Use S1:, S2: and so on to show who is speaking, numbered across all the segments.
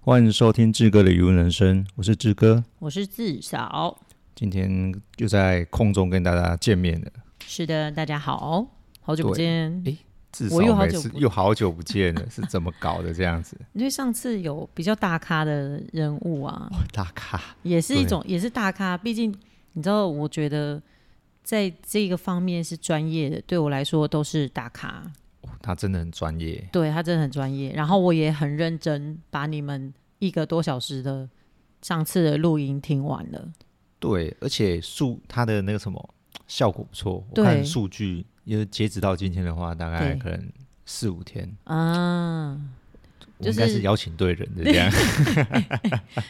S1: 欢迎收听志哥的语文人生，我是志哥，
S2: 我是自少。
S1: 今天又在空中跟大家见面了。
S2: 是的，大家好，好久不
S1: 对
S2: 见。
S1: 诶至少
S2: 我又好
S1: 每
S2: 久
S1: 次
S2: 不
S1: 又好久不见了， 是怎么搞的这样子？
S2: 因为上次有比较大咖的人物啊，
S1: 大咖，
S2: 也是一
S1: 哦对
S2: 种，也是大咖。毕竟你知道，我觉得在这个方面是专业的，对我来说都是大咖。
S1: 他真的很专业。
S2: 对他真的很专业，然后我也很认真把你们一个多小时的上次的录音听完了。
S1: 对，而且数他的那个什么效果不错，我
S2: 对
S1: 看数据，因为截止到今天的话，大概
S2: 对
S1: 可能四五天，
S2: 啊，
S1: 我
S2: 就
S1: 应该是
S2: 是
S1: 邀请对人的这样。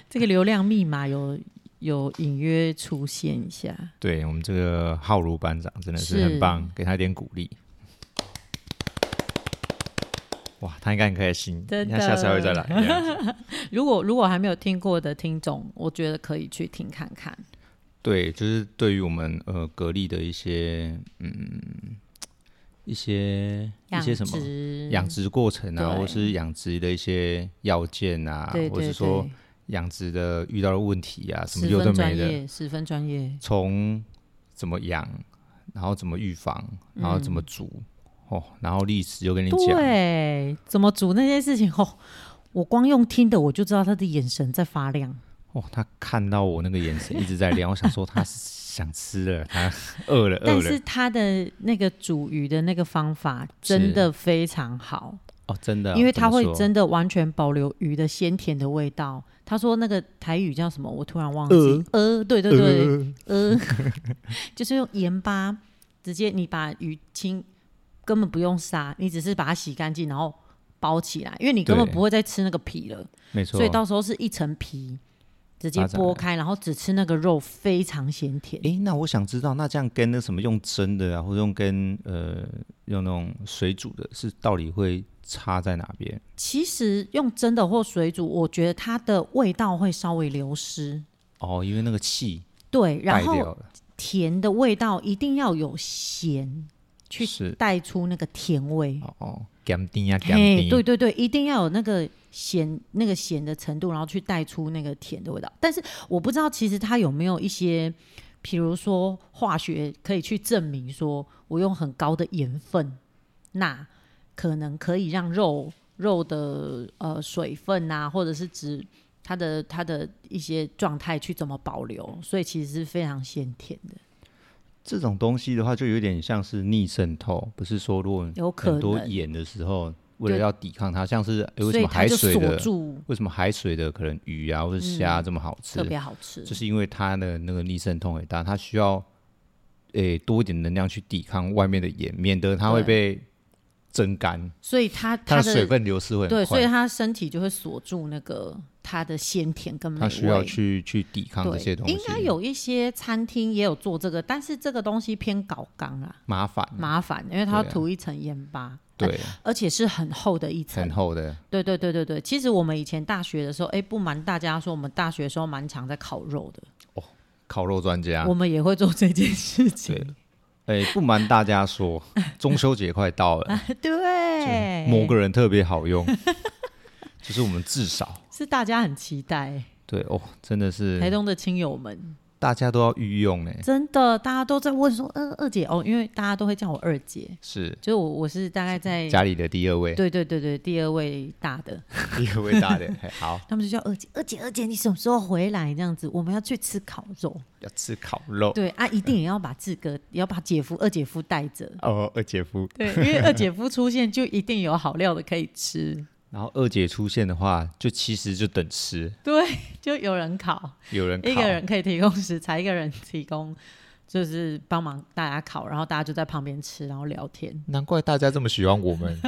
S2: 这个流量密码有有隐约出现一下，
S1: 对我们这个浩如班长真的是很
S2: 是
S1: 棒，给他一点鼓励。哇，他应该很开心，
S2: 真的
S1: 他下次还会再来这样子。
S2: 如果如果还没有听过的听众，我觉得可以去听看看。
S1: 对，就是对于我们呃格力的一些嗯一些一
S2: 养
S1: 些什么
S2: 殖
S1: 养殖过程啊，
S2: 对
S1: 或是养殖的一些要件啊，
S2: 对
S1: 或
S2: 对
S1: 是说
S2: 对，
S1: 养殖的遇到的问题啊，什么
S2: 十
S1: 有的
S2: 分
S1: 没
S2: 专
S1: 的，
S2: 业，十分专业。
S1: 从怎么养，然后怎么预防，然后怎么煮、哦，然后历史又跟你讲，
S2: 嗯对，怎么煮那些事情哦，我光用听的我就知道他的眼神在发亮。
S1: 哦，他看到我那个眼神一直在亮，我想说他是想吃了，他饿了
S2: 但
S1: 饿
S2: 是
S1: 了。
S2: 他的那个煮鱼的那个方法真的非常好，
S1: 哦，真的啊、
S2: 因为
S1: 怎
S2: 他
S1: 么
S2: 会
S1: 说
S2: 真的完全保留鱼的鲜甜的味道。他说那个台语叫什么？我突然忘记。呃，对对对，
S1: 呃
S2: 呃， 就是用盐巴直接你把鱼清，根本不用杀，你只是把它洗干净，然后包起来，因为你根本
S1: 对
S2: 不会再吃那个皮了，
S1: 没错。
S2: 所以到时候是一层皮直接
S1: 发展
S2: 剥
S1: 了
S2: 开，然后只吃那个肉，非常鲜甜。
S1: 诶，那我想知道，那这样跟那什么用蒸的啊，或者用跟呃用那种水煮的，是到底会差在哪边？
S2: 其实用蒸的或水煮，我觉得它的味道会稍微流失，
S1: 哦，因为那个气
S2: 对，
S1: 败
S2: 然后
S1: 掉了，
S2: 甜的味道一定要有咸，去
S1: 是
S2: 带出那个甜味。
S1: 哦哦，咸丁啊，咸
S2: 嘿，
S1: 丁，
S2: 对对对，一定要有那个咸那个咸的程度，然后去带出那个甜的味道。但是我不知道其实它有没有一些，比如说化学可以去证明说，我用很高的盐分，钠可能可以让肉肉的呃水分啊，或者是指它的它的一些状态去怎么保留，所以其实是非常鲜甜的，
S1: 这种东西的话，就有点像是逆渗透，不是说如果
S2: 有可
S1: 很多
S2: 能
S1: 盐的时候，为了
S2: 对
S1: 要抵抗它，像是哎诶为
S2: 所
S1: 什
S2: 以
S1: 么
S2: 它
S1: 海
S2: 就
S1: 水
S2: 锁
S1: 的
S2: 住，
S1: 为什么海水的可能鱼啊或者虾这么好吃
S2: 特，别好吃，
S1: 就是因为它的那个逆渗透很大，它需要诶、多一点能量去抵抗外面的盐，免得它会被蒸干，
S2: 所以它
S1: 它
S2: 的
S1: 的水分流失会
S2: 对，
S1: 很
S2: 所以
S1: 快。
S2: 他身体就会锁住那个它的鲜甜跟美
S1: 它
S2: 味。
S1: 需要去去抵抗这些
S2: 对
S1: 东，西，
S2: 应该有一些餐厅也有做这个，但是这个东西偏搞刚啊，
S1: 麻烦，
S2: 麻烦，因为它要
S1: 嗯对啊
S2: 涂一层盐巴，呃，
S1: 对，
S2: 而且是很厚的一层
S1: 很。厚的，
S2: 对对对对对，其实我们以前大学的时候，哎，不瞒大家说，我们大学的时候蛮常在烤肉的，
S1: 烤肉专家
S2: 我。们也会做这件事情。
S1: 诶，不瞒大家 说，中秋节快到了，
S2: 对，
S1: 某个人特别好 用，就是我们至少
S2: 是大家很期待，
S1: 对哦，真的
S2: 台
S1: 是
S2: 东的亲友们，
S1: 大家都要御用呢，
S2: 真的大家都在问说，呃，二姐哦，因为大家都会叫我二姐，
S1: 是
S2: 就我我是大概在
S1: 家里的第二位，
S2: 对对对对第二位大的，
S1: 第二位大的， 嘿好。
S2: 他们就叫二姐二姐二姐，你什么时候回来？这样子，我们要去吃烤肉。
S1: 要吃烤肉。
S2: 对啊，一定也要把志哥， 也要把姐夫二姐夫带着。
S1: 哦，二姐夫。
S2: 对，因为二姐夫出现就一定有好料的可以吃，
S1: 然后二姐出现的话，就其实就等吃，
S2: 对，就有人 烤，
S1: 有人烤
S2: 一个人可以提供食材，一个人提供就是帮忙大家烤，然后大家就在旁边吃，然后聊天，
S1: 难怪大家这么喜欢我 们，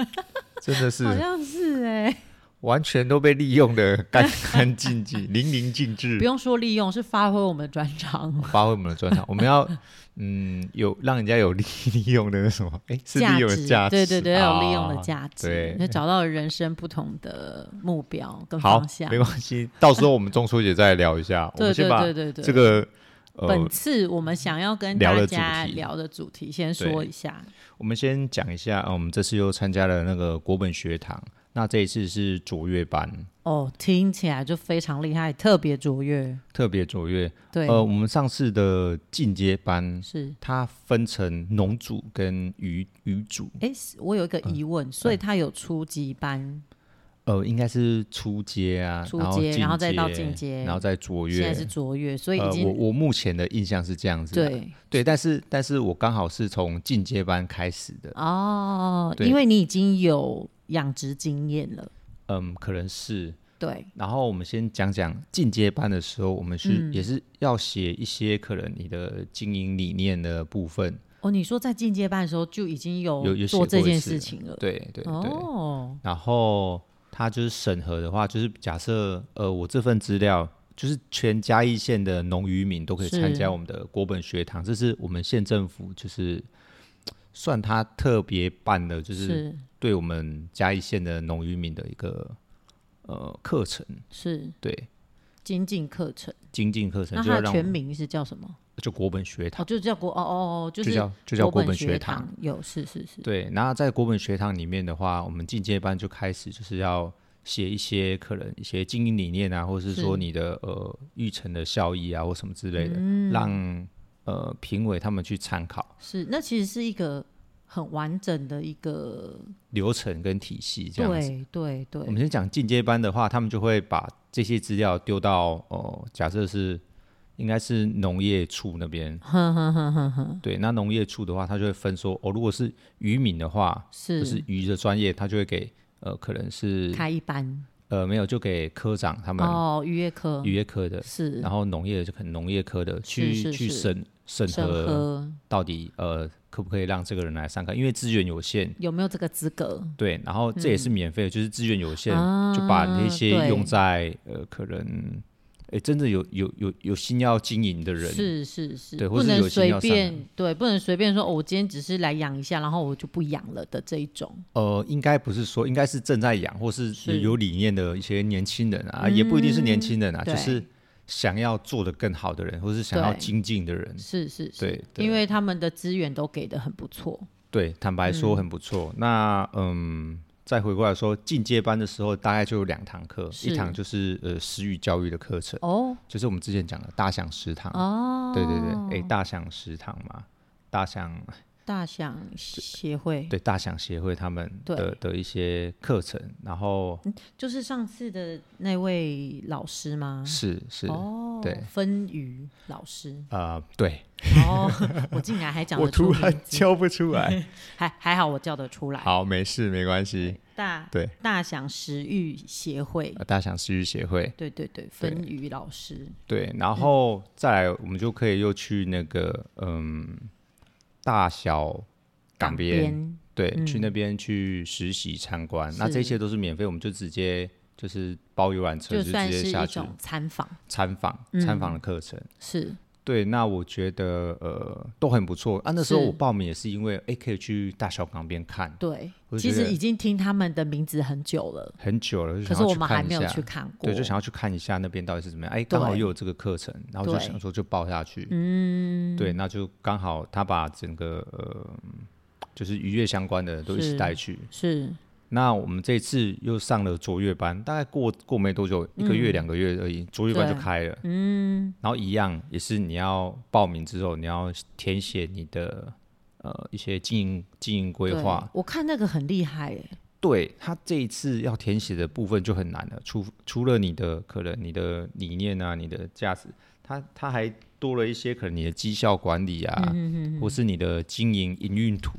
S1: 真的
S2: 好
S1: 是
S2: 像是哎、
S1: 完全都被利用的干干净 净、淋漓尽
S2: 不
S1: 致，
S2: 用说利用，是发挥我们的专长，
S1: 发挥我们的 专长。我们要嗯，有让人家有利利用的那什么，哎， 是
S2: 价
S1: 利
S2: 值
S1: 用的价值，
S2: 对对对，要有利用的
S1: 哦。
S2: 价值
S1: 对，
S2: 就找到人生不同的目标跟
S1: 好
S2: 方，向
S1: 没。关系，到时候我们中秋节再聊一 下。我
S2: 对
S1: 们
S2: 对
S1: 先把
S2: 对对对，
S1: 这个
S2: 本
S1: 呃，
S2: 次我们想要跟
S1: 聊
S2: 大
S1: 的主
S2: 家
S1: 题
S2: 聊的主题，先说一下。
S1: 呃我们先讲一下啊，我们这次又参加了那个国本学堂，那这一次是卓越班，
S2: 哦，听起来就非常厉害，特别卓越。
S1: 特别卓越。
S2: 对，
S1: 呃，我们上次的进阶班，
S2: 是。
S1: 它分成农组跟渔渔组，
S2: 哎，是我有一个疑问，
S1: 嗯
S2: 所以他有初级班，
S1: 呃，应该是初阶啊，
S2: 初
S1: 然后
S2: 阶然后
S1: 进
S2: 再到进阶
S1: 然后再卓
S2: 现在
S1: 越
S2: 是。卓越，所以已
S1: 呃，
S2: 经、
S1: 我我目前的印象是这样子的，
S2: 对
S1: 对，但是但是我刚好是从进阶班开始的，
S2: 哦，
S1: 对
S2: 因为你已经有养殖经验了，
S1: 嗯，可能是。
S2: 对，
S1: 然后我们先讲讲进阶班的时候，我们是、
S2: 嗯
S1: 也是要写一些可能你的经营理念的部分，
S2: 哦，你说在进阶班的时候就已经
S1: 有有写
S2: 做
S1: 过
S2: 这
S1: 一
S2: 件
S1: 次
S2: 事情了，
S1: 对对对。
S2: 哦，
S1: 然后他就是审核的话，就是假设呃，我这份资料就是全嘉义县的农渔民都可以
S2: 是
S1: 参加我们的国本学堂，这是我们县政府就是算他特别办的，就是
S2: 是
S1: 对我们嘉义县的农渔民的一个呃课程，
S2: 是
S1: 对
S2: 精进课程，
S1: 精进课程，
S2: 那
S1: 就要
S2: 它
S1: 让
S2: 全
S1: 我们
S2: 名是叫什么？
S1: 就国本学堂
S2: 哦，。就叫国哦哦，哦就
S1: 就是叫就叫国
S2: 本
S1: 本学
S2: 堂
S1: 堂，
S2: 有是是是，
S1: 对，然后在国本学堂里面的话，我们进阶班就开始就是要写一些可能一些经营理念啊，或是说
S2: 是
S1: 你的呃育成的效益啊，或什么之类的，让呃评委他们去参考
S2: 是那其实是一个很完整的一个，
S1: 流程跟体系这样子。
S2: 对对对
S1: 我，们先讲进阶班的话，他们就会把这些资料丢到呃，假设是应该是农业处那边。
S2: 哼哼哼哼哼，
S1: 对，那农业处的话，他就会分说哦，如果是渔民的话，就是是鱼的专业，他就会给呃，可能是
S2: 开一班
S1: 呃，没有，就给科长他们
S2: 哦，渔业科
S1: 渔业科的，
S2: 是
S1: 然后农业的就可能农业科的去
S2: 是
S1: 去
S2: 是
S1: 审审
S2: 审
S1: 核
S2: 核
S1: 到底呃可不可以让这个人来上课，因为资源有限，
S2: 有没有这个资格？
S1: 对，然后这也是免费的，就是资源有限，
S2: 嗯啊
S1: 就把那些
S2: 对
S1: 用在呃可能哎真的有有有有心要经营的人，
S2: 是是是，
S1: 对或
S2: 不
S1: 是
S2: 能
S1: 有心
S2: 随
S1: 要上
S2: 便对，不能随便说、哦，我今天只是来养一下，然后我就不养了的这一种。
S1: 呃，应该不是说，应该是正在养或是有
S2: 是
S1: 有理念的一些年轻人啊，也不一定是年轻人啊，
S2: 嗯对
S1: 就是想要做得更好的人，或是想要
S2: 对
S1: 精进的人，
S2: 是是是，
S1: 对，嗯对
S2: 因为他们的资源都给的很不错。
S1: 对，坦白
S2: 嗯
S1: 说很不错。那嗯，再回过来说，进阶班的时候大概就有两堂课，
S2: 是
S1: 一堂就是呃食育教育的课程，
S2: 哦
S1: 就是我们之前讲的大象食堂。
S2: 哦，
S1: 对对对，诶，大象食堂嘛，大象
S2: 大象协会
S1: 对大象协会他们
S2: 对嗯
S1: 的的一些课程，然后
S2: 就是上次的那位老师吗？
S1: 是是、
S2: 哦，
S1: 对。
S2: 分鱼老师
S1: 呃对，
S2: 哦，我竟然还讲
S1: 我
S2: 得出
S1: 突
S2: 名
S1: 然
S2: 字，
S1: 叫不出 来，
S2: 还还好我叫得出来。
S1: 好，没事没关系。
S2: 大
S1: 对，
S2: 大象食育协会，
S1: 呃大象食育协会
S2: 对对对，分鱼老师
S1: 对，
S2: 嗯
S1: 然后再来，我们就可以又去那个嗯大小港边，
S2: 边嗯
S1: 对，去那边去实习参观。那
S2: 是
S1: 这些都是免费，我们就直接就是包游览车，
S2: 就
S1: 就直
S2: 算
S1: 接
S2: 是
S1: 下
S2: 一
S1: 去
S2: 种参访，
S1: 参访
S2: 嗯
S1: 参访的课程。
S2: 是
S1: 对，那我觉得呃都很不错啊。那时候
S2: 是
S1: 我报名也是因为哎可以去大小港边看，
S2: 对。
S1: 我就
S2: 其
S1: 觉
S2: 实
S1: 得
S2: 已经听他们的名字很久了，
S1: 很久了，就
S2: 可
S1: 想
S2: 是
S1: 要
S2: 我
S1: 去
S2: 们还
S1: 看一
S2: 没有
S1: 下。
S2: 去看过。
S1: 对，就想要去看一下那边到底是怎么样。哎，刚好
S2: 对
S1: 又有这个课程，然后就
S2: 对
S1: 想说就报下去。嗯，对，那就刚好他把整个呃，就是愉悦相关的都一起
S2: 是
S1: 带去。
S2: 是
S1: 那我们这次又上了卓越班，大概过过没多久，一个月两个月而已，卓越班就
S2: 嗯对
S1: 开了。嗯，然后一样也是你要报名之后，你要填写你的呃一些经营经营规
S2: 对
S1: 划。
S2: 我看那个很厉害耶，
S1: 对他这一次要填写的部分就很难了，除除了你的可能你的理念啊、你的价值，他他还多了一些可能你的绩效管理啊，
S2: 嗯
S1: 或是你的经营营运图，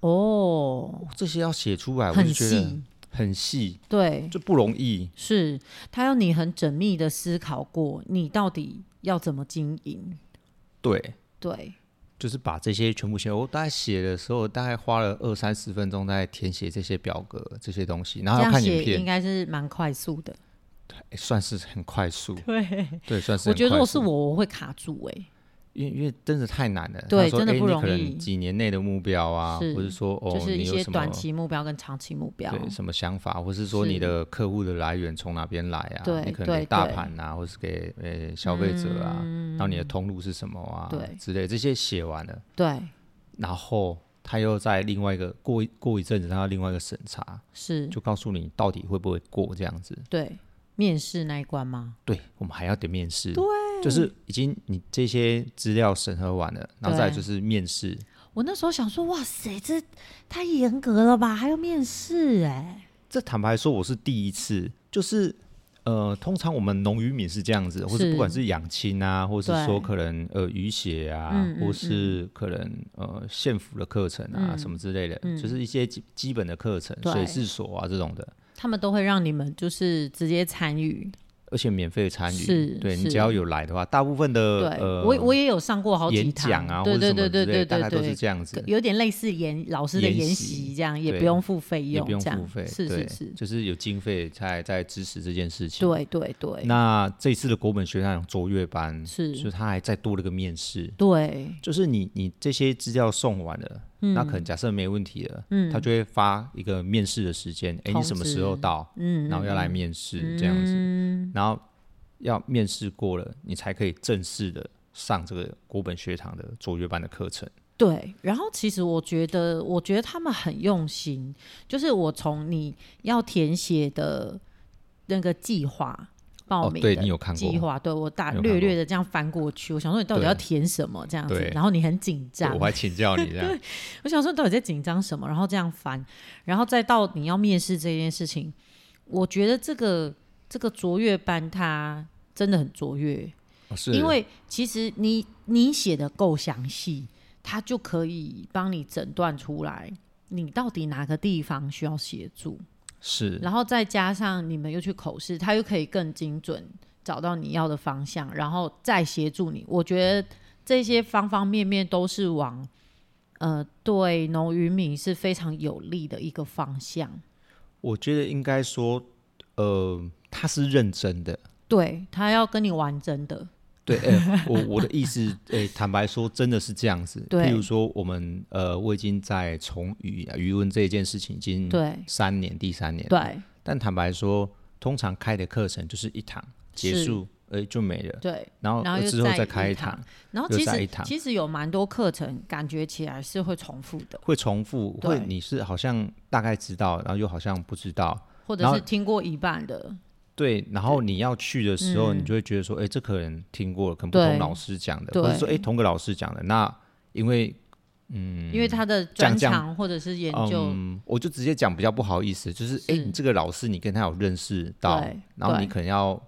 S2: 哦，
S1: 这些要写出哎来，我
S2: 很
S1: 就觉得
S2: 细，
S1: 很细，
S2: 对，
S1: 就不容易。
S2: 是他要你很缜密的思考过，你到底要怎么经营，
S1: 对，
S2: 对，
S1: 就是把这些全部写。我大概写的时候，大概花了二三十分钟在填写这些表格这些东西，然
S2: 这
S1: 后要
S2: 样
S1: 看影
S2: 写应
S1: 片，
S2: 该是蛮快速的。
S1: 哎算是很快速。
S2: 对，
S1: 对，算是
S2: 我
S1: 很
S2: 觉得如
S1: 快
S2: 果
S1: 速
S2: 是我，我会卡住哎，
S1: 因为因为真的太难了，
S2: 对
S1: 他说
S2: 真的
S1: 诶
S2: 不
S1: 你
S2: 容
S1: 可能
S2: 易
S1: 几年内的目标啊，
S2: 是
S1: 或者说哦，
S2: 就是一
S1: 你有
S2: 些
S1: 什么
S2: 短期目标跟长期目标，
S1: 对什么想法，或是说你
S2: 是
S1: 的客户的来源从哪边来啊？
S2: 对
S1: 你可能
S2: 对
S1: 给大
S2: 对嗯
S1: 盘啊，或是给呃消费者啊，然后你的通路是什么啊？
S2: 对
S1: 之类这些写完了，
S2: 对
S1: 然后他又在另外一个过一过一阵子，他要另外一个审查，
S2: 是
S1: 就告诉你到底会不会过这样子。
S2: 对面试那一关吗？
S1: 对，我们还要得面试。对，就是已经你这些资料审核完了，然后再来
S2: 对
S1: 就是面试。
S2: 我那时候想说，哇塞，这太严格了吧，还要面试哎、
S1: 这坦白说，我是第一次，就是呃，通常我们农渔民是这样子，或
S2: 是
S1: 是不管是养亲啊，或是
S2: 对
S1: 说可能呃渔协啊，
S2: 嗯嗯嗯
S1: 或是可能呃县府的课程啊、什么之类的，就是一些基基本的课程，
S2: 对
S1: 水事所啊这种的，
S2: 他们都会让你们就是直接参与。
S1: 而且免费参
S2: 是
S1: 与，对你
S2: 是
S1: 只要有来的话，大部分的
S2: 对，
S1: 呃
S2: 我我也有上过好几
S1: 演
S2: 堂
S1: 讲啊，或
S2: 对
S1: 者
S2: 对
S1: 什么
S2: 对
S1: 之
S2: 对
S1: 类的，
S2: 对
S1: 大概
S2: 对
S1: 都是
S2: 对，
S1: 这样子。
S2: 有点类似研老师的
S1: 研
S2: 研
S1: 习
S2: 习这样，也
S1: 对
S2: 不用付费
S1: 也
S2: 用
S1: 不用
S2: 这样，
S1: 付费，
S2: 是
S1: 对
S2: 是是，
S1: 就是有经费在在支持这件事情。
S2: 对对对，
S1: 那这次的国本学长卓越班
S2: 是
S1: 所以他还再多了个面试，
S2: 对
S1: 就是你你这些资料送完了，那可
S2: 嗯
S1: 能假设没问题了，他就会发一个面试的时间，哎、
S2: 通
S1: 你
S2: 知
S1: 什么时候到？
S2: 嗯
S1: 然后要来面试、这样子，然后要面试过了，你才可以正式的上这个国本学堂的卓越班的课程。
S2: 对。然后其实我觉得，我觉得他们很用心，就是我从你要填写的那个计划报
S1: 哦，
S2: 名的、
S1: 对你有看
S2: 计
S1: 过，
S2: 划，对我大
S1: 有看
S2: 略略的这样翻过去，我想说你到底
S1: 对
S2: 要填什么这样子
S1: 对，
S2: 然后你很紧张，
S1: 我还请教你这 样，
S2: 我想说到底在紧张什么，然后这样翻，然后再到你要面试这件事情，我觉得这个这个卓越班它真的很卓越，
S1: 哦是
S2: 因为其实你你写的够详细，它就可以帮你诊断出来你到底哪个地方需要协助，
S1: 是
S2: 然后再加上你们又去口试，它又可以更精准找到你要的方向，然后再协助你。我觉得这些方方面面都是往呃对农渔民是非常有利的一个方向。
S1: 我觉得应该说，呃，他是认真的。
S2: 对他要跟你玩真的，
S1: 对，哎、我我的意思， 哎、坦白说，真的是这样子。
S2: 对
S1: 譬如说，我们呃，我已经在从语余文这一件事情已经
S2: 对
S1: 三年，第三年。。
S2: 对
S1: 但坦白说，通常开的课程就是一堂结
S2: 是
S1: 束，哎、就没了。
S2: 对。
S1: 然后
S2: 然后又
S1: 之后
S2: 再
S1: 再
S2: 一
S1: 开一
S2: 堂
S1: 堂，
S2: 然后
S1: 又
S2: 其
S1: 再一
S2: 实
S1: 堂
S2: 其实有蛮多课程，感觉起来是会重复的，
S1: 会重复，
S2: 对
S1: 会你是好像大概知道，然后又好像不知道。
S2: 或
S1: 然
S2: 者
S1: 后
S2: 是听过一半的。
S1: 对，然后你要去的时候，
S2: 嗯
S1: 你就会觉得说，哎、这可能听过了，可能不
S2: 对
S1: 同老师讲的，或者说，哎、
S2: 对
S1: 同个老师讲的。那因为，
S2: 因为他的
S1: 这样
S2: 专
S1: 这样
S2: 长或者是研究，
S1: 嗯，我就直接讲比较不好意思，就是，哎、
S2: 是
S1: 你这个老师你跟他有认识到
S2: 对，
S1: 然后你
S2: 对
S1: 可能要，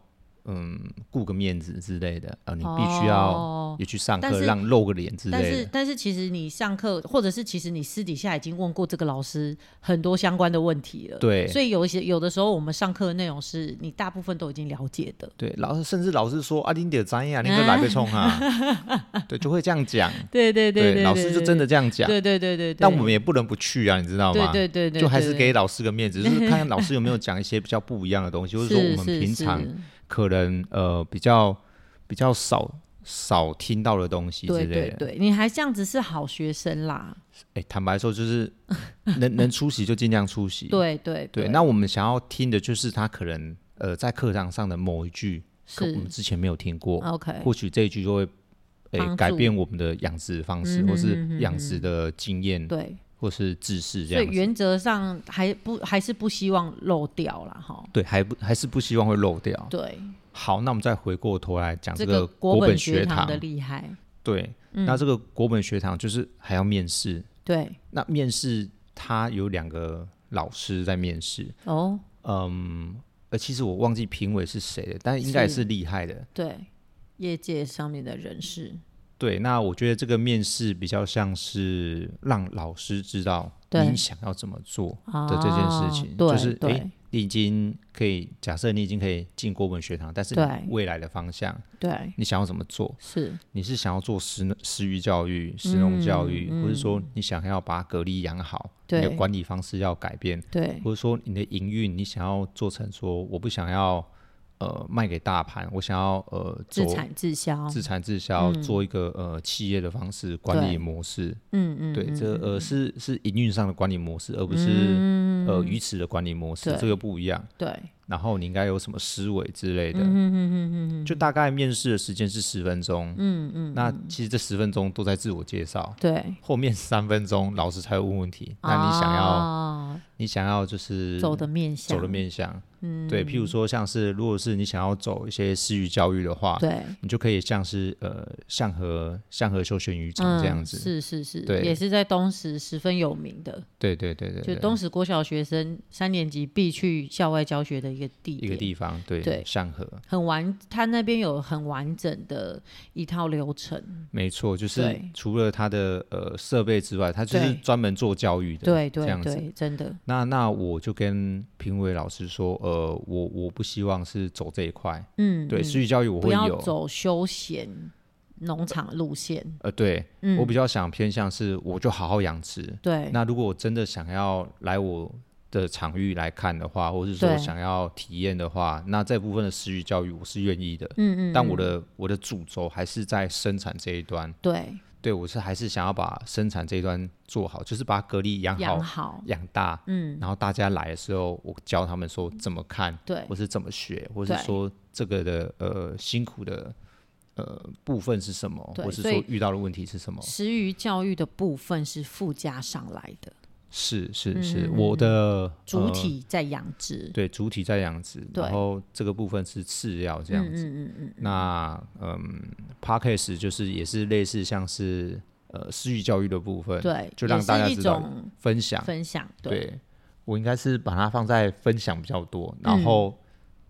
S1: 嗯，顾个面子之类的，啊，你必须要
S2: 哦
S1: 也去上
S2: 但
S1: 课，
S2: 是
S1: 让露个脸之
S2: 但
S1: 类
S2: 是
S1: 的。
S2: 但是其实你上课，或者是其实你私底下已经问过这个老师很多相关的问题了。
S1: 对
S2: 呃所以有一些有的时候我们上课的内容是你大部分都已经了解的。
S1: 对，老师甚至老师说啊，你得专业啊，你得来被冲啊，对，就会这样讲，
S2: 对对 对，
S1: 老师就真
S2: 的
S1: 的这样讲，
S2: 对对对对对，
S1: 但我们也不能不去啊，你知道
S2: 对
S1: 吗？
S2: 对对对，
S1: 就还是
S2: 对
S1: 给老师个面子，就是看老师有没 有讲一些比较不一样的东西，或者说我们平常
S2: 是
S1: 可能呃比较比较少少听到的东西之
S2: 对
S1: 类
S2: 对
S1: 的。
S2: 对，你还这样子是好学生啦。
S1: 哎，坦白说，就是 能能出席就尽量出席。
S2: 对对
S1: 对那我们想要听的就是他可能呃在课堂上的某一句，可我
S2: 是
S1: 们之前没有听过，
S2: OK，
S1: 或许这一句就会。
S2: 帮
S1: 诶，
S2: 助
S1: 改变我们的养殖方式，
S2: 嗯哼
S1: 或
S2: 嗯
S1: 是
S2: 哼
S1: 养殖的经验，
S2: 对，
S1: 或是知识这
S2: 所以
S1: 样子。
S2: 原则上还不还是不希望漏掉啦。哈。
S1: 对，还不还是不希望会漏掉。
S2: 对，
S1: 好，那我们再回过头来讲
S2: 这
S1: 个
S2: 国
S1: 本
S2: 学
S1: 堂。
S2: 的嗯厉害，
S1: 对，那这个国本学堂就是还要面试。
S2: 对
S1: 那面试它有两个老师在面试，
S2: 哦，
S1: 嗯，呃，其实我忘记评委是谁了，但应该也
S2: 是
S1: 是厉害的。
S2: 对，业界上面的人士，
S1: 对，那我觉得这个面试比较像是让老师知道
S2: 对
S1: 你想要怎么做
S2: 啊
S1: 的这件事情，
S2: 对
S1: 就是
S2: 对
S1: 诶你已经可以假设你已经可以进国本学堂，但是
S2: 对
S1: 你未来的方向
S2: 对，
S1: 你想要怎么做？
S2: 是
S1: 你是想要做食食育教育、食农教育，
S2: 嗯
S1: 或者说你想要把蛤蜊养好，你
S2: 对
S1: 的管理方式要改变，
S2: 对
S1: 或者说你的营运你想要做成说我不想要呃卖给大盘，我想要呃
S2: 自
S1: 走
S2: 产自销，
S1: 自产自销，
S2: 嗯
S1: 做一个呃企业的方式管理模式。
S2: 嗯嗯，
S1: 对，
S2: 嗯
S1: 这呃是是营运上的管理模式，而不是、
S2: 嗯
S1: 呃鱼池的管理模式
S2: 对，
S1: 这个不一样。
S2: 对，
S1: 然后你应该有什么思维之类的，
S2: 嗯嗯嗯嗯嗯，
S1: 就大概面试的时间是十分钟。
S2: 嗯嗯，
S1: 那其实这十分钟都在自我介绍，
S2: 对。
S1: 后面三分钟老师才会问问题。那你想要、
S2: 啊
S1: 你想要就是
S2: 哦走的面向，
S1: 走的面向，嗯，对，譬如说像是如果是你想要走一些私域教育的话，
S2: 对，
S1: 你就可以像是呃向和向和修玄渔场这样子，
S2: 嗯是是是，
S1: 对
S2: 也是在东石十分有名的，
S1: 对对对对
S2: 就
S1: 对，
S2: 东石国小学生三年级必去校外教学的一个地
S1: 一个
S2: 点，
S1: 地方，对
S2: 对
S1: 向和，
S2: 很完，他那边有很完整的一套流程，
S1: 没错，就是
S2: 嗯对
S1: 除了它的呃设备之外，它就是
S2: 对
S1: 专门做教育的，
S2: 对
S1: 这
S2: 对
S1: 样子。
S2: 对，真的，
S1: 那那我就跟评委老师说，呃，我我不希望是走这一块，
S2: 嗯，
S1: 对，
S2: 嗯
S1: 私域教育我
S2: 不
S1: 会
S2: 要
S1: 有，
S2: 走休闲农场路线，
S1: 呃，对
S2: 嗯，
S1: 我比较想偏向是，我就好好养殖。
S2: 对，
S1: 那如果我真的想要来我的场域来看的话，或是说
S2: 对
S1: 想要体验的话，那这部分的私域教育我是愿意的，
S2: 嗯嗯，
S1: 但我
S2: 嗯
S1: 的我的主轴还是在生产这一端。
S2: 对
S1: 对，我是还是想要把生产这一端做好，就是把蛤蜊养
S2: 养
S1: 好、
S2: 好，
S1: 养大，
S2: 嗯，
S1: 然后大家来的时候，我教他们说怎么看，
S2: 对
S1: 或是怎么学，或是
S2: 对
S1: 说这个的呃辛苦的呃部分是什么，
S2: 对
S1: 或是
S2: 所
S1: 说
S2: 以
S1: 遇到的问题是什么。
S2: 食鱼教育的部分是附加上来的，
S1: 是是
S2: 嗯
S1: 是，我的
S2: 主
S1: 呃
S2: 体在养殖，
S1: 对主体在养殖，
S2: 对
S1: 然后这个部分是次要这样
S2: 嗯
S1: 子。
S2: 嗯嗯
S1: 那嗯 p a c k a g e 就是也是类似像是呃私域教育的部分，
S2: 嗯，，对，
S1: 就让
S2: 也
S1: 大家
S2: 是一
S1: 知道
S2: 种
S1: 分享，
S2: 分享，
S1: 对我应该是把它放在分享比较多，然后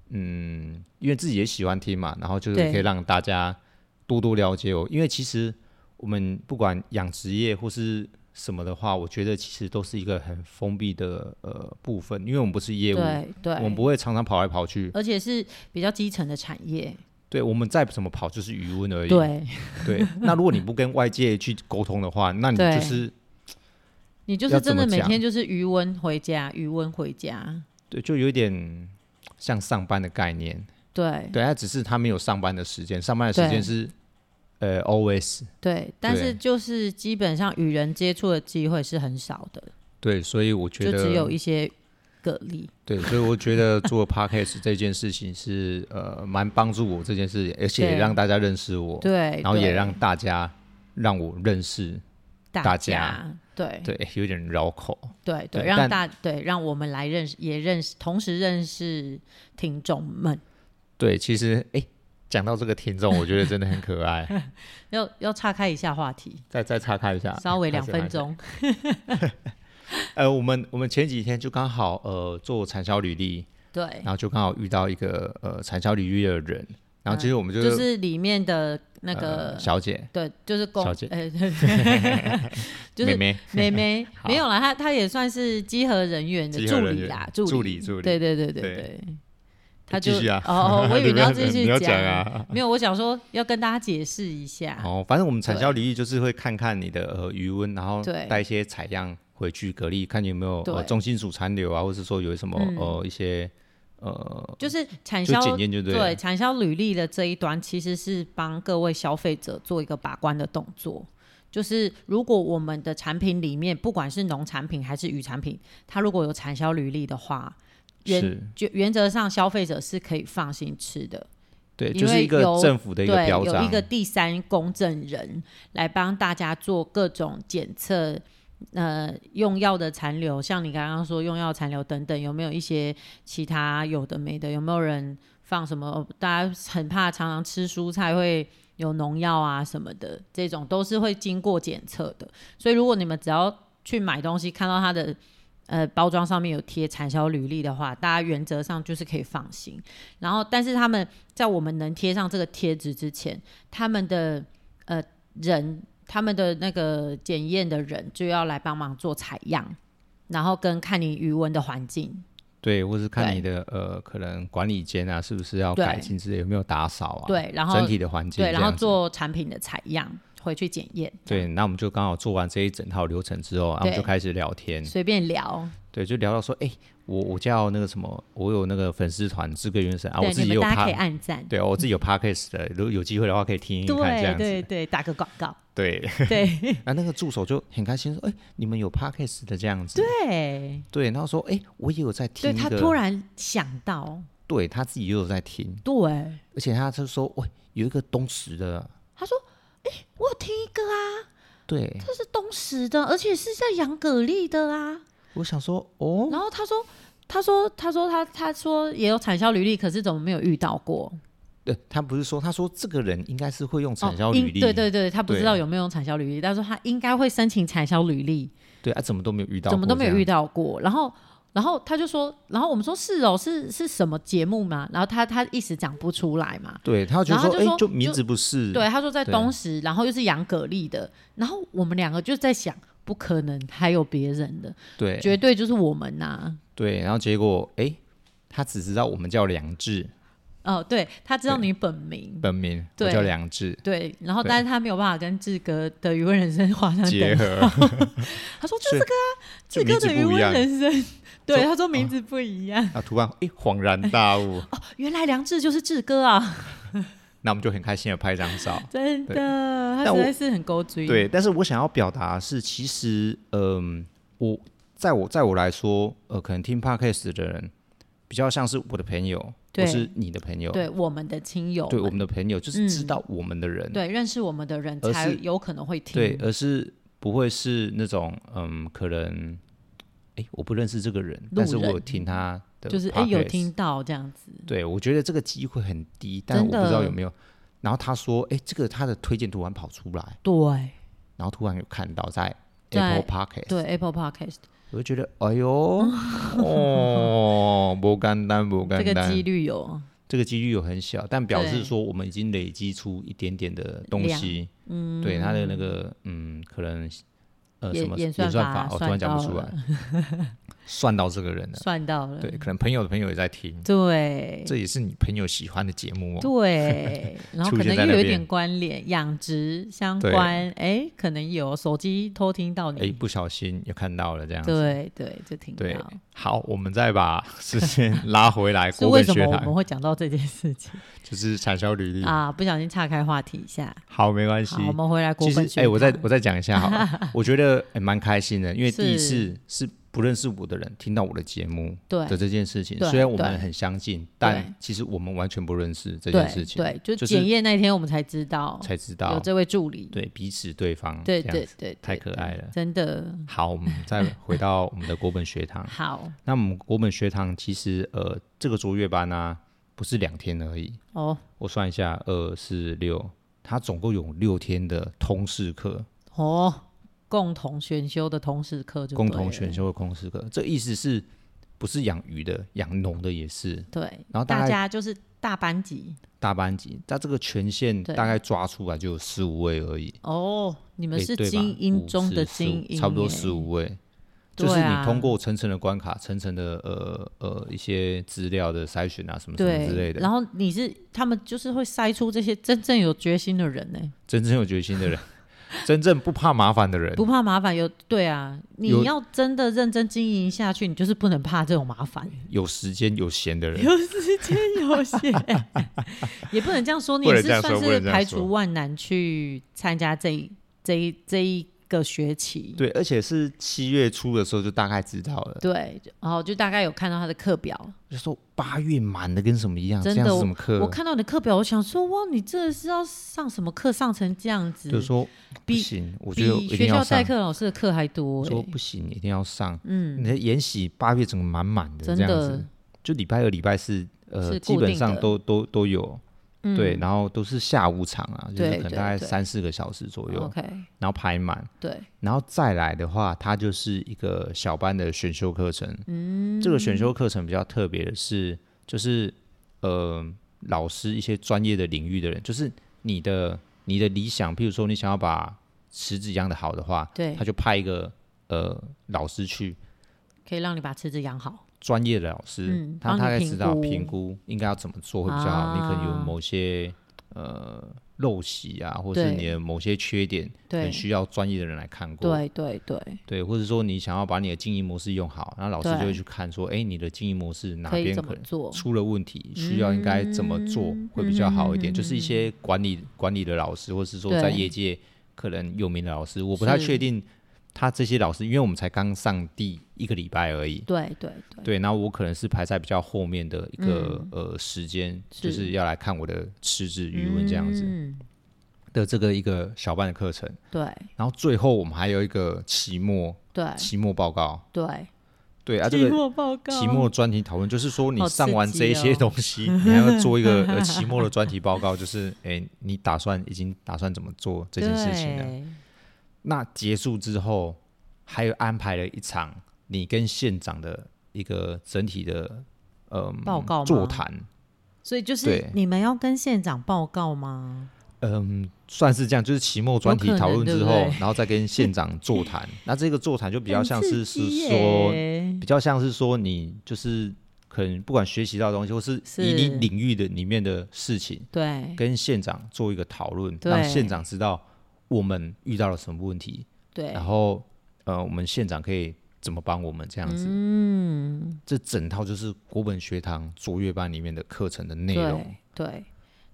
S1: 嗯因为自己也喜欢听嘛，然后就是
S2: 对
S1: 可以让大家多多了解我，因为其实我们不管养殖业或是什么的话，我觉得其实都是一个很封闭的呃部分，因为我们不是业务，
S2: 对对，
S1: 我们不会常常跑来跑去，
S2: 而且是比较基层的产业，
S1: 对，我们再怎么跑就是余温而已。
S2: 对，
S1: 对那如果你不跟外界去沟通的话，那你
S2: 对
S1: 就是
S2: 你就是
S1: 要怎
S2: 真的
S1: 么
S2: 每
S1: 讲
S2: 天就是余温回家，余温回家，
S1: 对，就有点像上班的概念。
S2: 对
S1: 对，他只是他没有上班的时间，上班的时
S2: 对
S1: 间是呃 always
S2: 对，但
S1: 对
S2: 是就是基本上与人接触的机会是很少的，
S1: 对，所以我觉
S2: 就
S1: 得
S2: 只有一些个例，
S1: 对，所以我觉得做 podcast 这件事情是呃蛮帮助我这件事情，而且
S2: 对
S1: 也让大家认识我，
S2: 对，
S1: 然后也
S2: 对
S1: 让大家让我认识，
S2: 大
S1: 大
S2: 家
S1: 家。
S2: 对
S1: 对，有点绕口，
S2: 对对，
S1: 对
S2: 让
S1: 但
S2: 大对让我们来认识，也认识，同时认识听众们，
S1: 对，其实哎。讲到这个听众，我觉得真的很可爱。
S2: 要要岔开一下话题，
S1: 再再岔开一下，
S2: 稍微
S1: 开
S2: 两
S1: 始
S2: 分。钟。
S1: 开始呃，我们我们前几天就刚好呃做产销履历，
S2: 对
S1: 然，后就刚好遇到一个呃产销履历的人，然后其实我们就
S2: 嗯就是里面的那
S1: 呃
S2: 个
S1: 小姐
S2: 对，就是公
S1: 小姐
S2: 呃， 就是
S1: 妹妹，
S2: 妹妹
S1: 好
S2: 没有啦，她她也算是稽核人员的
S1: 稽核
S2: 助
S1: 人
S2: 理
S1: 员
S2: 啦，
S1: 助
S2: 理
S1: 理助理
S2: 对对对对
S1: 对
S2: 对，她
S1: 继
S2: 就
S1: 续啊
S2: 哦，哦我以为
S1: 不
S2: 你要 继
S1: 你
S2: 续
S1: 要讲，啊。
S2: 没有，我想说要跟大家解释一下，
S1: 哦，反正我们产销履历就是会看看你的呃余温，然后
S2: 对
S1: 带一些采样回去蛤蜊，看有没有呃
S2: 对
S1: 中心属残留啊，或者说有什么
S2: 嗯
S1: 呃一些呃
S2: 就是产
S1: 就
S2: 销
S1: 检验就对
S2: 对
S1: 了。
S2: 产销履历的这一端，其实是帮各位消费者做一个把关的动作。就是如果我们的产品里面，不管是农产品还是渔产品，它如果有产销履历的话，原
S1: 是，
S2: 就原则上消费者是可以放心吃的。
S1: 对，
S2: 因
S1: 就
S2: 为
S1: 是一个
S2: 有
S1: 政府的一个
S2: 对，
S1: 标
S2: 有
S1: 章
S2: 一，个第三公证人来帮大家做各种检测，呃，用药的残留，像你刚刚说用药残留等等，有没有一些其他有的没的？有没有人放什么？哦大家很怕常常吃蔬菜会。有农药啊什么的，这种都是会经过检测的。所以如果你们只要去买东西，看到它的呃包装上面有贴产销履历的话，大家原则上就是可以放心。然后，但是他们在我们能贴上这个贴纸之前，他们的呃人，他们的那个检验的人就要来帮忙做采样，然后跟看你余温的环境。
S1: 对，或是看
S2: 对
S1: 你的呃可能管理间啊，是不是要
S2: 对
S1: 改进之类，有没有打扫啊？
S2: 对，然后
S1: 整体的环境
S2: 对，
S1: 这样子，
S2: 然后做产品的采样，回去检验。
S1: 对，那我们就刚好做完这一整套流程之后，然后我们
S2: 对
S1: 就开始聊天，
S2: 随便聊，
S1: 对，就聊到说，哎、我我叫那个什么，我有那个粉丝团知个原神啊，我
S2: 对
S1: 自己也
S2: 你们
S1: 有
S2: 大家可以
S1: p
S2: 按赞，
S1: 对，我自己有 podcast 的，如果有机会的话可以听一听看这
S2: 对
S1: 样
S2: 对
S1: 子，
S2: 对，打个广告，
S1: 对，
S2: 对
S1: 啊， 那个助手就很开心说，哎、你们有 podcast 的这样子，
S2: 对
S1: 对，然后说，哎、我也有在听
S2: 对，
S1: 一个，
S2: 他突然想到，
S1: 对他自己也有在听，
S2: 对，
S1: 而且他就说，喂、有一个东石的，
S2: 他说，哎、我有听一个啊，
S1: 对，
S2: 这是东石的，而且是在养蛤蜊的啊，
S1: 我想说，哦，
S2: 然后他说。他说：“他说他他说也有产销履历，可是怎么没有遇到过？
S1: 对，呃他不是说，他说这个人应该是会用产销
S2: 哦应
S1: 履历，
S2: 对对对，他不知
S1: 对
S2: 道有没有用产销履历，但是他应该会申请产销履历，
S1: 对啊，怎么都没有遇到，
S2: 怎么都没有遇
S1: 到，
S2: 到过。然后，然后他就说，然后我们说是哦，是是什么节目嘛？然后他他一时讲不出来嘛。
S1: 对，他就觉
S2: 然后
S1: 得
S2: 他
S1: 说，
S2: 就
S1: 哎、
S2: 说
S1: 就名
S2: 就
S1: 字不是，
S2: 对，啊他说在
S1: 对
S2: 东石，然后又是养蛤蜊的，然后我们两个就在想，不可能还有别人的，
S1: 对
S2: 绝对就是我们呐、
S1: 对，然后结果哎、他只知道我们叫梁志
S2: 哦，对他知道你本名，
S1: 本名，我
S2: 对
S1: 叫梁 志
S2: 对，然后
S1: 对
S2: 但是他没有办法跟志哥的余温人生画上
S1: 结
S2: 等号。
S1: 合，
S2: 他说就
S1: 所以
S2: 这个啊，
S1: 就
S2: 志哥
S1: 名字
S2: 的余
S1: 不一
S2: 温
S1: 样嗯
S2: 人 生，对，
S1: 说
S2: 他说名字不一样。
S1: 啊，突然哎、恍然大 悟，
S2: 哦，原来梁志就是志哥啊，
S1: 那我们就很开心的拍一张照。
S2: 真的，他
S1: 但
S2: 实
S1: 我
S2: 在是很勾追。
S1: 对，但是我想要表达的是，其实，嗯、我在我在我来说，呃，可能听 podcast 的人比较像是我的朋友，或
S2: 对
S1: 是你的朋友，
S2: 对我们的亲友，
S1: 对我们的朋友，就是知
S2: 嗯
S1: 道我们的人，
S2: 对认识我们的人
S1: 而
S2: 才
S1: 是
S2: 有可能会听。
S1: 对，而是不会是那种嗯，可能哎、我不认识这个人，但是我有
S2: 人
S1: 听他的呃 podcast，
S2: 就是哎、有听到这样子，
S1: 对，我觉得这个机会很低，但我
S2: 真的
S1: 不知道有没有。然后他说：“哎、这个他的推荐突然跑出来，
S2: 对
S1: 然后突然有看到在
S2: 在
S1: Apple Podcast，
S2: 对，Apple Podcast
S1: 我就觉得哎呦， 哦，不简单，不
S2: 这
S1: 简
S2: 个
S1: 单，
S2: 几率有，
S1: 这个几率有很小，但表示
S2: 对
S1: 说我们已经累积出一点点的东西，嗯，对他的那个嗯，可能呃
S2: 演
S1: 什么
S2: 演
S1: 演
S2: 算
S1: 算法，
S2: 法
S1: 哦我、突然
S2: 算
S1: 讲不
S2: 到
S1: 出来， 算到这个人了，
S2: 算到了，
S1: 对，可能朋友的朋友也在听，
S2: 对
S1: 这也是你朋友喜欢的节目哦，
S2: 对，然后
S1: 出
S2: 可
S1: 现
S2: 能
S1: 在
S2: 又
S1: 那
S2: 有一
S1: 边
S2: 点关联，养殖相
S1: 对
S2: 关，哎，可能有手机偷听到
S1: 哎，
S2: 你，
S1: 不小心也看到了这样子，
S2: 对对，就听
S1: 对
S2: 到。
S1: 好，我们再把视线 拉回来，
S2: 是
S1: 国
S2: 为
S1: 本
S2: 什
S1: 学
S2: 么我们
S1: 堂
S2: 会讲到这件事情
S1: 就是产销履历，
S2: 啊？不小心岔开话题一下，
S1: 好，没关系
S2: 好，，我们回来国
S1: 其实
S2: 本，学
S1: 哎、我再
S2: 堂
S1: 我再讲一下好 了，我觉得哎蛮、开心的，因为
S2: 是
S1: 第一次是不认识我的人听到我的节目
S2: 对
S1: 的这件事情
S2: 对，
S1: 虽然我
S2: 对
S1: 们很相近，但其实我们完全不认识这件
S2: 对
S1: 事情，
S2: 对，就
S1: 就是
S2: 检验那天我们才知道
S1: 才知
S2: 有
S1: 道
S2: 这位助理，
S1: 对彼此对方
S2: 对
S1: 这样
S2: 对
S1: 子
S2: 对，
S1: 太
S2: 对
S1: 可爱了。嗯
S2: 真的。
S1: 好，我们再回到我们的国本学堂
S2: 好
S1: 那我们国本学堂其实呃，这个卓越班呢、啊，不是两天而已。
S2: 哦
S1: 我算一下，二四六，它总共有六天的通识课。
S2: 哦，共同选修的同时课就
S1: 共
S2: 对
S1: 同
S2: 了
S1: 选修的公司课，这意思是不是养鱼的、养农的也是
S2: 对，
S1: 然后大
S2: 大
S1: 概
S2: 家就是大班级
S1: 大班级，它这个权限
S2: 对
S1: 大概抓出来就有十五位而已。
S2: 哦，你们
S1: 诶
S2: 是
S1: 对吧
S2: 精英
S1: 五
S2: 中的
S1: 十四五
S2: 精英，
S1: 差不多
S2: 诶
S1: 十五位，
S2: 对
S1: 就
S2: 啊
S1: 是你通过层层的关卡、层层的呃呃一些资料的筛选啊，什么什么
S2: 对
S1: 之类的
S2: 然。后你是他们就是会筛出这些真正有决心的人呢、
S1: 真正有决心的人， 真正不怕麻烦的人，
S2: 不怕麻烦有对啊，你
S1: 有
S2: 要真的认真经营下去，你就是不能怕这种麻烦，
S1: 有时间有闲的人，
S2: 有时间有限， 也不能这样说，你
S1: 不
S2: 也
S1: 能
S2: 是
S1: 这样
S2: 算
S1: 说不
S2: 是
S1: 能这样
S2: 排
S1: 说
S2: 除万难去参加这一这一这一个学期，
S1: 对，而且是七月初的时候就大概知道了，
S2: 对，然后就大概有看到他的课表，
S1: 就说八月满的跟什么一样，这
S2: 真
S1: 样
S2: 的
S1: 是什么啊课？
S2: 我看到你的课表，我想说哇，你这是要上什么课，上成这样子，
S1: 就说不
S2: 比
S1: 行，我觉得
S2: 比
S1: 一
S2: 学
S1: 定
S2: 校
S1: 要
S2: 代
S1: 上。
S2: 课老师的课还多、
S1: 说
S2: 欸，
S1: 不行，一定要上。
S2: 嗯，
S1: 你的研习八月整个满满的
S2: 真
S1: 这样
S2: 的
S1: 子，就礼拜二、礼拜四，呃，
S2: 是
S1: 基
S2: 固
S1: 本
S2: 定
S1: 上
S2: 的
S1: 都都都有。
S2: 嗯
S1: 对，然后都是下午场啊，就是
S2: 对
S1: 可能
S2: 对
S1: 大概
S2: 对
S1: 三四个小时左右，
S2: ，OK，
S1: 然后排满，
S2: 对，
S1: 然后再来的话，它就是一个小班的选修课程。嗯，这个选修课程比较特别的是，就是呃，老师一些专业的领域的人，就是你的你的理想，譬如说你想要把池子养的好的话，
S2: 对
S1: 他就派一个呃老师去
S2: 可以让你把池子养好，
S1: 专业的老师，
S2: 嗯
S1: 他
S2: 帮你
S1: 大概知道
S2: 评
S1: 评估应该要怎么做会比较好。你可能有
S2: 啊
S1: 某些呃陋习啊，或是
S2: 对
S1: 你的某些缺点，
S2: 对
S1: 很需要专业的人来看过。
S2: 对对对，
S1: 对，或者说你想要把你的经营模式用好，然后老师
S2: 对
S1: 就会去看说，哎，你的经营模式哪
S2: 可以
S1: 边
S2: 怎
S1: 可
S2: 么
S1: 能
S2: 做？嗯
S1: 出了问题，需要应该怎么做会比较好一点？就是一些管理管理的老师，或是说
S2: 对
S1: 在业界可能有名的老师，我不太
S2: 是
S1: 确定他这些老师，因为我们才刚上第一个礼拜而已。
S2: 对对对，嗯
S1: 对，那我可能是排在比较后面的一个、呃时间，就是是要来看我的师资语文这样子
S2: 嗯，
S1: 的这个一个小班的课程。
S2: 对
S1: 然后最后我们还有一个期末
S2: 对
S1: 期末报告，
S2: 对。
S1: 对啊，这
S2: 期
S1: 个
S2: 末报告，
S1: 期末专题讨论，就是说你
S2: 好刺
S1: 上完
S2: 激
S1: 这一些
S2: 哦
S1: 东西，你还要做一 个呃期末的专题报告，就是哎、你打算已经打算怎么做这件事情啊了？
S2: 对
S1: 那结束之后，还有安排了一场你跟县长的一个整体的呃
S2: 报告吗
S1: 座谈，
S2: 所以就是
S1: 对
S2: 你们要跟县长报告吗？
S1: 嗯，算是这样，就是期末专
S2: 有
S1: 题
S2: 可
S1: 讨
S2: 能
S1: 论
S2: 对
S1: 之
S2: 不
S1: 后，
S2: 对
S1: 然后再跟县长座 谈。那这个座谈就比较像是
S2: 很
S1: 是
S2: 刺激
S1: 说，
S2: 耶
S1: 比较像是说你就是可能不管学习到的东西，或是
S2: 是
S1: 以你领域的里面的事情，
S2: 对
S1: 跟县长做一个讨论，
S2: 对
S1: 让县长知道我们遇到了什么问题，
S2: 对
S1: 然后呃，我们县长可以怎么帮我们这样子。嗯，这整套就是国本学堂卓越班里面的课程的内容。
S2: 对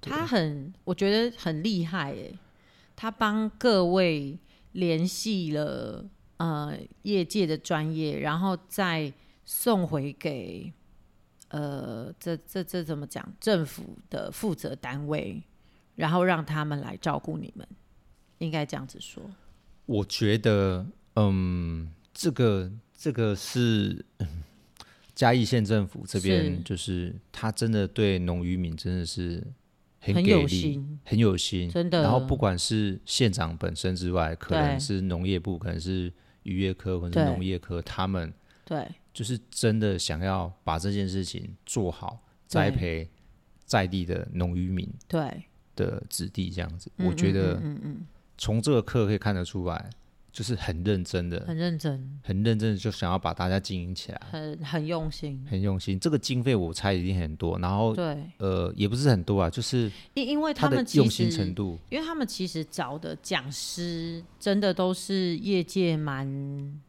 S2: 对，他很我觉得很厉害耶，他帮各位联系了呃业界的专业，然后再送回给呃这这这怎么讲政府的负责单位，然后让他们来照顾你们，应该这样子说。
S1: 我觉得，嗯，这个这个是嗯嘉义县政府这
S2: 是
S1: 边，就是他真的对农渔民真的是很
S2: 很
S1: 给
S2: 有
S1: 力
S2: 心，
S1: 很有心，
S2: 真的
S1: 然后不管是县长本身之外，可
S2: 对
S1: 能是农业部，可能是渔业科，可能是
S2: 对
S1: 农业科，他们
S2: 对
S1: 就是真的想要把这件事情做好，
S2: 对
S1: 栽培在地的农渔民
S2: 对，
S1: 的子弟这样子。
S2: 嗯
S1: 我觉得
S2: 嗯嗯嗯嗯
S1: 从这个课可以看得出来，就是很认真的
S2: 嗯，很认真，
S1: 很认真的就想要把大家经营起来，
S2: 很很用心。
S1: 很用心。这个经费我猜一定很多，然后
S2: 对，
S1: 呃也不是很多啊，就是
S2: 因因为
S1: 他的
S2: 们其
S1: 用心
S2: 实
S1: 程度，
S2: 因为他们其实找的讲师真的都是业界蛮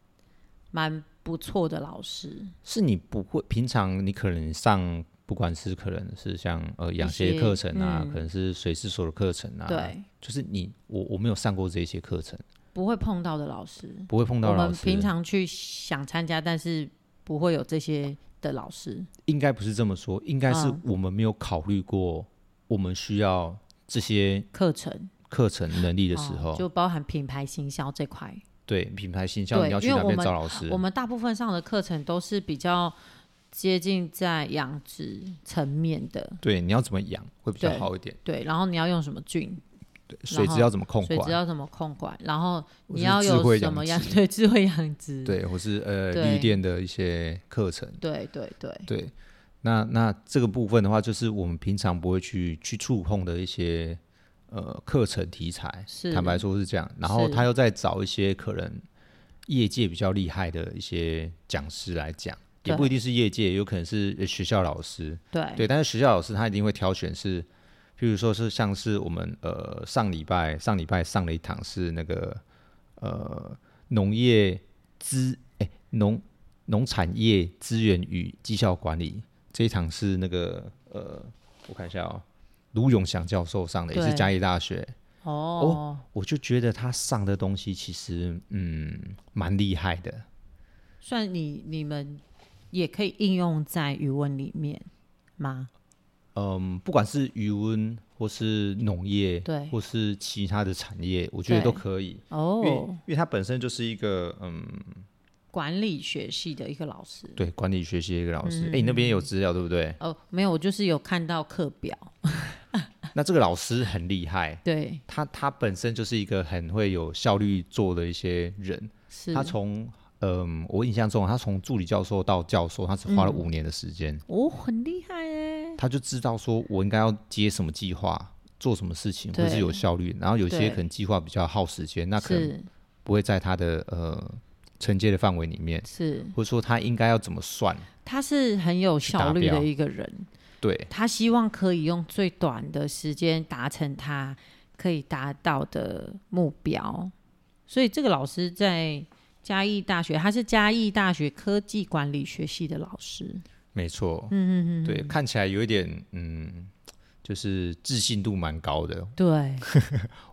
S2: 蛮不错的老师，
S1: 是你不会平常你可能上。不管是可能是像呃养
S2: 些
S1: 些课程啊，
S2: 嗯
S1: 可能是水师所的课程啊，，
S2: 对，
S1: 就是你我我没有上过这些课程，
S2: 不会碰到的老师。
S1: 不会碰
S2: 我
S1: 到老
S2: 们
S1: 师，
S2: 平常去想参加，但是不会有这些的老师。
S1: 应该不是这么说，应该是
S2: 嗯
S1: 我们没有考虑过我们需要这些
S2: 课程
S1: 课程能力的
S2: 的
S1: 时候，
S2: 就包含品牌行销这块，
S1: 对品牌形象
S2: 对
S1: 你要去
S2: 因为
S1: 哪
S2: 我
S1: 边
S2: 们
S1: 找老师
S2: 我？们大部分上的课程都是比较接近在养殖层面的，
S1: 对，你要怎么养会比较
S2: 对
S1: 好一点？
S2: 对。然后你要用什么菌，
S1: 水质要怎么控
S2: 水质
S1: 管？
S2: 要怎么控管，然后
S1: 或
S2: 你
S1: 是
S2: 要
S1: 智慧
S2: 有什
S1: 养
S2: 么样
S1: 殖
S2: 对智慧养殖，
S1: 对，或是呃
S2: 对
S1: 绿电的一些课程，
S2: 对对对
S1: 对。那那这个部分的话，就是我们平常不会去去触碰的一些呃课程题材，
S2: 是
S1: 坦白说是这样。然后
S2: 是
S1: 他又再找一些可能业界比较厉害的一些讲师来讲，也
S2: 对
S1: 不一定是业界，有可能是呃学校老师，
S2: 对
S1: 对，但是学校老师他一定会挑选是，譬如说是像是我们呃上礼拜上礼拜上了一堂是那个呃农业资哎农农产业资源与绩效管理这一堂是那个呃我看一下哦，卢永祥教授上的，也是
S2: 对
S1: 嘉义大学，
S2: 哦，
S1: 我就觉得他上的东西其实嗯蛮厉害的，
S2: 算你你们也可以应用在语文里面吗？
S1: 嗯，不管是渔温或是农业，
S2: 对
S1: 或是其他的产业，我觉得
S2: 对
S1: 都可以。因为
S2: 哦
S1: 因，为它本身就是一个嗯，
S2: 管理学系的一个老师
S1: 对管理学习的一个老师。哎、你那边也有资料对不对？
S2: 哦，没有，我就是有看到课表，
S1: 那这个老师很厉害，
S2: 对，
S1: 他他本身就是一个很会有效率做的一些人。
S2: 是
S1: 他从嗯，我印象中他从助理教授到教授，他只花了
S2: 嗯
S1: 五年的时间，
S2: 哦，很厉害哎，
S1: 他就知道说我应该要接什么计划。做什么事情，
S2: 对
S1: 或是有效率，然后有些
S2: 对
S1: 可能计划比较耗时间，那可能
S2: 是
S1: 不会在他的呃承接的范围里面，
S2: 是，
S1: 或者说他应该要怎么算？
S2: 他是很有效率
S1: 去达
S2: 的
S1: 标
S2: 一个人，
S1: 对
S2: 他希望可以用最短的时间达成他可以达到的目标。所以这个老师在嘉义大学，他是嘉义大学科技管理学系的老师。
S1: 没错，嗯嗯嗯，对，看起来有一点，嗯，就是自信度蛮高的。
S2: 对，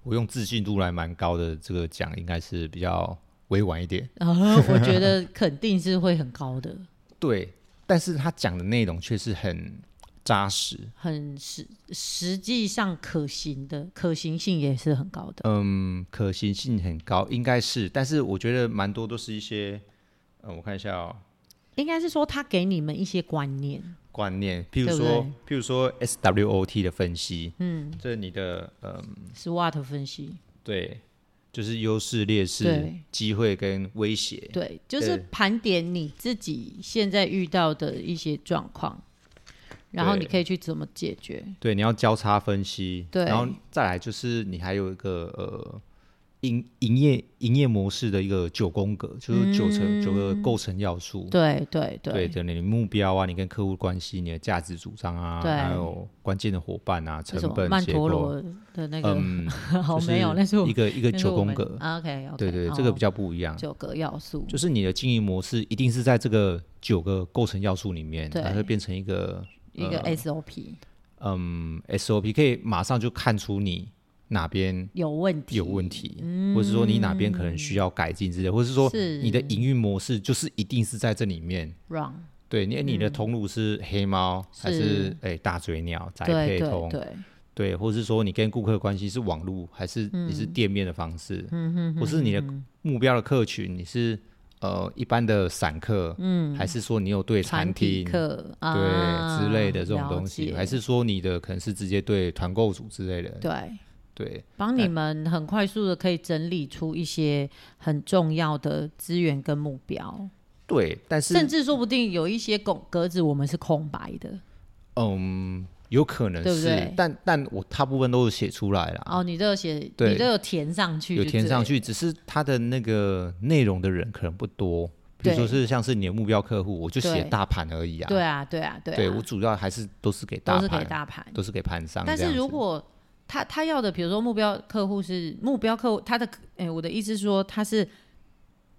S1: 我用自信度来蛮高的这个奖，应该是比较委婉一点。
S2: 然后我觉得肯定是会很高的，
S1: 对，但是他讲的内容却是很扎实。
S2: 很实实际上可行的可行性也是很高的。
S1: 嗯，可行性很高，应该是，但是我觉得蛮多都是一些，嗯，我看一下哦，
S2: 应该是说他给你们一些观念，
S1: 观念，譬如
S2: 对不
S1: 说，譬如说 SWOT 的分析，嗯，这你的，嗯，
S2: 是 what 分析。
S1: 对，就是优势、劣势
S2: 对、
S1: 机会跟威胁，
S2: 对，就是
S1: 对
S2: 盘点你自己现在遇到的一些状况，然后
S1: 对
S2: 你可以去怎么解决。
S1: 对，你要交叉分析，
S2: 对
S1: 然后再来就是你还有一个呃营营业营业模式的一个九宫格，就是九成、九个构成要素，
S2: 对嗯对
S1: 对，就你的目标啊，你跟客户关系，你的价值主张啊，
S2: 对
S1: 还有关键的伙伴啊，
S2: 这
S1: 成
S2: 是什么
S1: 本
S2: 曼
S1: 结
S2: 陀
S1: 构，
S2: 罗的那个？
S1: 嗯，
S2: 好，
S1: 就是
S2: 没有，那是我
S1: 一个一个
S2: 那是
S1: 九
S2: 我
S1: 宫
S2: 们
S1: 格，
S2: 啊 OK OK，
S1: 对对，这个比
S2: 较
S1: 较不一样，
S2: 九个要素，
S1: 就是你的经营模式一定是在这个九个构成要素里面，
S2: 对
S1: 它会变成一个
S2: 一个 SOP
S1: 嗯 SOP，可以马上就看出你哪边
S2: 有问题，嗯
S1: 有问题，或是说你哪边可能需要改进之类，或是说
S2: 是
S1: 你的营运模式就是一定是在这里面。
S2: wrong，
S1: 对，你你的
S2: 嗯
S1: 通路是黑猫、还是哎大嘴鸟宅
S2: 对
S1: 配
S2: 对
S1: 通？
S2: 对，
S1: 对或是说你跟顾客关系是网路还是你是店面的方式？嗯或是你的目标的客群你是呃一般的散客，嗯，还是说你有对餐
S2: 团体
S1: 厅？
S2: 课
S1: 对、
S2: 啊
S1: 之类的这种东西，
S2: 了解
S1: 还是说你的可能是直接对团购组之类的，
S2: 对。
S1: 对
S2: 帮你们
S1: 哎
S2: 很快速的可以整理出一些很重要的资源跟目标，
S1: 对，但是
S2: 甚至说不定有一些拱格子我们是空白的。
S1: 嗯，有可能
S2: 对不
S1: 是，
S2: 对
S1: 但但我大部分都是写出来了，
S2: 哦，你都有写，你
S1: 啊对
S2: 都有填上去，
S1: 有填上。去，只是它的那个内容的人可能不多。比如
S2: 对
S1: 说是像是你的目标客户，我就写
S2: 对
S1: 大盘而已啊。
S2: 对啊，对啊，对啊，
S1: 对我主要还是都是给大
S2: 都是给
S1: 盘，
S2: 大盘。
S1: 都是给盘商这
S2: 但
S1: 样子。
S2: 是如果他他要的，比如说目标客户是目标客户，他的哎、我的意思是说他是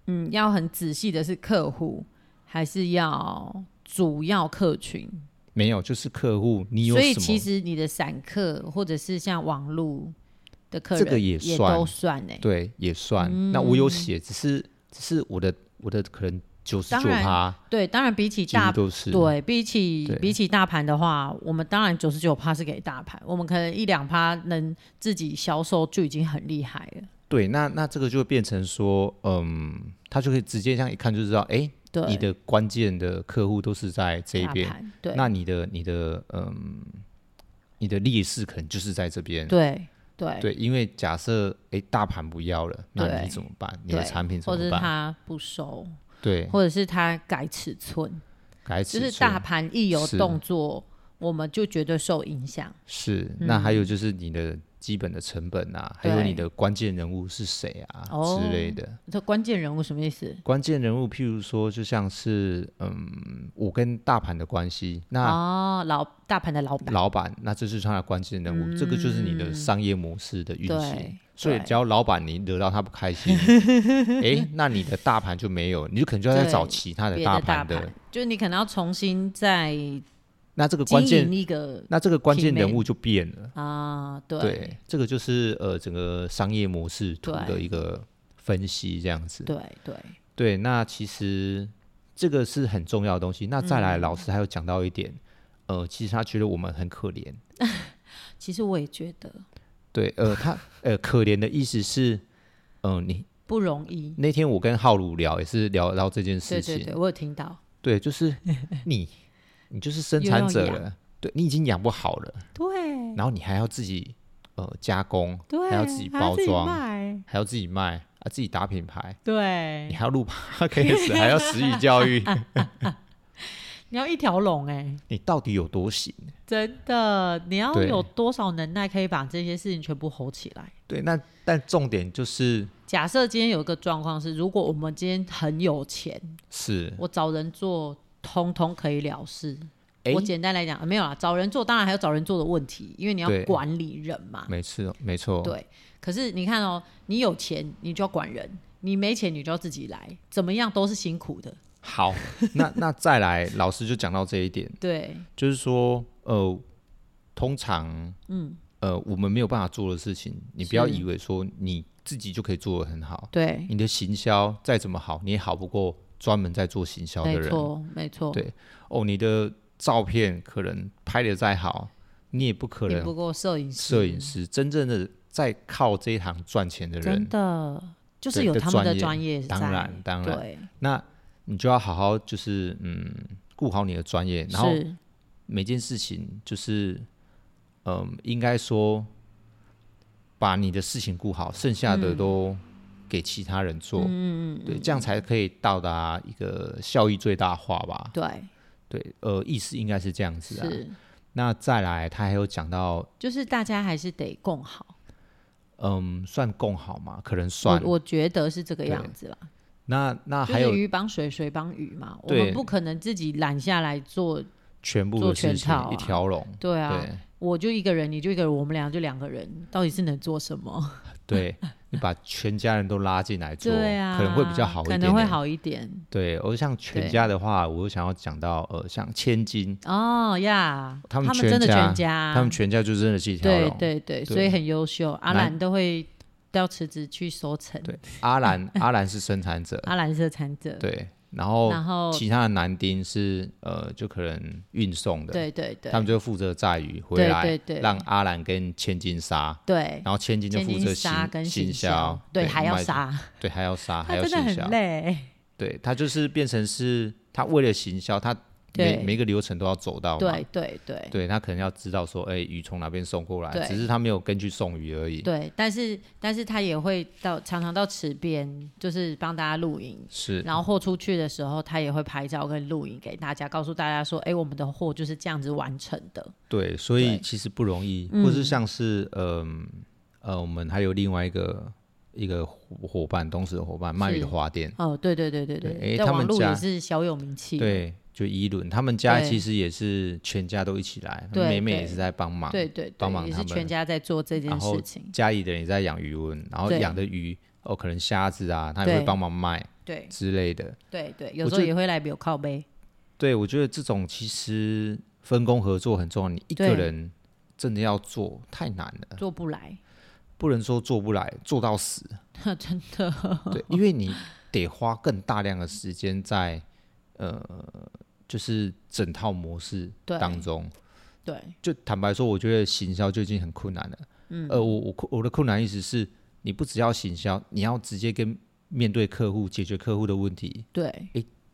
S2: 嗯，要很仔细的是客户，还是要主要客群？
S1: 没有，就是客户你有
S2: 所
S1: 什
S2: 以
S1: 么？
S2: 其实你的散客或者是像网络的客人，
S1: 这个也
S2: 也
S1: 算
S2: 都算哎、
S1: 对也算。那我有写，只是只是我的我的可能九十
S2: 当
S1: 九
S2: 然
S1: 趴
S2: 对，当然比起
S1: 几
S2: 大
S1: 乎都是。
S2: 对比起
S1: 对
S2: 比起大盘的话，我们当然九十九趴是给大盘，我们可能一两趴能自己销售就已经很厉害了。
S1: 对，那那这个就会变成说，嗯，他就可以直接这样一看就知道，哎、
S2: 对，
S1: 你的关键的客户都是在这一
S2: 大
S1: 边，
S2: 盘对，
S1: 那你的你的嗯，你的劣势可能就是在这边。
S2: 对对
S1: 对，因为假设诶大盘不要了，那
S2: 对
S1: 你怎么办？你的
S2: 对
S1: 产品怎
S2: 或者
S1: 么
S2: 是
S1: 办？
S2: 他不收，
S1: 对，
S2: 或者是他改尺寸，
S1: 改
S2: 就
S1: 尺
S2: 是
S1: 寸
S2: 大盘一有
S1: 是
S2: 动作，我们就绝对受影响。
S1: 是。那还有就是你的基本的成本啊，还有
S2: 嗯对
S1: 你的关键人物是谁啊
S2: 哦
S1: 之类的。
S2: 这关键人物什么意思？
S1: 关键人物，譬如说，就像是嗯，我跟大盘的关系，那
S2: 哦，老大盘的老板，
S1: 啊老板，那这是他的关键人物，这个就是你的商业模式的运行
S2: 嗯对。
S1: 所以
S2: 对
S1: 只要老板你惹到他不开 心，哎，那你的大盘就没有，你就可能就要再找其他的
S2: 别
S1: 大
S2: 的
S1: 盘的。
S2: 盘，就是你可能要重新再
S1: 那这个关
S2: 经
S1: 键
S2: 营，一个
S1: 那这个关键
S2: teammate
S1: 人物就变了。
S2: 啊，
S1: 对，这个就是呃整个商业模式图
S2: 对
S1: 的一个分析，这样子。
S2: 对对，
S1: 对，那其实这个是很重要的东西。那再
S2: 嗯
S1: 来，老师还有讲到一点，呃，其实他觉得我们很可怜。
S2: 其实我也觉得
S1: 对，呃， 他呃可怜的意思是，嗯、你
S2: 不容易。
S1: 那天我跟浩如聊，也是聊到这件
S2: 对
S1: 事情，
S2: 对对，我有听到。
S1: 对就是你，你就是生产者
S2: 又要
S1: 了，对你已经养不好了，
S2: 对
S1: 然后你还要自己呃加工，
S2: 对，
S1: 还要自己
S2: 还要
S1: 包
S2: 自己
S1: 装
S2: 卖
S1: 还要自己卖啊，自己打品牌，你
S2: 对，
S1: 还要 录 podcast，还要食语教育，
S2: 你要一条龙哎、
S1: 你到底有多行？
S2: 真的，你要
S1: 对
S2: 有多少能耐可以把这些事情全部 hold 起来？
S1: 对，那但重点就是
S2: 假设今天有一个状况是，如果我们今天很有钱，
S1: 是
S2: 我找人做，通通可以了事。
S1: 哎
S2: 我简单来讲、呃没有啦，找人做当然还有找人做的问题，因为你要
S1: 对哦
S2: 管理人嘛。
S1: 没错，没错，
S2: 对，可是你看哦，你有钱你就要管人，你没钱你就要自己来，怎么样都是辛苦的。
S1: 好，那那再来，老师就讲到这一点，
S2: 对，
S1: 就是说，呃，通常，嗯，呃，我们没有办法做的事情，你不要
S2: 是
S1: 以为说你自己就可以做得很好，
S2: 对，
S1: 你的行销再怎么好，你也好不过专门在做行销的
S2: 没
S1: 人。
S2: 错，没错，
S1: 对哦，你的照片可能拍的再好，你也不可
S2: 你不
S1: 能
S2: 过摄影师，
S1: 摄影师真正的在靠这一行赚钱的人
S2: 真。的就是
S1: 对
S2: 有
S1: 的
S2: 他们的专
S1: 专
S2: 业在，
S1: 当然，当然，
S2: 对，
S1: 那你就要好好就是嗯，顾好你的专业，然后
S2: 是
S1: 每件事情就是，嗯，应该说把你的事情顾好，剩下
S2: 嗯
S1: 的都给其他人做，嗯嗯，对，这样才可以到达一个效益最大化吧。
S2: 对，
S1: 对，呃，意思应该是这样子啊。
S2: 是，
S1: 那再来，他还有讲到，
S2: 就是大家还是得共好，
S1: 嗯，算共好嘛，可能算
S2: 我。我觉得是这个
S1: 对
S2: 样子啦。
S1: 那那
S2: 就
S1: 还
S2: 是
S1: 有
S2: 鱼帮水，水帮鱼嘛，我
S1: 对
S2: 们不可能自己揽下来做，
S1: 全部
S2: 做
S1: 的事
S2: 全
S1: 情、
S2: 套啊
S1: 一条龙，
S2: 对啊。
S1: 对
S2: 我就一个人，你就一个人，我们俩就两个人，到底是能做什么？
S1: 对，你把全家人都拉进来做，
S2: 对啊，
S1: 可能会比较好一点点，
S2: 可能会好一点
S1: 对，而像全
S2: 对
S1: 家的话，我想要讲到呃，像千金，
S2: 哦呀。
S1: 他们
S2: 真
S1: 全
S2: 的
S1: 家
S2: 全家，
S1: 他们全家就真的是一条
S2: 啊对
S1: 龙。
S2: 对对，
S1: 对
S2: 所以很优秀。阿
S1: 男
S2: 兰都会都要辞职去收成，
S1: 对阿兰阿兰是生产者，
S2: 阿兰是产者，
S1: 对，然后
S2: 啊然后
S1: 其他的男丁是呃，就可能运送的，
S2: 对对对，
S1: 他们就负责炸鱼回
S2: 对
S1: 来，
S2: 对对
S1: 让阿兰跟千金杀。
S2: 对
S1: 然后千金就
S2: 千
S1: 负
S2: 金
S1: 责
S2: 杀跟
S1: 行行
S2: 销
S1: 销，，
S2: 对还要
S1: 卖，
S2: 杀，
S1: 对还要杀，还
S2: 他
S1: 要
S2: 真的
S1: 行
S2: 很
S1: 销，
S2: 累，
S1: 对他就是变成是他为了行销，他
S2: 对
S1: 每每个流程都要走到嘛，
S2: 对对对
S1: 对他可能要知道说，哎、鱼从哪边送过
S2: 对
S1: 来，只是他没有根据送鱼而已。
S2: 对，但是但是他也会到常常到池边，就是帮大家露营。
S1: 是，
S2: 然后货出去的时候，他也会拍照跟录影给大家，告诉大家说：“哎，我们的货就是这样子完成的。
S1: 对，所以
S2: 对
S1: 其实不容易，或是像是嗯呃我们还有另外一个一个伙伙伴，当时的伙伴卖鱼的花店”，
S2: 哦，对对对对
S1: 对哎
S2: 在
S1: 他
S2: 网
S1: 们
S2: 络
S1: 家
S2: 也是小有名气。
S1: 对，就伊伦他们家
S2: 对
S1: 其实也是全家都一起来，
S2: 对
S1: 妹妹
S2: 对
S1: 也是在帮忙，
S2: 对对
S1: 帮
S2: 对，
S1: 忙
S2: 也
S1: 他
S2: 是
S1: 们
S2: 全家在做这件
S1: 然后
S2: 事情。
S1: 家里的人也在养鱼温，然后
S2: 对
S1: 养的鱼哦可能虾子啊，他也
S2: 对
S1: 会帮忙卖
S2: 对
S1: 之类的。
S2: 对对，有
S1: 我
S2: 时候
S1: 就
S2: 也会来有靠背。
S1: 对，我觉得这种其实分工合作很重要。你一
S2: 对
S1: 个人真的要做太难了，
S2: 做不来，
S1: 不能说做不来，做到死。
S2: 真的
S1: 对，因为你得花更大量的时间在呃，就是整套模式
S2: 对
S1: 当中。
S2: 对
S1: 就坦白说，我觉得行销就已经很困难了。嗯，呃，我我困我的困难意思是，你不只要行销，你要直接跟面对客户解决客户的问题。
S2: 对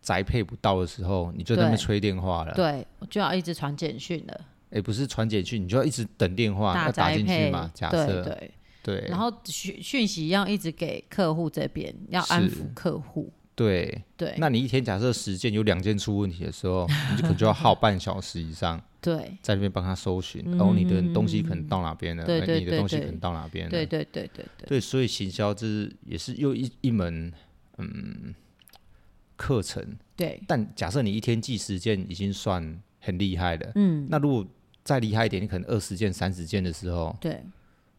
S1: 宅配不到的时候，你就在那边
S2: 对
S1: 吹电话了。
S2: 对，我就要一直传简讯了，
S1: 哎，不是传简讯，你就要一直等电话，要打
S2: 宅
S1: 进去
S2: 配
S1: 嘛？假
S2: 对
S1: 设
S2: 对，
S1: 对
S2: 然后讯讯息要一直给客户这边，要
S1: 是
S2: 安抚客户。
S1: 对，
S2: 对
S1: 那你一天假设十件有两件出问题的时候，你就可能就要耗半小时以上
S2: 对
S1: 在那边帮他搜寻，然后你的东西可能到哪边了，
S2: 嗯对
S1: 哎
S2: 对
S1: 你
S2: 对
S1: 的东西
S2: 对
S1: 可能到哪边了，
S2: 对对对对对，
S1: 对所以行销这是也是又一一门嗯课程，
S2: 对
S1: 但假设你一天记十件已经算很厉害了，
S2: 嗯，
S1: 那如果再厉害一点，你可能二十件、三十件的时候，
S2: 对，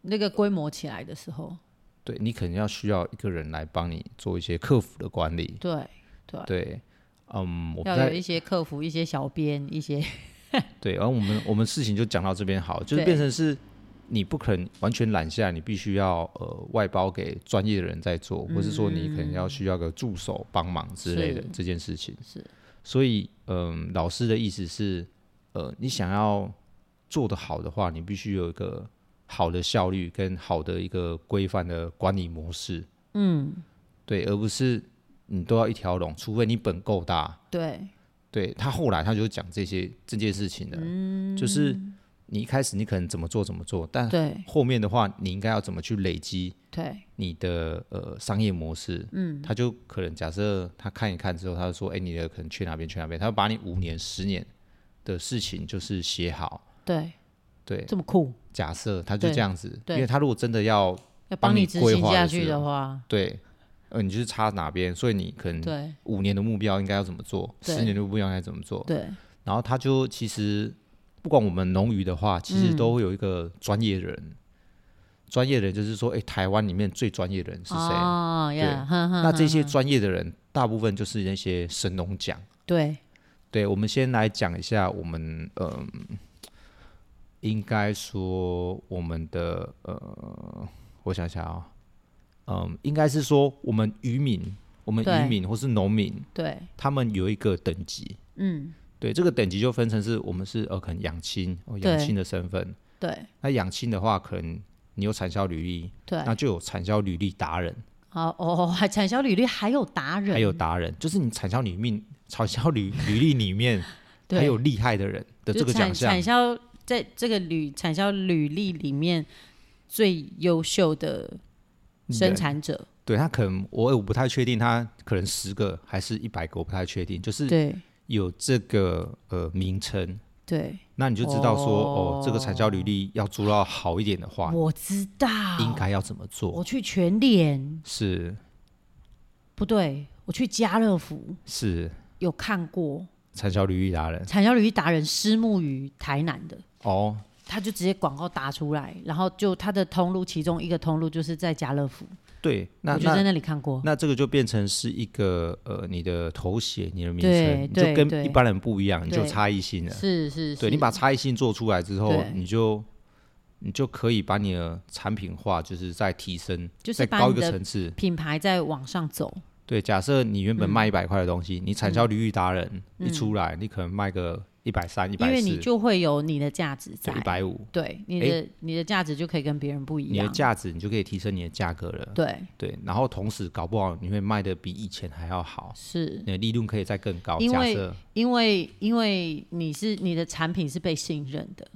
S2: 那个规模起来的时候，
S1: 对你可能要需要一个人来帮你做一些客服的管理。
S2: 对对，
S1: 对，嗯，我不
S2: 要有
S1: 太
S2: 一些客服、一些小编、一些
S1: 对，然后我们我们事情就讲到这边好，就是
S2: 对
S1: 变成是你不可能完全揽下来，你必须要呃外包给专业的人在做，或是说你可能要需要个助手帮忙之类的
S2: 嗯是
S1: 这件事情。
S2: 是，
S1: 所以嗯、老师的意思是，呃，你想要做得好的话，你必须有一个好的效率跟好的一个规范的管理模式。
S2: 嗯，
S1: 对，而不是你都要一条龙，除非你本够大。
S2: 对
S1: 对他后来他就讲这些这件事情了，
S2: 嗯
S1: 就是你一开始你可能怎么做怎么做，但
S2: 对
S1: 后面的话你应该要怎么去累积
S2: 对
S1: 你的呃商业模式。嗯，他就可能假设他看一看之后，他就说，哎、你的可能去哪边去哪边，他就把你五年十年的事情就是写好。
S2: 对，
S1: 对，
S2: 这么酷，
S1: 假设他就
S2: 对
S1: 这样子，
S2: 对
S1: 因为他如果真的要
S2: 要
S1: 帮
S2: 帮
S1: 你
S2: 你执
S1: 规
S2: 行
S1: 划
S2: 下
S1: 的
S2: 去
S1: 时
S2: 的
S1: 候嗯
S2: 话，
S1: 对，呃，你就是差哪边，所以你可能
S2: 对
S1: 五年的目标应该要怎么做，
S2: 对
S1: 十年的目标应该怎么做，
S2: 对
S1: 然后他就其实不管我们农渔的话，其实都会有一个专业人，专、业人就是说，哎、台湾里面最专业的人是谁？啊
S2: 哦，
S1: 对
S2: 呀，哼哼
S1: 那这
S2: 哼
S1: 些
S2: 哼
S1: 专业的人，大部分就是那些神农奖。
S2: 对，
S1: 对，我们先来讲一下我们嗯、应该说我们的呃，我想想啊、嗯，应该是说我们渔民，我们
S2: 对
S1: 渔民或是农民，
S2: 对，
S1: 他们有一个等级。
S2: 嗯，
S1: 对，这个等级就分成是我们是呃可能养亲，哦
S2: 对
S1: 养亲的身份。
S2: 对，
S1: 那养亲的话，可能你有产销履历，
S2: 对，
S1: 那就有产销履历达人，
S2: 好，哦， 还产销履历还有达人，
S1: 还有达人，就是你产销里面产销履履历里面
S2: 对
S1: 还有厉害的人的
S2: 就
S1: 这个
S2: 产
S1: 奖项
S2: 产。销在这个履产销履历里面最优秀的生
S1: 人
S2: 产者，
S1: 对他可能我我不太确定，他可能十个还是一百个，我不太确定，就是
S2: 对
S1: 有这个呃名称，
S2: 对，
S1: 那你就知道说
S2: 哦
S1: 哦这个产销履历要做到好一点的话，
S2: 我知道，
S1: 应该要怎么做
S2: 我？去全联，
S1: 是
S2: 不对，我去家乐福
S1: 是
S2: 有看过
S1: 产销履历达人
S2: 产销履历达人私募于台南的。
S1: 哦，
S2: 他就直接广告打出来，然后就他的通路，其中一个通路就是在家乐福，
S1: 对，那
S2: 我就在
S1: 那
S2: 那里看过。
S1: 那这个就变成是一个呃你的头衔，你的名
S2: 对
S1: 称，你就
S2: 对对
S1: 跟一般人不一样，你就
S2: 对
S1: 有差异性了。
S2: 是是是，
S1: 对你把差异性做出来之后
S2: 对，
S1: 你就你就可以把你的产品化，就是再提升，
S2: 就是
S1: 再
S2: 把
S1: 高
S2: 你
S1: 一个
S2: 的
S1: 层次。
S2: 品牌在往上走，
S1: 对，假设你原本
S2: 嗯
S1: 卖一百块的东西，你产销履历达人一出来，你可能卖个一百三、一
S2: 因
S1: 百
S2: 为
S1: 四、
S2: 你就会有你的价值在
S1: 一，百五，
S2: 对你的、你的价值就可以跟别人不一
S1: 你的
S2: 样。
S1: 价值你就可以提升你的价格了。
S2: 对，
S1: 对，然后同时搞不好你会卖的比以前还要好，
S2: 是
S1: 你的利润可以再更高。
S2: 因
S1: 假
S2: 为
S1: 设
S2: 因为因为你是你的产品是被信任的，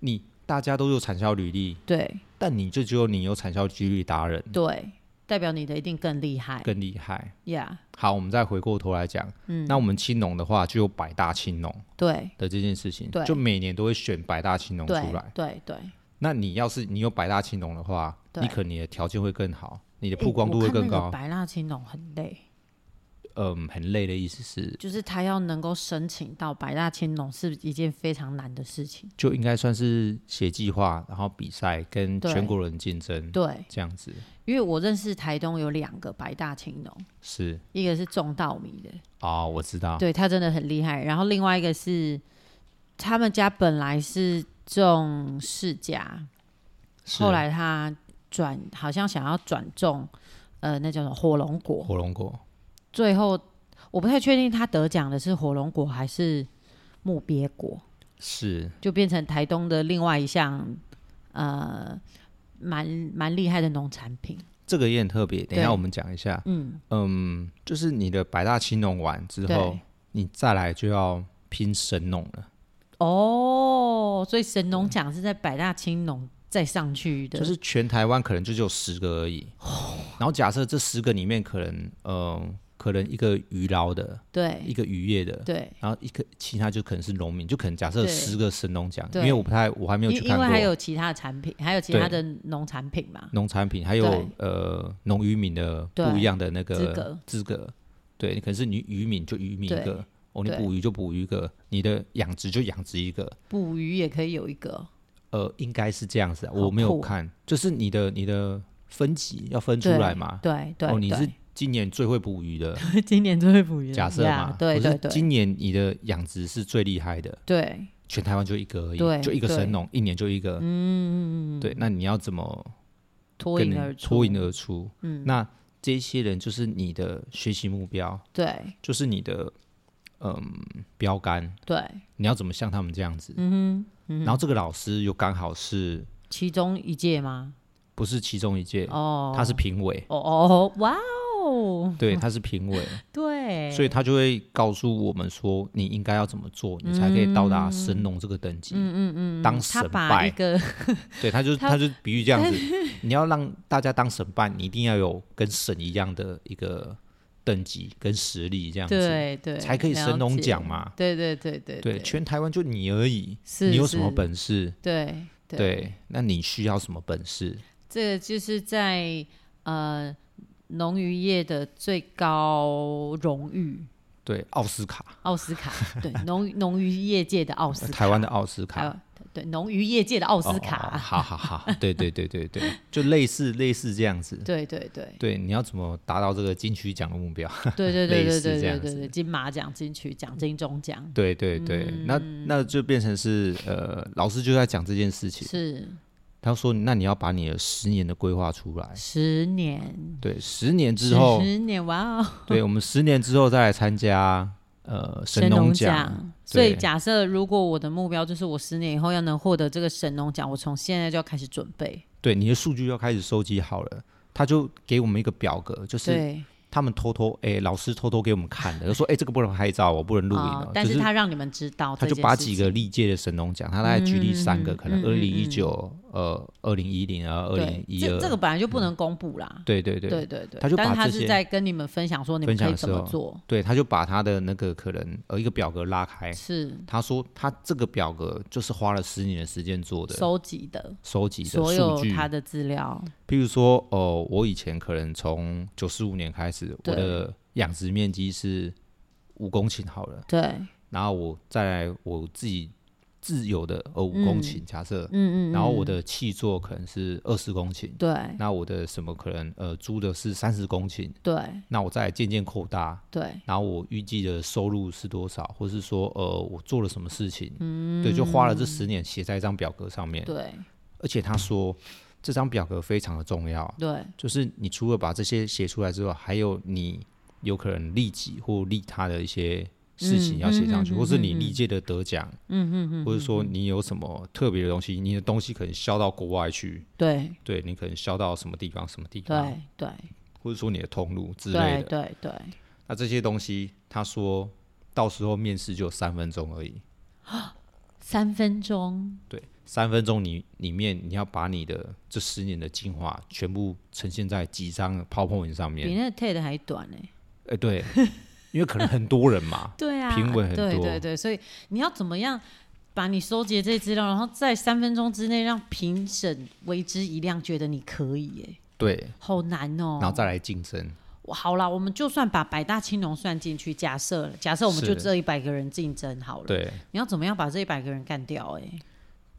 S1: 你大家都有产销履历，
S2: 对
S1: 但你就只有你有产销几率达人
S2: 对，代表你的一定更厉害
S1: 更厉害。
S2: 呀
S1: 好，我们再回过头来讲，
S2: 嗯
S1: 那我们青农的话就有百大青农
S2: yeah,，对
S1: 的这件事情
S2: 对，
S1: 就每年都会选百大青农出
S2: 对
S1: 来。
S2: 对对，
S1: 那你要是你有百大青农的话，
S2: 对
S1: 你可能你的条件会更好，你的
S2: 诶
S1: 曝光度
S2: 我
S1: 会
S2: 看那
S1: 更
S2: 个
S1: 高。
S2: 白蜡青龙很累，
S1: 嗯，很累的意思是，
S2: 就是他要能够申请到百大青农是一件非常难的事情。
S1: 就应该算是写计划，然后比赛跟
S2: 对
S1: 全国人竞争
S2: 对，
S1: 这样子。
S2: 因为我认识台东有两个百大青农，
S1: 是
S2: 一个是种稻米的，
S1: 哦，我知道。
S2: 对他真的很厉害。然后另外一个是他们家本来是种释迦，
S1: 是
S2: 后来他转好像想要转种呃那叫什么火龙果，
S1: 火龙果
S2: 最后我不太确定他得奖的是火龙果还是木鳖果。
S1: 是
S2: 就变成台东的另外一项呃蛮蛮厉害的农产品。
S1: 这个也很特别。等一下
S2: 对
S1: 我们讲一下。
S2: 嗯，
S1: 嗯，就是你的百大青农完之后
S2: 对，
S1: 你再来就要拼神农了。
S2: 哦，所以神农奖是在百大青农再上去的，
S1: 就是全台湾可能就只有十个而已。
S2: 哦
S1: 然后假设这十个里面可能，嗯，可能一个渔捞的，一
S2: 对
S1: 个渔业的，
S2: 对，
S1: 然后一个其他就可能是农民，就可能假设
S2: 对
S1: 十个神农奖，因
S2: 对
S1: 为我不太我还没有
S2: 因
S1: 去
S2: 因
S1: 看
S2: 为还
S1: 过
S2: 有其他的产品，还有其他的农产品嘛。
S1: 农产品，还
S2: 对
S1: 有呃农渔民的
S2: 对
S1: 不一样的那个
S2: 资格
S1: 资格，对，你可能是你渔民就渔民一
S2: 对
S1: 个，哦，你
S2: 对
S1: 捕鱼就捕鱼一个，你的养殖就养殖一个，
S2: 捕鱼也可以有一个，
S1: 呃，应该是这样子啊，
S2: 好
S1: 我没有
S2: 酷
S1: 看，就是你的你的分级要分出
S2: 对
S1: 来嘛，
S2: 对对
S1: 哦，你是
S2: 对，
S1: 今年最会捕鱼 的，
S2: 今年最会捕鱼的，
S1: 假设嘛
S2: 呀，对
S1: 可是
S2: 对对
S1: 今年你的养殖是最厉害的，
S2: 对，
S1: 全台湾就一个而
S2: 对
S1: 已，就一个
S2: 对
S1: 神农，一年就一个，嗯，对，那你要怎么
S2: 脱
S1: 跟
S2: 颖
S1: 人
S2: 而出，
S1: 脱颖而出？嗯，那这些人就是你的学习目标，
S2: 对
S1: 就是你的嗯标杆，
S2: 对，
S1: 你要怎么像他们这样子？嗯哼，然后这个老师又刚好是
S2: 其中一届吗？
S1: 不是其中一届，
S2: 哦，
S1: 他是评委，
S2: 哦哦，哇哦，
S1: 对，他是评委，
S2: 对，
S1: 所以他就会告诉我们说，你应该要怎么做，你才可以到达神农这个等级。嗯嗯嗯，当
S2: 他
S1: 神
S2: 把
S1: 拜，
S2: 一个
S1: 对，他就
S2: 他
S1: 他就比喻这 样子，你要让大家当神拜，你一定要有跟神一样的一个等级跟实力，这样子
S2: 对对，
S1: 才可以
S2: 了
S1: 神农
S2: 解
S1: 奖。嘛。
S2: 对对对对
S1: 对，全台湾就你而已，
S2: 是
S1: 你有什么
S2: 是
S1: 本事？
S2: 对对
S1: 对，那你需要什么本事？
S2: 这个就是在呃农渔业的最高荣誉，
S1: 对奥斯卡，
S2: 奥斯卡， 对农农渔业界的奥斯卡，
S1: 台湾的奥斯
S2: 台
S1: 卡，哦
S2: 湾对农渔业界的奥斯
S1: 哦哦哦
S2: 卡，
S1: 好好好，对对对对对，就类似类似这样子。
S2: 对 对对
S1: 对，你要怎么达到这个金曲奖的目标？
S2: 对对
S1: 类
S2: 对对
S1: 似
S2: 对
S1: 这
S2: 对
S1: 样
S2: 对
S1: 子
S2: 对，金马奖、金曲奖、金钟奖
S1: 对对对，
S2: 嗯
S1: 那那就变成是呃，老师就在讲这件事情。
S2: 是
S1: 他说：“那你要把你的十年的规划出来，
S2: 十年
S1: 对，十年之后，
S2: 十年哇哦，
S1: 对我们十年之后再来参加呃神
S2: 农
S1: 农奖，。
S2: 所以
S1: 对
S2: 假设如果我的目标就是我十年以后要能获得这个神农奖，我从现在就要开始准备。
S1: 对，你的数据要开始收集好了。”他就给我们一个表格，就是
S2: 对，
S1: 他们偷偷哎、老师偷偷给我们看的，就说哎、这个不能拍照哦，不能录影
S2: 啊
S1: 哦。
S2: 但
S1: 就是
S2: 他让你们知道
S1: 他
S2: 这件事
S1: 就
S2: 情，
S1: 把几个历届的神农奖，他大概举例三个，可能
S2: 嗯嗯
S1: 二零一
S2: 嗯
S1: 九、呃二零一零啊、二零
S2: 对，
S1: 一
S2: 这
S1: 二，
S2: 这个本来就不能公布啦。
S1: 对对对
S2: 对对对，
S1: 他就把
S2: 但是他
S1: 这
S2: 是
S1: 些
S2: 在跟你们分享说你们
S1: 分享
S2: 可以
S1: 的
S2: 怎
S1: 时
S2: 么
S1: 候
S2: 做，
S1: 对，他就把他的那个可能呃一个表格拉开，
S2: 是
S1: 他说他这个表格就是花了十年的时间做的，
S2: 收集的
S1: 收集的
S2: 所有
S1: 数据。
S2: 他的资料，
S1: 譬如说，哦、我以前可能从九十五年开始，我
S2: 对
S1: 的养殖面积是五公顷好了，
S2: 对，
S1: 然后我再来我自己自有的呃五公顷，假设，
S2: 嗯嗯，
S1: 然后我
S2: 嗯
S1: 的气作可能是二十公顷，
S2: 对
S1: 那我的什么可能呃租的是三十公顷，
S2: 对
S1: 那我再渐渐扩大，
S2: 对，
S1: 然后我预计的收入是多少，或是说呃我做了什么事情，对，就花了这十年写在一张表格上面。
S2: 嗯对
S1: 而且他说这张表格非常的重要，
S2: 对
S1: 就是你除了把这些写出来之后，还有你有可能利己或利他的一些事情要写上去，或是你历届的得奖，嗯嗯嗯嗯，或者说你有什么特别的东西，你的东西可能销到国外去，
S2: 对
S1: 对你可能销到什么地方什么地方，
S2: 对对
S1: 或者说你的通路之类
S2: 对
S1: 的。
S2: 对对，
S1: 那这些东西，他说到时候面试就有三分钟而已，
S2: 三分钟
S1: 对，三分钟你里面你要把你的这十年的精华全部呈现在几张 PowerPoint 上
S2: 比
S1: 面。
S2: 那个 TED 还短欸呢。，
S1: 哎、对，因为可能很多人嘛
S2: 对啊，
S1: 平稳很
S2: 对
S1: 多
S2: 对对，所以你要怎么样把你收集的这些资料，然后在三分钟之内让评审为之一亮，觉得你可以耶，
S1: 对，
S2: 好难哦。
S1: 然后再来竞争，
S2: 我好啦，我们就算把百大青龙算进去，假设了假设我们就是这一百个人竞争好了，
S1: 对
S2: 你要怎么样把这一百个人干掉、欸？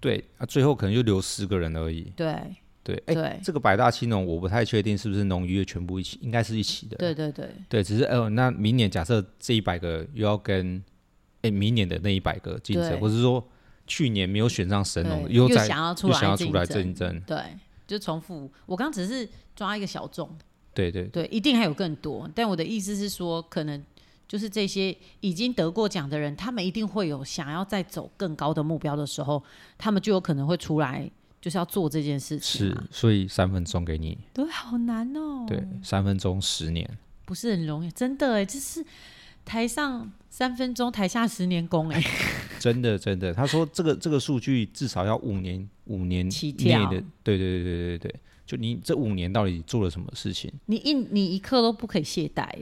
S1: 对，啊，最后可能就留十个人而已。
S2: 对
S1: 对，哎、
S2: 对啊
S1: 这个百大青龙我不太确定是不是农渔业全部一起，应该是一起的。
S2: 对对对，
S1: 对，只是呃，那明年假设这一百个又要跟哎、明年的那一百个竞
S2: 对
S1: 争，或是说去年没有选上神农，
S2: 哦对又
S1: 在
S2: 想要出
S1: 又
S2: 来
S1: 想要
S2: 竞
S1: 出来
S2: 争
S1: 竞争，
S2: 对，就重复。我刚只是抓一个小众，
S1: 对对
S2: 对，一啊定还有更多。但我的意思是说，可能就是这些已经得过奖的人，他们一定会有想要再走更高的目标的时候，他们就有可能会出来，就是要做这件事情啊
S1: 是
S2: 嘛。，
S1: 所以三分钟给你，
S2: 对，好难哦、
S1: 对，三分钟十年，
S2: 不是很容易，真的哎，就是台上三分钟，台下十年功哎，
S1: 真的真的，他说这个这个数据至少要五年五年
S2: 起
S1: 内
S2: 跳
S1: 的，对对对对对对，就你这五年到底做了什么事情？
S2: 你一你一刻都不可以懈怠哎。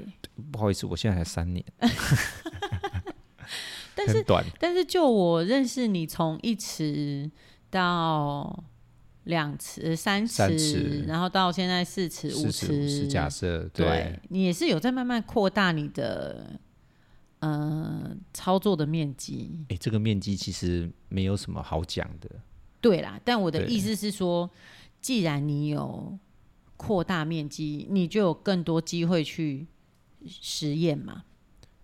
S1: 不好意思，我现在才三年，
S2: 但是
S1: 很短，
S2: 但是就我认识你，从一池到两池、三池，
S1: 三池
S2: 然后到现在四池、
S1: 四十
S2: 池，
S1: 五十假设，
S2: 对
S1: 对
S2: 你也是有在慢慢扩大你的呃操作的面积。
S1: 哎，这个面积其实没有什么好讲的，
S2: 对啦，但我的
S1: 对
S2: 意思是说，既然你有扩大面积，你就有更多机会去实验嘛，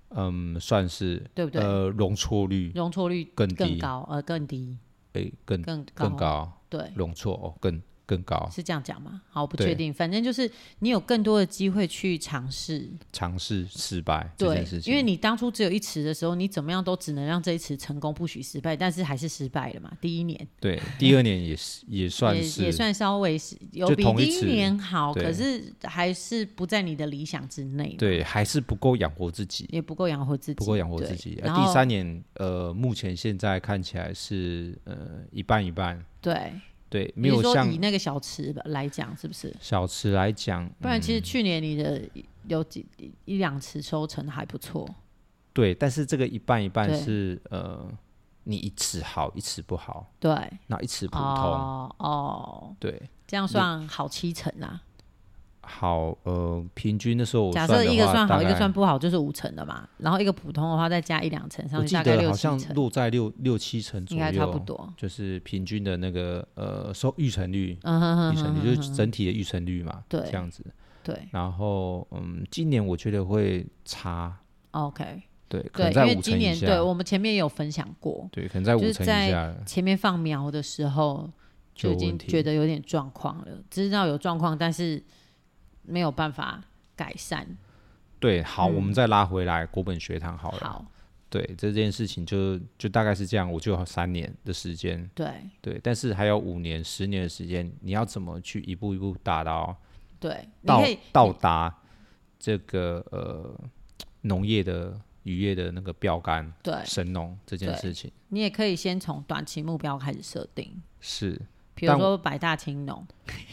S1: 嗯，算是
S2: 对不对？
S1: 呃，容错率
S2: 容错率
S1: 更
S2: 更
S1: 低，
S2: 高，呃，更低，
S1: 哎、更
S2: 更高，
S1: 更高，
S2: 对。
S1: 容错哦，更更高，
S2: 是这样讲吗？好，我不
S1: 对
S2: 确定，反正就是你有更多的机会去尝试，
S1: 尝试失败这
S2: 对
S1: 件事，情，
S2: 因为你当初只有一池的时候，你怎么样都只能让这一池成功，不许失败，但是还是失败了嘛。第一年
S1: 对第二年也是也算
S2: 也
S1: 是
S2: 也算稍微是有
S1: 就
S2: 比
S1: 同
S2: 第
S1: 一
S2: 一
S1: 池
S2: 年好，
S1: 对
S2: 可是还是不在你的理想之内，，
S1: 对，还是不够养活自己，
S2: 也不够养活自己，
S1: 不够养活
S2: 对
S1: 自己。
S2: 然
S1: 啊、
S2: 后
S1: 第三年，呃，目前现在看起来是呃一半一半，
S2: 对，
S1: 对，
S2: 比
S1: 没
S2: 如
S1: 有
S2: 说
S1: 像
S2: 以那个小池吧来讲，是不是？
S1: 小池来讲，
S2: 不然其实去年你的有几一两池收成还不错，
S1: 对，但是这个一半一半
S2: 对
S1: 是呃，你一尺好，一尺不好，
S2: 对，
S1: 那一尺普通，
S2: 哦哦，
S1: 对。
S2: 这样算好七成啦、
S1: 好呃平均的时候我
S2: 啊假
S1: 算
S2: 设
S1: 的
S2: 一个
S1: 话
S2: 算好，
S1: 大
S2: 一个
S1: 概
S2: 算不好，就是五成的嘛。然后一个普通的话，再加一两成上
S1: 我
S2: 去，
S1: 记
S2: 大概
S1: 得
S2: 六
S1: 好
S2: 七
S1: 像
S2: 成，
S1: 落在六六七成左
S2: 应
S1: 右，
S2: 该差不多。
S1: 就是平均的那个呃收预成率，
S2: 嗯哼哼
S1: 预
S2: 哼
S1: 成
S2: 哼
S1: 率就
S2: 哼
S1: 是整体的预成率嘛，
S2: 对
S1: 这样子。
S2: 对
S1: 然后嗯，今年我觉得会差，
S2: ，OK，
S1: 对，可能
S2: 对，因
S1: 在
S2: 为
S1: 五成
S2: 今
S1: 以
S2: 年
S1: 下，
S2: 对我们前面也有分享过，
S1: 对，可能在
S2: 就
S1: 五
S2: 是
S1: 成以
S2: 在
S1: 下
S2: 前面放苗的时候就
S1: 有
S2: 已经
S1: 问题
S2: 觉得有点状况了，知道有状况，但是没有办法改善。
S1: 对，好，我
S2: 嗯
S1: 们再拉回来国本学堂好了。
S2: 好，
S1: 对这件事情就就大概是这样，我就有三年的时间，
S2: 对
S1: 对，但是还有五年、十年的时间，你要怎么去一步一步达到
S2: 对，你
S1: 到
S2: 可以
S1: 到达这个呃农业的渔业的那个标杆
S2: 对
S1: 神农这件
S2: 对
S1: 事情
S2: 你也可以先从短期目标开始设定，
S1: 是。
S2: 比如
S1: 但
S2: 说百大青农，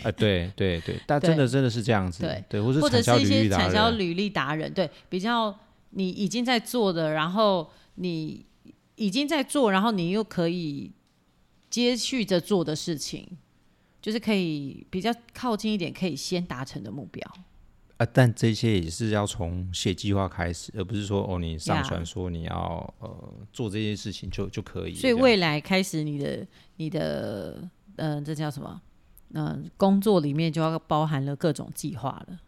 S1: 啊、对对对，但
S2: 对
S1: 真的真的是这样子，
S2: 对
S1: 或是
S2: 或者
S1: 产销
S2: 是一
S1: 履
S2: 些
S1: 历达
S2: 产销
S1: 人，
S2: 履历达人，对，比较你已经在做的，然后你已经在做，然后你又可以接续着做的事情，就是可以比较靠近一点，可以先达成的目标。
S1: 啊，但这些也是要从写计划开始，而不是说哦，你上
S2: 呀
S1: 传说你要呃做这件事情就就可以了这
S2: 所以
S1: 样。
S2: 未来开始你的你的嗯、呃这叫什么？嗯、工作里面就要包含了各种计划了。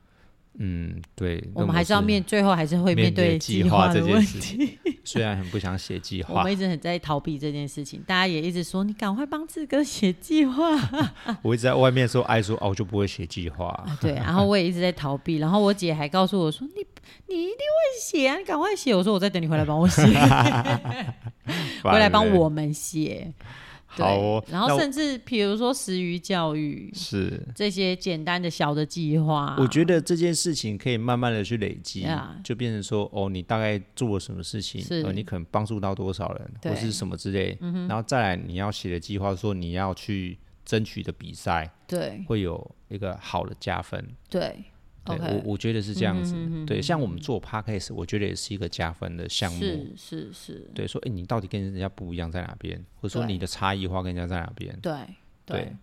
S1: 嗯，对，
S2: 我
S1: 那
S2: 们还是要面，最后还是会
S1: 面对
S2: 对
S1: 计划
S2: 划
S1: 这
S2: 的
S1: 件
S2: 问
S1: 事
S2: 题。
S1: 虽然很不想写计
S2: 我
S1: 划
S2: 们，一直很在逃避这件事情，大家也一直说你赶快帮志哥写 计划
S1: 我一直在外面说爱说哦，我就不会写计划。
S2: 啊，对，然后我也一直在逃避，然后我姐还告诉我说你你一定会写啊，你赶快写，我说我在等你回来帮 我写，回来帮
S1: 反而
S2: 我们写，对，
S1: 好哦。
S2: 然后
S1: 那我
S2: 甚至比如说食鱼教育
S1: 是，
S2: 这些简单的小的计划，
S1: 我觉得这件事情可以慢慢的去累积
S2: 啊 Yeah，
S1: 就变成说哦，你大概做了什么事情，
S2: 是
S1: 呃，你可能帮助到多少人，
S2: 对嗯
S1: 或是什么之类，然后再来你要写的计划，说你要去争取的比赛，
S2: 对
S1: 会有一个好的加分。
S2: 对
S1: 对
S2: ，OK，嗯
S1: 我我觉得是这样子。对，像我们做 podcast，我觉得也是一个加分的项目。
S2: 是是是，
S1: 对，说哎、诶你到底跟人家不一样在哪边，或者说
S2: 对
S1: 你的差异化跟人家在哪边？
S2: 对
S1: 对，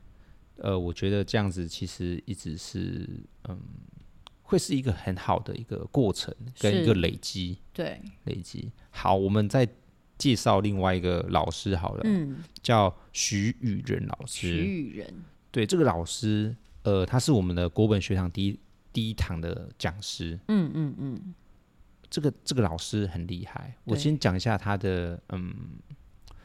S1: 呃，我觉得这样子其实一直是嗯，会是一个很好的一个过程跟一个
S2: 是
S1: 累积，
S2: 对，
S1: 累积。好，我们再介绍另外一个老师好了，
S2: 嗯，
S1: 叫徐宇仁老
S2: 徐
S1: 师。
S2: 宇人，
S1: 对，这个老师，呃，他是我们的国本学堂第一第一堂的讲师。
S2: 嗯嗯嗯，
S1: 这个这个老师很厉害，我
S2: 对
S1: 先讲一下他的嗯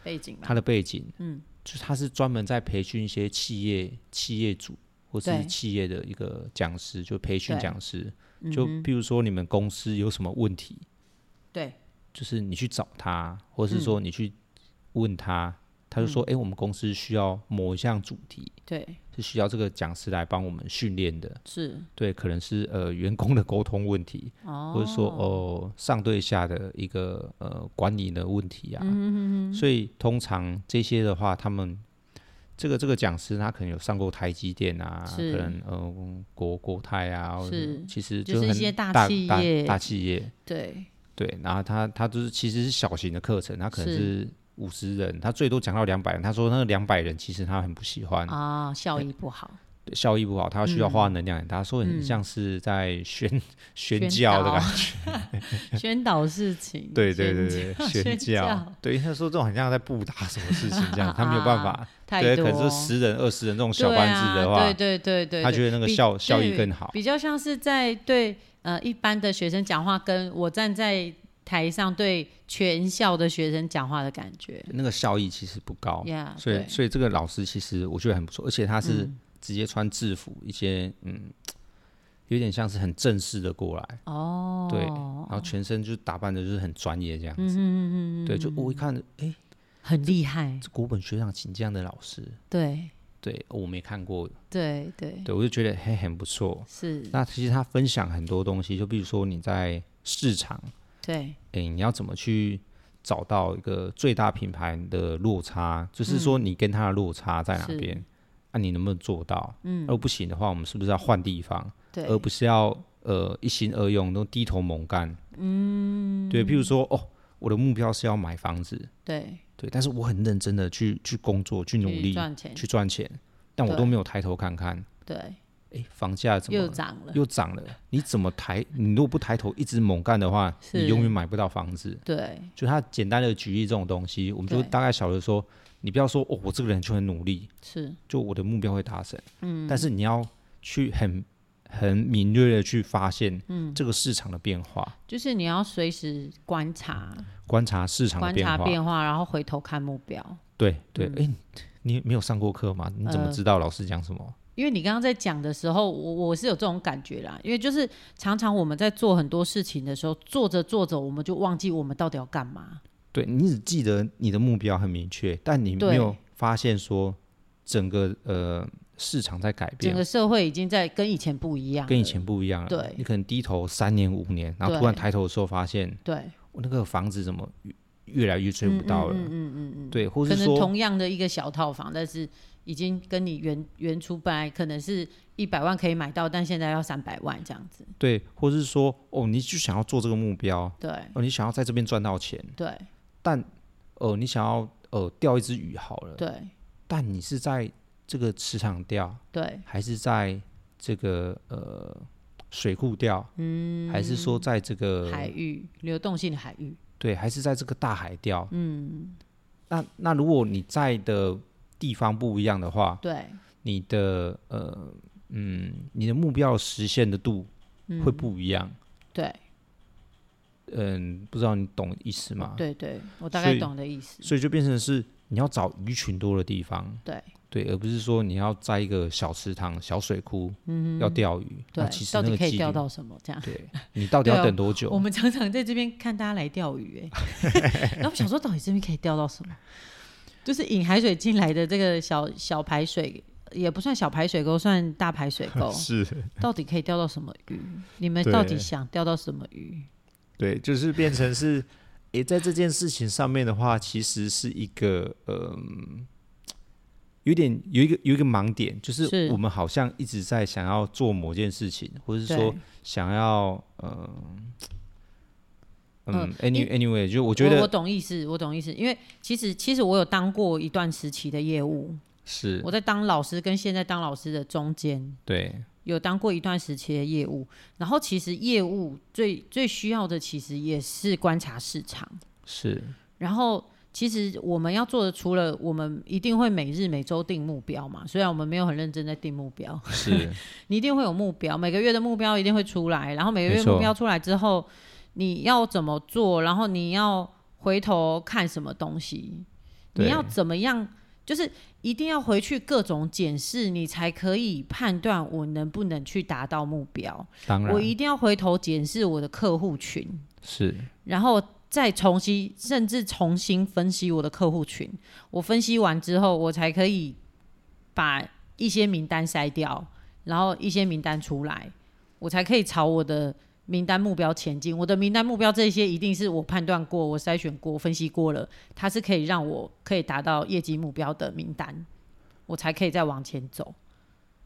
S2: 背景嘛
S1: 他的背景，
S2: 嗯，
S1: 就是他是专门在培训一些企业企业主或
S2: 对
S1: 是企业的一个讲师，就培训
S2: 对嗯
S1: 讲师。就比如说你们公司有什么问题，
S2: 对嗯
S1: 就是你去找他，或是说你去问他，他就说：“哎、我们公司需要某一项主题，
S2: 对
S1: 是需要这个讲师来帮我们训练的。
S2: 是，”
S1: 对，可能是呃员工的沟通问题，
S2: 哦，
S1: 或者说哦上对下的一个呃管理的问题
S2: 嗯
S1: 啊，所以通常这些的话，他们这个这个讲师他可能有上过台积电啊，可
S2: 是
S1: 能呃国国泰啊，或者
S2: 是
S1: 其实
S2: 就
S1: 就是
S2: 一
S1: 很
S2: 些大
S1: 大
S2: 企
S1: 大
S2: 业
S1: 大企业
S2: 对。
S1: 对，然后他他就是其实是小型的课程，他可能
S2: 是
S1: 是五十人，他最多讲到两百人，他说那两百人其实他很不喜欢，
S2: 啊，效益不好，
S1: 对效益不好，他需要
S2: 嗯
S1: 花能量很大，说很像是在宣、 宣
S2: 宣
S1: 教的
S2: 导
S1: 感觉。
S2: 宣导事情，
S1: 对对对对，
S2: 宣教
S1: 对
S2: 宣
S1: 宣教，对，他说这种很像在布达什么事情这样，他没有办法，
S2: 啊太
S1: 对，
S2: 多，
S1: 可能是十人、二十人这种小班制的话，
S2: 对啊对对对对，
S1: 他觉得那个
S2: 比
S1: 效效益
S2: 对
S1: 更好，
S2: 比较像是在对呃一般的学生讲话，跟我站在台上对全校的学生讲话的感觉
S1: 那个效益其实不高，
S2: 呀，
S1: 所以
S2: 对嗯
S1: 所以这个老师其实我觉得很不错，而且他是直接穿制服，一些嗯，有点像是很正式的过来，
S2: 哦，嗯
S1: 对，然后全身就打扮的就是很专业这样子，对，就我一看，哎，
S2: 很厉害，
S1: 这国本学长请这样的老师，
S2: 对
S1: 对我没看过，
S2: 对对，
S1: 对我就觉得嘿很不错，
S2: 是，
S1: 那其实他分享很多东西，就比如说你在市场，
S2: 对
S1: 诶，你要怎么去找到一个最大品牌的落差，就是说你跟它的落差在哪
S2: 是
S1: 边，那、你能不能做到？嗯，而不行的话，我们是不是要换地方，
S2: 对，
S1: 而不是要呃一心二用，都低头猛干？嗯，对，譬如说哦，我的目标是要买房子，
S2: 对
S1: 对，但是我很认真的去去工作，去努
S2: 去
S1: 力
S2: 赚钱，
S1: 去赚钱，但我
S2: 对
S1: 都没有抬头看看。
S2: 对
S1: 哎，房价怎么
S2: 又涨了，
S1: 又涨了？你怎么抬？你如果不抬头一直猛干的话，
S2: 是
S1: 你永远买不到房子。
S2: 对，
S1: 就他简单的举例这种东西，我们就
S2: 对
S1: 大概晓得说，你不要说哦，我这个人就很努力，
S2: 是
S1: 就我的目标会达成。嗯，但是你要去很很敏锐的去发现，嗯，这个市场的变化，
S2: 就是你要随时观察
S1: 观察市场的
S2: 观
S1: 变
S2: 察
S1: 化。
S2: 变化，然后回头看目标。
S1: 对对，哎、你没有上过课吗？你怎么
S2: 呃
S1: 知道老师讲什么？
S2: 因为你刚刚在讲的时候，我我是有这种感觉啦。因为就是常常我们在做很多事情的时候，做着做着我们就忘记我们到底要干嘛。
S1: 对你只记得你的目标很明确，但你
S2: 对
S1: 没有发现说整个呃市场在改
S2: 整
S1: 变
S2: 个，社会已经在跟以前不一样
S1: 啊
S2: 了，
S1: 跟以前不一样了。
S2: 对
S1: 你可能低头三年五年，然后
S2: 对
S1: 突然抬头的时候发现，
S2: 对，
S1: 我那个房子怎么越越来越追不到了？嗯嗯嗯对，或
S2: 可
S1: 是
S2: 能
S1: 说
S2: 同样的一个小套房，但是已经跟你原原初本来可能是一百万可以买到，但现在要三百万这样子。
S1: 对，或是说哦，你就想要做这个目标，
S2: 对
S1: 哦，你想要在这边赚到钱，
S2: 对
S1: 但哦、呃，你想要呃钓一只鱼好了，
S2: 对
S1: 但你是在这个池塘钓，
S2: 对，
S1: 还是在这个呃水库钓，嗯，还是说在这个
S2: 海域流动性的海域，
S1: 对，还是在这个大海钓，嗯，那那如果你在的地方不一样的话，
S2: 对
S1: 你的呃嗯，你的目标实现的度
S2: 嗯
S1: 会不一样，
S2: 对
S1: 嗯不知道你懂意思吗？，
S2: 对对，我大
S1: 所
S2: 概
S1: 以
S2: 懂的意思。
S1: 所以就变成是你要找鱼群多的地方，
S2: 对
S1: 对，而不是说你要在一个小池塘、小水库，嗯，要钓鱼，那
S2: 对
S1: 其，实
S2: 到
S1: 那
S2: 底
S1: 个
S2: 可以
S1: 几
S2: 钓
S1: 率
S2: 到什么这样？
S1: 对你到底
S2: 对
S1: 要
S2: 啊
S1: 等多久？，
S2: 我们常常在这边看大家来钓鱼、哎， 然后想说到底这边可以钓到什么？就是引海水进来的这个小小排水，也不算小排水沟，算大排水 沟
S1: 是，
S2: 到底可以钓到什么鱼？你们
S1: 对
S2: 到底想钓到什么鱼？
S1: 对，就是变成是，诶，在这件事情上面的话，其实是一个嗯、有点有一个有一个盲点，就是
S2: 是
S1: 我们好像一直在想要做某件事情，或是说
S2: 对
S1: 想要呃嗯
S2: 嗯
S1: any anyway，就我觉
S2: 我
S1: 得
S2: 懂意思，我懂意思，因为其实其实我有当过一段时期的业务，
S1: 是
S2: 我在当老师跟现在当老师的中间，
S1: 对
S2: 有当过一段时期的业务，然后其实业务最最需要的其实也是观察市场。
S1: 是
S2: 然后其实我们要做的，除了我们一定会每日每周定目标嘛，虽然我们没有很认真在定目标，
S1: 是
S2: 你一定会有目标，每个月的目标一定会出来，然后每个
S1: 没
S2: 月
S1: 错
S2: 目标出来之后，你要怎么做，然后你要回头看什么东西，
S1: 对
S2: 你要怎么样，就是一定要回去各种检视，你才可以判断我能不能去达到目标。
S1: 当然
S2: 我一定要回头检视我的客户群，
S1: 是
S2: 然后再重新，甚至重新分析我的客户群。我分析完之后，我才可以把一些名单筛掉，然后一些名单出来，我才可以朝我的名单目标前进。我的名单目标这些一定是我判断过、我筛选过、分析过了，它是可以让我可以达到业绩目标的名单，我才可以再往前走。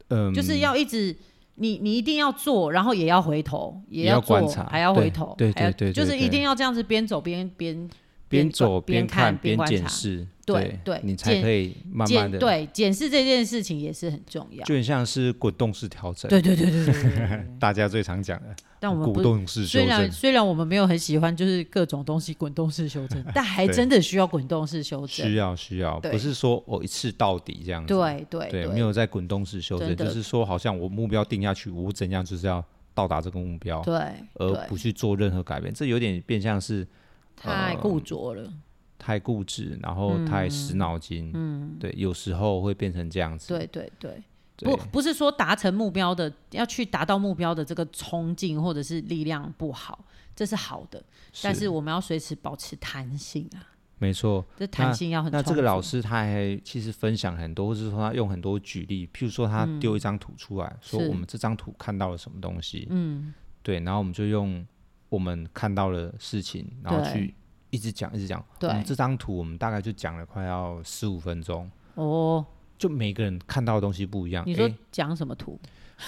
S1: 嗯，
S2: 就是要一直。你你一定要做，然后也要回头，也
S1: 也要
S2: 做，
S1: 观察
S2: 还要
S1: 对
S2: 回头，
S1: 对
S2: 还要
S1: 对对对
S2: 就是
S1: 对
S2: 一定要这样子边走边边
S1: 边走
S2: 边
S1: 看
S2: 边
S1: 边
S2: 观
S1: 检
S2: 察
S1: 视，
S2: 对对
S1: 你才
S2: 检
S1: 可以慢慢
S2: 检
S1: 的，
S2: 对检视这件事情也是很重要。
S1: 就很像是滚动式调整，
S2: 对对对 对对对对。对
S1: 大家最常讲的。
S2: 但我们
S1: 鼓
S2: 不，
S1: 动式修
S2: 虽然
S1: 正，
S2: 虽然我们没有很喜欢就是各种东西滚动式修正，但还
S1: 对
S2: 真的需要滚动式修
S1: 需
S2: 正。
S1: 要需要，
S2: 对
S1: 不是说我一次到底这样子。
S2: 对对
S1: 对，没有在滚动式修正，
S2: 真的
S1: 就是说好像我目标定下去，我怎样就是要到达这个目标，
S2: 对
S1: 而
S2: 对，
S1: 不去做任何改变，这有点变相是
S2: 太固着了。
S1: 太固执，然后太死脑筋。嗯，对，有时候会变成这样子。
S2: 对对对，
S1: 对
S2: 不不是说达成目标的要去达到目标的这个冲劲或者是力量不好，这是好的，但是我们要随时保持弹性啊，
S1: 没错。
S2: 这弹性要很
S1: 那这个
S2: 充足
S1: 老师他还其实分享很多，或是说他用很多举例，譬如说他丢一张图出来、说
S2: 嗯是
S1: 我们这张图看到了什么东西，嗯，对，然后我们就用我们看到的事情，然后
S2: 对
S1: 去一直讲一直讲。
S2: 对
S1: 我们这张图我们大概就讲了快要十五分钟，
S2: 哦。
S1: 就每个人看到的东西不一样。
S2: 你说
S1: 诶
S2: 讲什么图？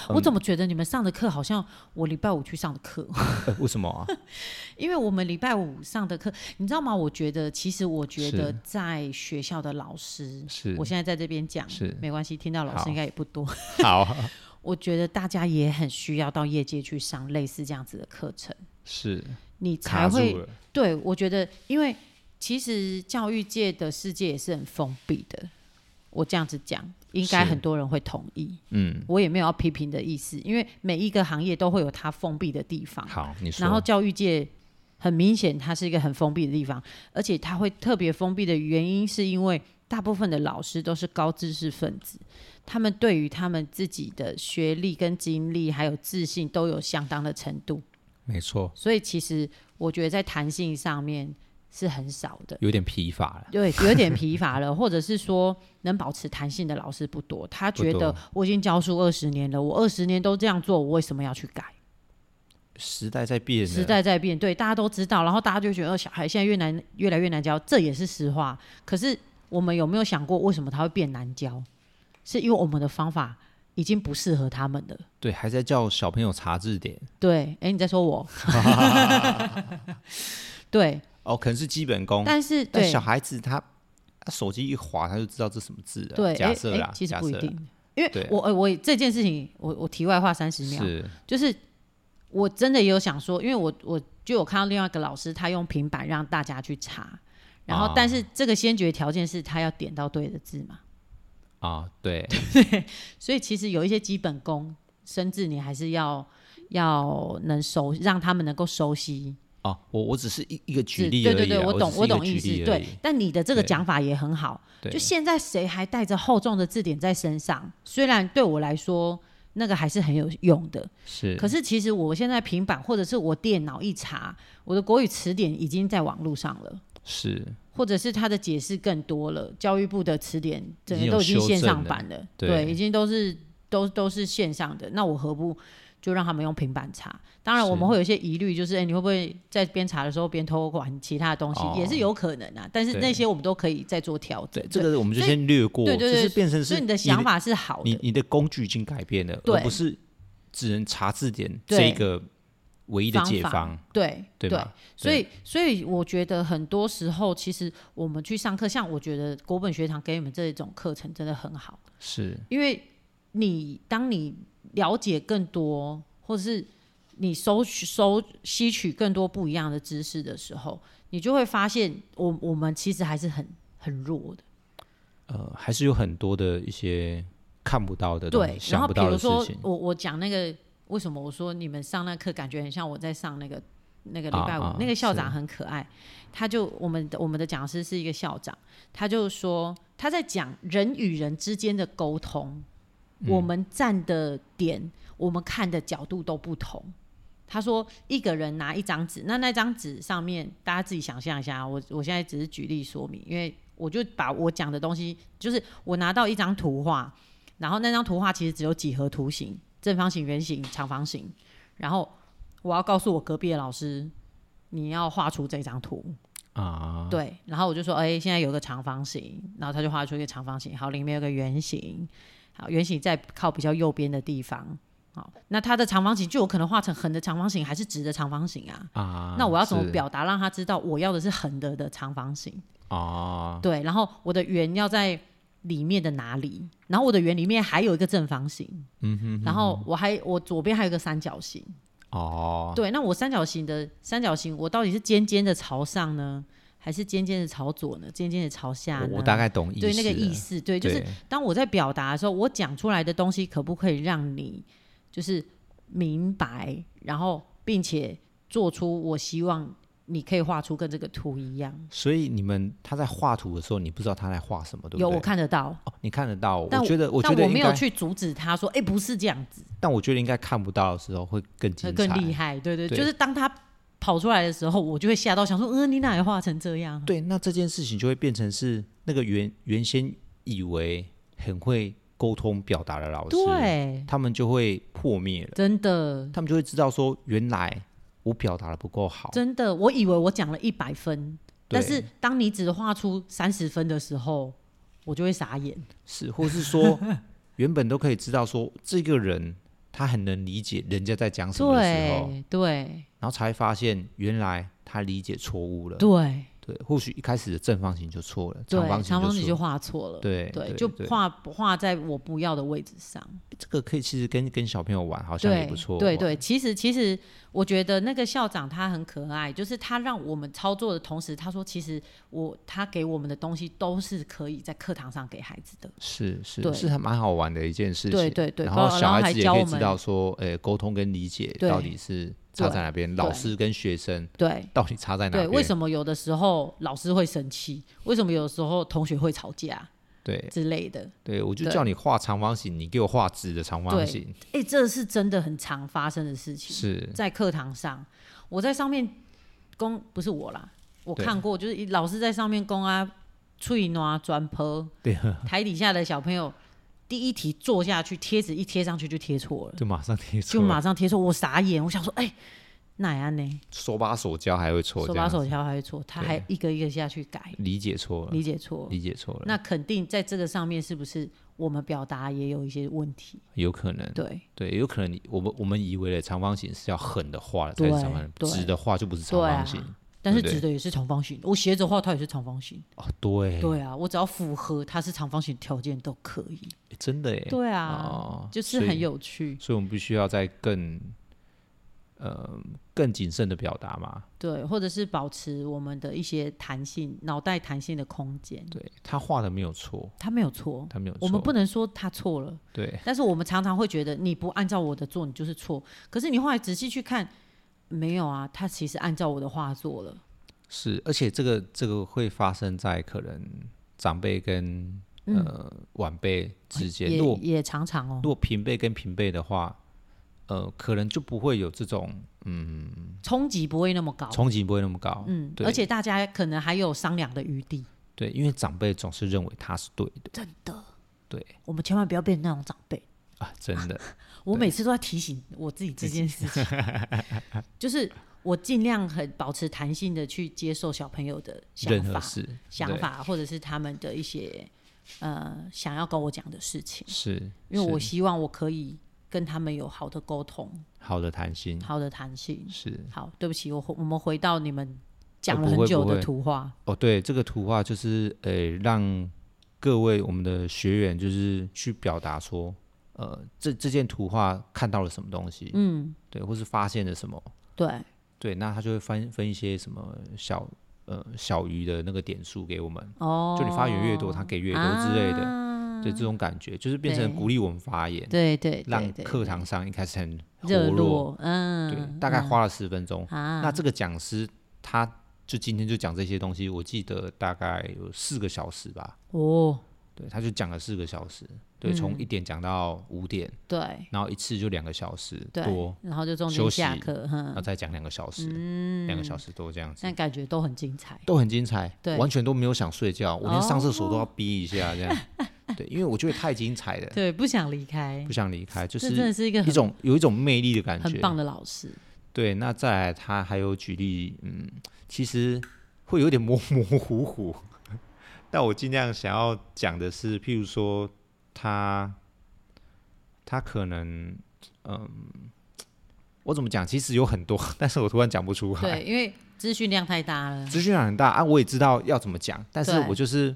S1: 嗯
S2: 我怎么觉得你们上的课好像我礼拜五去上的课，
S1: 呃为什么啊？
S2: 因为我们礼拜五上的课，你知道吗？我觉得其实我觉
S1: 是
S2: 得在学校的老师，
S1: 是
S2: 我现在在这边讲
S1: 是
S2: 没关系，听到老
S1: 好
S2: 师应该也不多。
S1: 好，
S2: 我觉得大家也很需要到业界去上类似这样子的课程，
S1: 是
S2: 你
S1: 卡
S2: 才
S1: 住
S2: 会
S1: 了，
S2: 对，我觉得，因为其实教育界的世界也是很封闭的。我这样子讲，应该
S1: 是
S2: 很多人会同意。
S1: 嗯，
S2: 我也没有要批评的意思，因为每一个行业都会有它封闭的地方。
S1: 好，你说，
S2: 然后教育界很明显，它是一个很封闭的地方，而且它会特别封闭的原因，是因为大部分的老师都是高知识分子，他们对于他们自己的学历跟经历还有自信都有相当的程度。
S1: 没错，
S2: 所以其实我觉得在弹性上面是很少的，
S1: 有点疲乏了，
S2: 对，有点疲乏了，或者是说能保持弹性的老师不多。他觉
S1: 不
S2: 得
S1: 多
S2: 我已经教书二十年了，我二十年都这样做，我为什么要去改？
S1: 时代在变，
S2: 时，代在变，对，大家都知道，然后大家就觉得呃小孩现在越难，越来越难教，这也是实话。可是我们有没有想过，为什么他会变难教？是因为我们的方法已经不适合他们了。
S1: 对，还在叫小朋友查字典，
S2: 对，哎，你在说我？ 对，
S1: 哦，可能是基本功，
S2: 但是
S1: 但
S2: 对
S1: 小孩子他他手机一滑，他就知道这什么字了。
S2: 对，
S1: 假
S2: 诶
S1: 设
S2: 诶
S1: 啦，
S2: 其实
S1: 假
S2: 不一
S1: 设啦
S2: 定，因为
S1: 对
S2: 我呃我这件事情，我我题外话三十秒，
S1: 是
S2: 就是我真的也有想说，因为我我就有看到另外一个老师，他用平板让大家去查，然后
S1: 啊
S2: 但是这个先决条件是他要点到对的字嘛，
S1: 啊，对，
S2: 所以其实有一些基本功，甚至你还是要要能熟，让他们能够熟悉。
S1: 哦，我我只是一一个举
S2: 字
S1: 例而已啦，
S2: 对对对，
S1: 我
S2: 懂
S1: 只是
S2: 我
S1: 一个
S2: 懂意
S1: 举
S2: 思
S1: 例。而
S2: 对
S1: 已，
S2: 但你的这个
S1: 对
S2: 讲法也很好，
S1: 对，
S2: 就现在谁还带着厚重的字典在身上？虽然对我来说那个还是很有用的，
S1: 是
S2: 可是其实我现在平板或者是我电脑一查，我的国语词典已经在网络上了。
S1: 是，
S2: 或者是它的解释更多了，教育部的词典整
S1: 已经
S2: 个
S1: 有
S2: 都已经
S1: 修
S2: 线
S1: 正
S2: 上
S1: 了
S2: 版了，
S1: 对
S2: 已经都是都都是线上的，那我何不就让他们用平板查？当然，
S1: 是
S2: 我们会有一些疑虑，就是哎、诶你会不会在边查的时候边偷玩其他的东西，
S1: 哦
S2: 也是有可能啊。但是
S1: 对
S2: 那些我们都可以再做调整
S1: 对，这个我们就先略过，
S2: 对对
S1: 就
S2: 对
S1: 是变成
S2: 所
S1: 是
S2: 以你的想，法是好
S1: 你
S2: 的，
S1: 你的工具已经改变了，而
S2: 对
S1: 不是只能查字典这
S2: 对
S1: 个唯一的解
S2: 方法
S1: 方，
S2: 对
S1: 对吧？
S2: 所
S1: 对
S2: 以，所以我觉得很多时候，其实我们去上课，像我觉得国本学堂给你们这种课程真的很好，
S1: 是
S2: 因为你当你了解更多，或者是你收取收吸取更多不一样的知识的时候，你就会发现我，我们其实还是很很弱的。
S1: 呃，还是有很多的一些看不到的东
S2: 对
S1: 西，
S2: 然
S1: 想
S2: 后
S1: 不
S2: 比
S1: 到
S2: 如
S1: 的事
S2: 说
S1: 情，
S2: 我我讲那个为什么我说你们上那课感觉很像我在上那个那个礼拜五、
S1: 啊啊
S2: 那个校长
S1: 是
S2: 很可爱，他就我们的我们的讲师是一个校长，他就说他在讲人与人之间的沟通，
S1: 嗯
S2: 我们站的点，我们看的角度都不同。他说，一个人拿一张纸，那那张纸上面，大家自己想象一下。啊我我现在只是举例说明，因为我就把我讲的东西，就是我拿到一张图画，然后那张图画其实只有几何图形，正方形、圆形、长方形。然后我要告诉我隔壁的老师，你要画出这张图。
S1: 啊，
S2: 对，然后我就说，哎、现在有个长方形，然后他就画出一个长方形，好，里面有个圆形，好，圆形在靠比较右边的地方，好，那它的长方形就有可能画成横的长方形还是直的长方形啊？
S1: 啊，
S2: 那我要怎么
S1: 是
S2: 表达让他知道我要的是横的的长方形？
S1: 啊？
S2: 对，然后我的圆要在里面的哪里？然后我的圆里面还有一个正方形，
S1: 嗯哼，
S2: 然后我还我左边还有一个三角形，
S1: 哦，
S2: 对，那我三角形的三角形，我到底是尖尖的朝上呢，还是尖尖的朝左呢？尖尖的朝下呢？
S1: 我我大概懂意思，
S2: 对那个意，思，对，就是
S1: 对
S2: 当我在表达的时候，我讲出来的东西可不可以让你就是明白，然后并且做出我希望你可以画出跟这个图一样。
S1: 所以你们他在画图的时候，你不知道他在画什么，对不对？
S2: 有我看得到，
S1: 哦，你看得到，我
S2: 但
S1: 觉得，我觉
S2: 但
S1: 得
S2: 我
S1: 应
S2: 没有
S1: 该，
S2: 去阻止他说，哎、不是这样子，
S1: 但我觉得应该看不到的时候会更精
S2: 会
S1: 彩，
S2: 更厉害。对对，
S1: 对
S2: 就是当他跑出来的时候，我就会吓到，想说，嗯、你哪里画成这样？
S1: 对，那这件事情就会变成是那个原原先以为很会沟通表达的老师，，
S2: 对，
S1: 他们就会破灭了，
S2: 真的
S1: 他们就会知道说，原来我表达的不够好，
S2: 真的，我以为我讲了一百分，
S1: 对
S2: 但是当你只画出三十分的时候，我就会傻眼。
S1: 是，或是说原本都可以知道说这个人他很能理解人家在讲哦什么的时候，
S2: 对对
S1: 然后才发现原来他理解错误了，
S2: 对
S1: 对，或许一开始的正方形就错了，
S2: 对，
S1: 方
S2: 长
S1: 形
S2: 方
S1: 就
S2: 形
S1: 错
S2: 就
S1: 了
S2: 画错了，
S1: 对
S2: 对，
S1: 对
S2: 就
S1: 对
S2: 画画在我不要的位置上，
S1: 这个可以其实跟跟小朋友玩好像也
S2: 对
S1: 不错，哦
S2: 对，对，其实其实我觉得那个校长他很可爱，就是他让我们操作的同时，他说其实我他给我们的东西都是可以在课堂上给孩子的，
S1: 是是
S2: 对
S1: 是还蛮好玩的一件事情。
S2: 对对对，
S1: 然
S2: 包
S1: 后小
S2: 还
S1: 孩子也
S2: 教
S1: 可
S2: 我
S1: 以知
S2: 们
S1: 道说，呃，沟通跟理解
S2: 对
S1: 到底是差在哪边，老
S2: 对
S1: 师跟学生
S2: 对。
S1: 到底差在哪
S2: 对，
S1: 边？
S2: 为什么有的时候老师会生气？为什么有的时候同学会吵架
S1: 对
S2: 之类的？
S1: 对，我就
S2: 对
S1: 叫你画长方形，你给我画直的长方
S2: 对
S1: 形，
S2: 哎、这是真的很常发生的事情。
S1: 是
S2: 在课堂上，我在上面公不是我啦，我
S1: 对
S2: 看过，就是一老师在上面公啊，吹暖转坡，
S1: 对，啊
S2: 台底下的小朋友第一题坐下去，贴纸一贴上去就贴错了，
S1: 就马上贴
S2: 就
S1: 错了，
S2: 马上贴错，我傻眼，我想说，哎、哪样呢？
S1: 手把手教还会错，
S2: 手
S1: 这
S2: 把
S1: 样
S2: 手教还会错，他
S1: 对嗯
S2: 还一个一个下去改，
S1: 理解错了，
S2: 理解错了，
S1: 理解错了，
S2: 那肯定在这个上面是不是我们表达也有一些问题？
S1: 有可能
S2: 对。
S1: 对，有可能你我们我们以为的长方形是要狠的画了才
S2: 对
S1: 是长方
S2: 对
S1: 形，直的画就不是长
S2: 对啊
S1: 方形，
S2: 但是
S1: 对不对
S2: 直的也是长方形，我斜着画它也是长方形。
S1: 哦，对
S2: 对啊，我只要符合它是长方形条件都可以。
S1: 诶真的耶，
S2: 对啊，
S1: 哦，
S2: 就是
S1: 所以
S2: 很有趣。
S1: 所以我们必须要再更，呃，更谨慎的表达嘛。
S2: 对，或者是保持我们的一些弹性，脑袋弹性的空间。
S1: 对他画的没有错，
S2: 他没有错，
S1: 他没有错，
S2: 我们不能说他错了，
S1: 对
S2: 但是我们常常会觉得你不按照我的做，你就是错。可是你后来仔细去看，没有啊，他其实按照我的画做了。
S1: 是，而且这个这个会发生在可能长辈跟呃晚辈之间，
S2: 嗯也
S1: 如果
S2: 也常常哦
S1: 如，果平辈跟平辈的话，呃，可能就不会有这种
S2: 冲击不会那么高。
S1: 冲击不会那么高，
S2: 嗯，
S1: 对
S2: 而且大家可能还有商量的余地。
S1: 对，因为长辈总是认为他是对 的
S2: 我们千万不要变成那种长辈。
S1: 啊，真的
S2: 我
S1: 对
S2: 每次都在提醒我自己这件事情， 就是我尽量很保持弹性的去接受小朋友的想
S1: 任何
S2: 法、
S1: 事
S2: 想
S1: 对
S2: 法，或者是他们的一些呃想要跟我讲的事情，
S1: 是，
S2: 因为我
S1: 是
S2: 希望我可以跟他们有好的沟通、
S1: 好的弹性
S2: 好的弹性。
S1: 是
S2: 好，对不起，我回我们回到你们讲了
S1: 不
S2: 很
S1: 会
S2: 久
S1: 不
S2: 的
S1: 会
S2: 图画，
S1: 哦，对，这个图画就是呃，让各位我们的学员就是去表达说，呃，这这件图画看到了什么东西，
S2: 嗯，
S1: 对，或是发现了什么，
S2: 对
S1: 对，那他就会分分一些什么小呃小鱼的那个点数给我们，
S2: 哦，啊
S1: 就你发言越多，他给越多之类的，
S2: 嗯
S1: 对，这种感觉就是变成
S2: 对
S1: 鼓励我们发言，
S2: 对对对
S1: 让
S2: 对，
S1: 课堂上一开始很
S2: 热
S1: 活络，
S2: 络，嗯，
S1: 对，大概花了十分钟，
S2: 啊，
S1: 那这个讲师他就今天就讲这些东西，我记得大概有四个小时吧。
S2: 哦，
S1: 对，他就讲了四个小时，对，
S2: 嗯
S1: 从一点讲到五点，
S2: 对。
S1: 然后一次就两个小时
S2: 对嗯
S1: 多，，
S2: 然后就中
S1: 休
S2: 间
S1: 息
S2: 下课，
S1: 然
S2: 哼
S1: 后，再讲两个小时，
S2: 嗯
S1: 两个小时多这样子
S2: 但，感觉都很精彩。
S1: 都很精彩
S2: 对，哦
S1: 完全都没有想睡觉，我连上厕所都要逼一下这 样，对，因为我觉得太精彩了，
S2: 对，不想离开
S1: 不，想离开，就
S2: 这真的
S1: 是
S2: 是一个
S1: 一
S2: 很
S1: 种有一种魅力的感
S2: 很
S1: 觉，啊
S2: 棒的老师。
S1: 对，那再来他还有举例，嗯，其实会有点模模糊糊， 但我尽量想要讲的是，譬如说他他可能，嗯，我怎么讲？其实有很多， 但是我突然讲不出
S2: 对，
S1: 来。
S2: 因为资讯量太大了。
S1: 资讯量很大啊，我也知道要怎么讲，但是
S2: 嗯对
S1: 我就是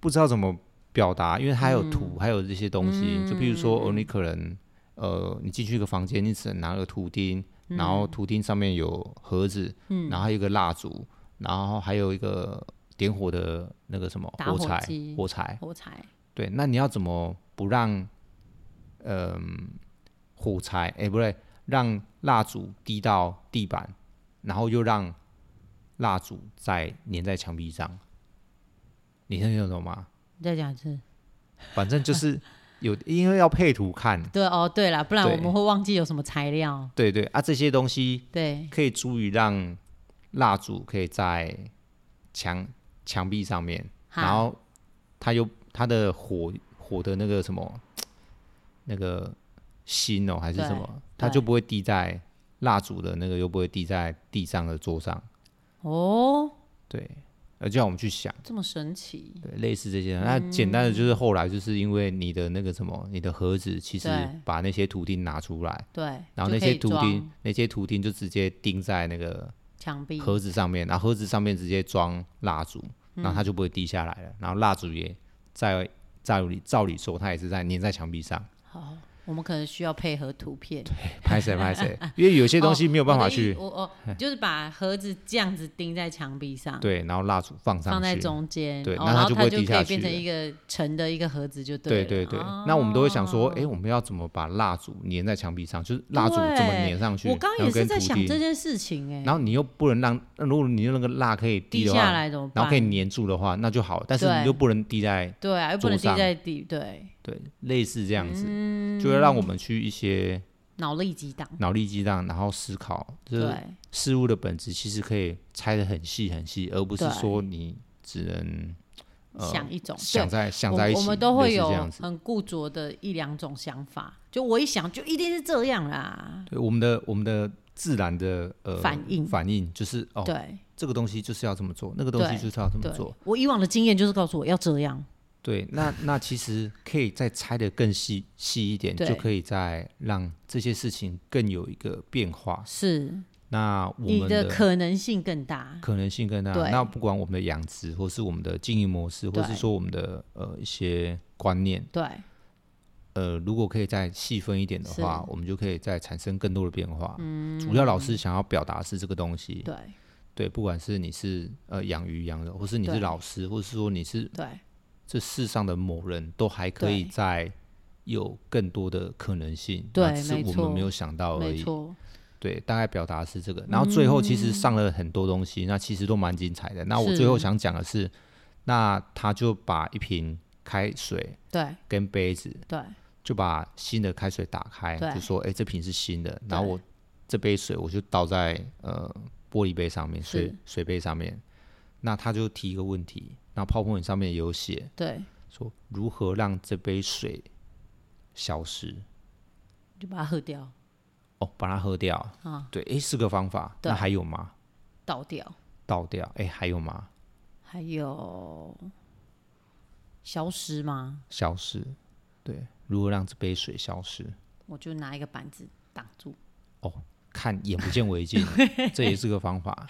S1: 不知道怎么表达，因为它还有
S2: 嗯
S1: 图，还有这些东西。就譬如说，哦，你可能呃，你进去一个房间，你只能拿个图钉，然
S2: 嗯
S1: 后图钉上面有盒子，然后还有一个蜡烛，然后还有一个点火的那个什么
S2: 打火
S1: 柴
S2: 机，
S1: 火柴。
S2: 火柴，
S1: 对，那你要怎么不让嗯、火柴？哎、不对，让蜡烛滴到地板，然后又让蜡烛再粘在墙壁上，你听得懂吗？
S2: 你再讲一次。
S1: 反正就是有，因为要配图看。
S2: 对哦，对啦，不然
S1: 对
S2: 我们会忘记有什么材料。
S1: 对对啊，这些东西
S2: 对，
S1: 可以足以让蜡烛可以在墙墙壁上面，
S2: 哈
S1: 然后它又它的火火的那个什么那个芯哦还是
S2: 对
S1: 什么，它
S2: 对
S1: 就不会滴在蜡烛的那个又不会滴在地上的桌上，
S2: 哦，
S1: 对，呃，就让我们去想，
S2: 这么神奇。
S1: 对，类似这些。那
S2: 嗯
S1: 简单的就是后来就是因为你的那个什么，你的盒子其实
S2: 对
S1: 把那些图钉拿出来，
S2: 对，
S1: 然后
S2: 就
S1: 那
S2: 可以
S1: 些图
S2: 装
S1: 钉那些图钉就直接钉在那个
S2: 墙壁，
S1: 盒子上面，然后盒子上面直接装蜡烛，然后它就不会滴下来了。然后蜡烛也在照理照理说，它也是在粘在墙壁上。
S2: 好，我们可能需要配合图片，
S1: 拍谁拍 谁，因为有些东西没有办法去、
S2: 哦我的意我我就是把盒子这样子钉在墙壁上，
S1: 对，然后蜡烛放上去，
S2: 放在中间，
S1: 对
S2: 哦
S1: 那它
S2: 然后
S1: 就不
S2: 它
S1: 会
S2: 就
S1: 滴
S2: 可
S1: 下
S2: 以变
S1: 去
S2: 成
S1: 了
S2: 一个沉的一个盒子就
S1: 对
S2: 了。
S1: 对对
S2: 哦，
S1: 那我们都会想说，哎，我们要怎么把蜡烛粘在墙壁上？就是蜡烛怎么粘上去？
S2: 我刚刚
S1: 然
S2: 也
S1: 后
S2: 是
S1: 跟
S2: 在
S1: 土
S2: 想
S1: 地
S2: 这件事情哎、
S1: 然后你又不能让，那如果你用那个蜡可以滴
S2: 滴
S1: 的
S2: 下
S1: 话，
S2: 来怎么办？
S1: 然后可以粘住的话，那就好。但是
S2: 对
S1: 你又不能滴在
S2: 对啊，又不能滴
S1: 桌上
S2: 在地，对，
S1: 对，类似这样子，
S2: 嗯
S1: 就会让我们去一些
S2: 脑力激荡，
S1: 脑力激荡，然后思考，就是
S2: 对
S1: 事物的本质，其实可以拆得很细很细，而不是
S2: 对
S1: 说你只能呃
S2: 想一种，
S1: 想
S2: 对
S1: 在想
S2: 我
S1: 在一
S2: 们
S1: 起，
S2: 我们都会
S1: 类似
S2: 有
S1: 这样子。
S2: 很固着的一两种想法，就我一想就一定是这样啦，
S1: 对，我们的我们的自然的呃
S2: 反应
S1: 反应就是哦，
S2: 对
S1: 这个东西就是要这么做，那个东西
S2: 对
S1: 就是要这么
S2: 对
S1: 做。，
S2: 我以往的经验就是告诉我要这样，
S1: 对，那那其实可以再拆得更细细一点，
S2: 对
S1: 就可以再让这些事情更有一个变化。
S2: 是
S1: 那我
S2: 你
S1: 们
S2: 的
S1: 的
S2: 可能性更大，
S1: 可能性更大
S2: 对。
S1: 那不管我们的养殖，或是我们的经营模式，或
S2: 对
S1: 是说我们的呃一些观念，
S2: 对
S1: 呃，如果可以再细分一点的话
S2: 是，嗯
S1: 我们就可以再产生更多的变化。主要老师想要表达是这个东西，
S2: 对
S1: 对，不管是你是呃养鱼养肉，或是你
S2: 对
S1: 是老师，或是说你是
S2: 对
S1: 这世上的某人，都还可以
S2: 对
S1: 再有更多的可能性，
S2: 对
S1: 那只是
S2: 没
S1: 我
S2: 错
S1: 们没有想到而
S2: 没
S1: 已。
S2: 错，
S1: 对，大概表达的是这个。然后最后其实上了很多东西，那其实都蛮精彩的。那我
S2: 嗯是
S1: 最后想讲的是，那他就把一瓶开水
S2: 对
S1: 跟杯子，
S2: 对
S1: 就把新的开水打开
S2: 对，
S1: 就说：“哎、这瓶是新的。”然后我这杯水我就倒在呃玻璃杯上面，
S2: 是
S1: 水水杯上面。那他就提一个问题，那 PowerPoint 上面也有写
S2: 对，
S1: 说如何让这杯水消失。
S2: 就把它喝掉
S1: 哦，把它喝掉。
S2: 啊，
S1: 对，哎，是个方法。
S2: 对
S1: 那还有吗？
S2: 倒掉，
S1: 倒掉，哎，还有吗？
S2: 还有消失吗？
S1: 消失，对，如何让这杯水消失？
S2: 我就拿一个板子挡住，
S1: 看眼不见为 净，这也是个方法。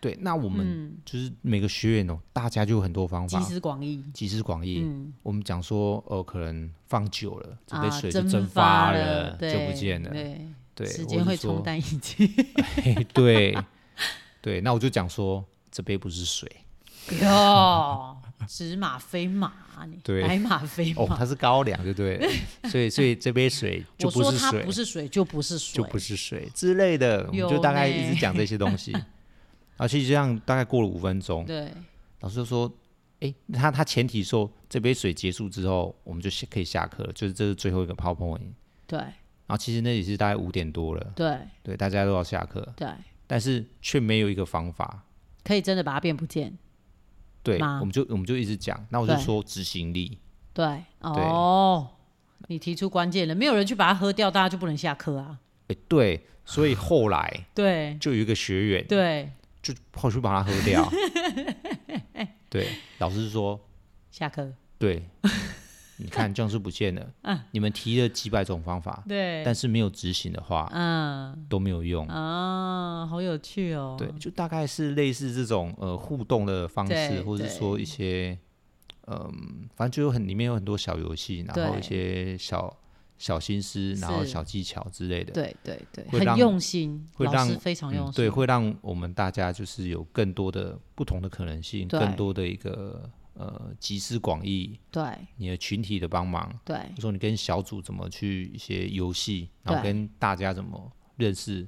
S1: 对，那我们就是每个学员哦，大家就有很多方
S2: 嗯集
S1: 法，
S2: 思广益。
S1: 集思广益。我们讲说，呃，可能放久了，这杯
S2: 啊
S1: 水就
S2: 蒸
S1: 蒸
S2: 发
S1: 了，
S2: 对
S1: 就不见了。
S2: 对，
S1: 对，
S2: 时
S1: 我
S2: 间
S1: 是
S2: 会
S1: 说
S2: 冲淡一切。
S1: 嘿 对，对，那我就讲说，这杯不是水，
S2: 哟，纸马非马啊，你
S1: 对
S2: 白马非
S1: 哦，
S2: 马。
S1: 它是高粱，对不对？所以，所以这杯水就
S2: 我
S1: 不
S2: 说
S1: 是
S2: 它
S1: 水
S2: 不，是水就不是水，
S1: 就不是水之类的，我们
S2: 有
S1: 就大概
S2: 呢
S1: 一直讲这些东 西。而且这样大概过了五分钟，
S2: 对
S1: 老师就说：“哎、他他前提说这杯水结束之后，我们就下可以下课了，就是这是最后一个 PowerPoint。
S2: 对
S1: 然后其实那也是大概五点多了，
S2: 对
S1: 对，大家都要下课，
S2: 对，
S1: 但是却没有一个方法。
S2: 可以真的把它变不见。
S1: 对，
S2: 吗
S1: 我们就我们就一直讲，那我就
S2: 对
S1: 说执行力，
S2: 对哦，你提出关键了，没有人去把它喝掉，大家就不能下课啊。
S1: 哎、对，所以后来
S2: 对
S1: 就有一个学员
S2: 对，
S1: 就跑去把它喝 掉，对，老师说，
S2: 下课
S1: 对，你看这样是不见 了，你们提了几百种方法，
S2: 嗯对，
S1: 但是没有执行的话
S2: 嗯
S1: 都没有用，
S2: 啊，好有趣哦。
S1: 对，就大概是类似这种呃互动的方
S2: 对
S1: 式，或者
S2: 对
S1: 是说一些嗯、反正就有很里面有很多小游戏，然后
S2: 对
S1: 一些小小心思，然后
S2: 是
S1: 小技巧之类的，
S2: 对对对，
S1: 会
S2: 很
S1: 让
S2: 用心，
S1: 会
S2: 老师
S1: 让
S2: 非常
S1: 嗯
S2: 用心。
S1: 对，会让我们大家就是有更多的不同的可能性，
S2: 对
S1: 更多的一个呃集思广益，
S2: 对
S1: 你的群体的帮忙，
S2: 对
S1: 就说你跟小组怎么去一些游戏，然后
S2: 对
S1: 跟大家怎么认识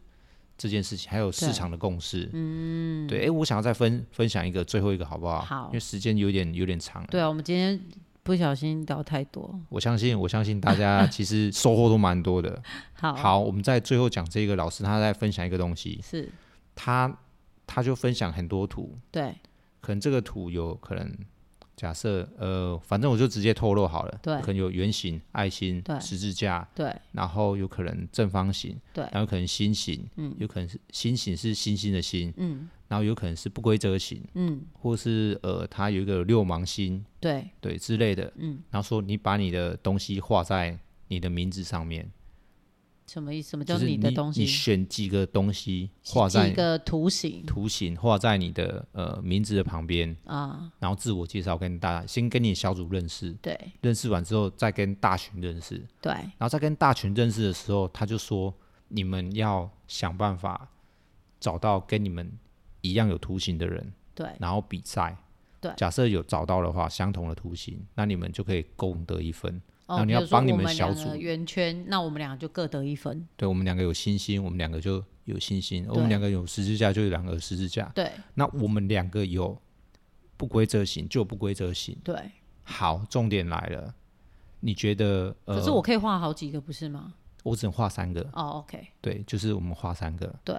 S1: 这件事情，还有市场的共识。嗯，对。哎，我想要再分分享一个最后一个好不好？
S2: 好
S1: 因为时间有点有点长了。
S2: 对啊，我们今天不小心聊太多。
S1: 我相信我相信大 家其实收获都蛮多的。
S2: 好，
S1: 好，我们在最后讲这个老师他在分享一个东西，
S2: 是
S1: 他他就分享很多图，
S2: 对
S1: 可能这个图有可能。假设呃，反正我就直接透露好了，
S2: 对
S1: 可能有圆形、爱心
S2: 对、
S1: 十字架，
S2: 对
S1: 然后有可能正方形，
S2: 对
S1: 然后有可能心形，嗯，有可能是心形是星星的星，嗯，然后有可能是不规则形，
S2: 嗯，
S1: 或是呃，它有一个六芒星，
S2: 对
S1: 对之类的，嗯，然后说你把你的东西画在你的名字上面，
S2: 什么意思？什么
S1: 就
S2: 叫
S1: 是
S2: 你的东西
S1: 你？选几个东西画
S2: 几
S1: 在
S2: 个图形
S1: 图形，画在你的呃名字的旁边，
S2: 啊？
S1: 然后自我介绍跟大家先跟你小组认识，
S2: 对
S1: 认识完之后再跟大群认识，
S2: 对，
S1: 然后在跟大群认识的时候，他就说你们要想办法找到跟你们一样有图形的人，
S2: 对
S1: 然后比赛。
S2: 对
S1: 假设有找到的话，相同的图形，那你们就可以共得一分。然后
S2: 哦，
S1: 你
S2: 比
S1: 要
S2: 如说
S1: 帮你
S2: 我
S1: 们
S2: 们
S1: 小
S2: 两个
S1: 组
S2: 圆圈，那我们俩就各得一分。
S1: 对我们两个有星星，我们两个就有星星；我
S2: 对
S1: 们两个有十字架，就有两个十字架。
S2: 对
S1: 那我们两个有不规则型，就有不规则型。
S2: 对，
S1: 好，重点来了，你觉得？ 呃，
S2: 可是我可以画好几个，不是吗？
S1: 我只能画三个，
S2: 哦，OK，
S1: 对，就是我们画三个。
S2: 对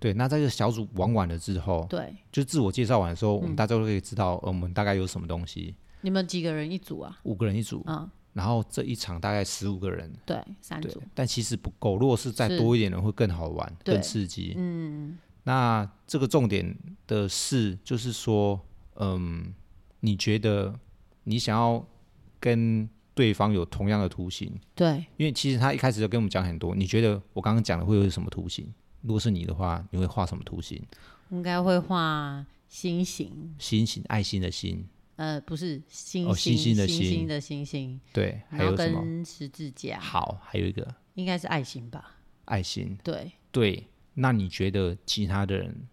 S1: 对，那在这个小组玩完了之后，
S2: 对，
S1: 就自我介绍完的时候，我
S2: 嗯
S1: 们大家都可以知道，呃，我们大概有什么东西。
S2: 你们几个人一组啊？
S1: 五个人一组，
S2: 嗯，
S1: 然后这一场大概十五个人，
S2: 对，三
S1: 对
S2: 组。，
S1: 但其实不够，如果是再
S2: 是
S1: 多一点人会更好玩，
S2: 对
S1: 更刺激。嗯，那这个重点的是，就是说，嗯，你觉得你想要跟对方有同样的图形，
S2: 对
S1: 因为其实他一开始就跟我们讲很多，你觉得我刚刚讲的会有什么图形？如果是你的话，你会画什么图形？
S2: 应该会画星星，
S1: 心形、爱心的心，
S2: 呃，不是星
S1: 哦
S2: 星，
S1: 星星的
S2: 星
S1: 星
S2: 的星星，
S1: 对，还
S2: 然后
S1: 有什么？
S2: 跟十字架，
S1: 好，还有一个
S2: 应该是爱心吧？
S1: 爱心，
S2: 对，
S1: 对，那你觉得其他的人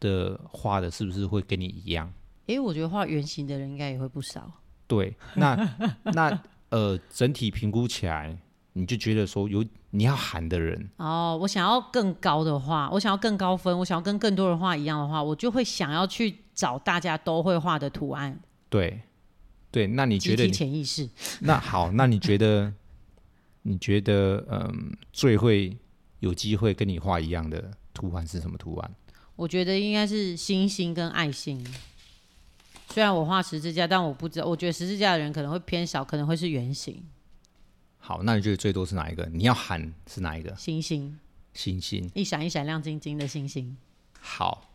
S1: 的画的是不是会跟你一样？
S2: 诶，我觉得画圆形的人应该也会不少。
S1: 对，那 那呃，整体评估起来，你就觉得说有你要喊的人，
S2: 哦，我想要更高的话，我想要更高分，我想要跟更多人画一样的话，我就会想要去找大家都会画的图案，
S1: 对对，那你
S2: 集
S1: 觉得
S2: 体
S1: 你
S2: 潜意识。
S1: 那好，那你觉得你觉得嗯，最会有机会跟你画一样的图案是什么图案？
S2: 我觉得应该是星星跟爱心。虽然我画十字架，但我不知道，我觉得十字架的人可能会偏少，可能会是圆形、
S1: 好，那你觉得最多是哪一个？你要喊是哪一个？
S2: 星星，
S1: 星星。
S2: 一闪一闪亮晶晶的星星。
S1: 好，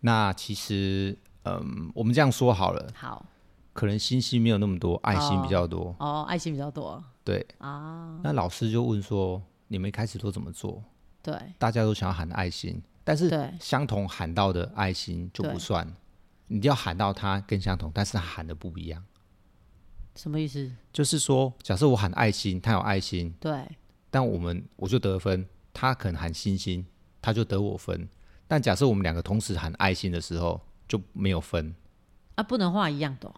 S1: 那其实，嗯，我们这样说好了，
S2: 好，
S1: 可能星星没有那么多，爱心比较多。
S2: 哦，爱心比较多，
S1: 对啊，那老师就问说，你们一开始都怎么做？
S2: 对
S1: 大家都想要喊爱心，但是
S2: 对
S1: 相同喊到的爱心就不
S2: 对
S1: 算，你一定要喊到它跟相同，但是它喊的不一样。
S2: 什么意思？
S1: 就是说，假设我喊爱心，他有爱心，
S2: 对
S1: 但我们我就得分，他可能喊星星，他就得我分。但假设我们两个同时喊爱心的时候，就没有分。
S2: 啊，不能画一样的哦、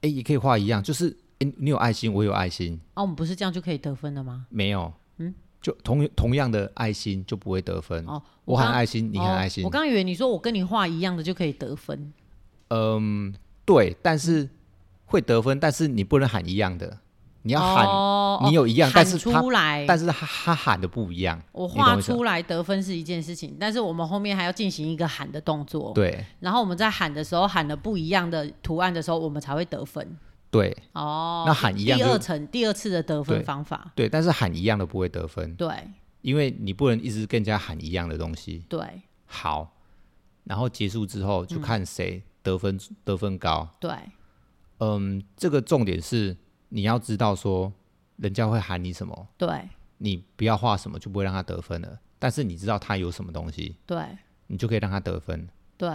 S1: 哎，也可以画一样，就是哎，你有爱心，我有爱心，
S2: 啊，我们不是这样就可以得分的吗？
S1: 没有，嗯，就同同样的爱心就不会得分。
S2: 哦，
S1: 我
S2: 刚
S1: 喊爱心，你喊
S2: 哦
S1: 爱心
S2: 我，刚以为你说我跟你画一样的就可以得分，
S1: 嗯，对，但是会得分，但是你不能喊一样的，你要喊，
S2: 哦、
S1: 你有一样
S2: 哦
S1: 但是
S2: 喊
S1: 他
S2: 出来，
S1: 但是他他喊的不一样，
S2: 我
S1: 你懂
S2: 画
S1: 意思吗
S2: 出来得分是一件事情，但是我们后面还要进行一个喊的动作。
S1: 对
S2: 然后我们在喊的时候喊了不一样的图案的时候，我们才会得分。
S1: 对，
S2: 哦，
S1: 那喊一样
S2: 第
S1: 就
S2: 二层第二次的得分
S1: 对
S2: 方法，
S1: 对，但是喊一样的不会得分，
S2: 对
S1: 因为你不能一直跟人家喊一样的东西。
S2: 对
S1: 好，然后结束之后就
S2: 嗯
S1: 看谁得分、得分高。
S2: 对
S1: 嗯，这个重点是你要知道说人家会喊你什么，
S2: 对
S1: 你不要画什么就不会让他得分了。但是你知道他有什么东西，
S2: 对
S1: 你就可以让他得分。
S2: 对，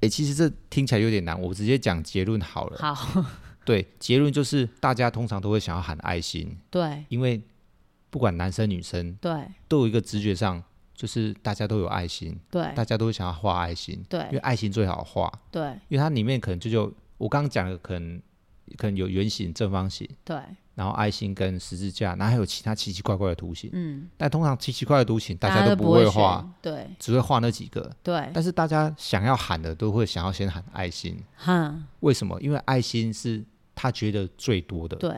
S1: 诶，其实这听起来有点难，我直接讲结论好了。
S2: 好，
S1: 对，结论就是大家通常都会想要喊爱心，
S2: 对
S1: 因为不管男生女生
S2: 对
S1: 都有一个直觉上，就是大家都有爱心，
S2: 对
S1: 大家都会想要画爱心，因为
S2: 对
S1: 爱心最好画，
S2: 对
S1: 因为它里面可能就有我刚刚讲的，可能可能有圆形、正方形，
S2: 对，
S1: 然后爱心跟十字架，然后还有其他奇奇怪怪的图形。
S2: 嗯，
S1: 但通常奇奇怪怪的图形大家
S2: 都
S1: 都不会
S2: 选
S1: 画，，
S2: 对
S1: 只会画那几个。
S2: 对，
S1: 但是大家想要喊的都会想要先喊爱心，
S2: 哈，
S1: 为什么？因为爱心是他觉得最多的。
S2: 对，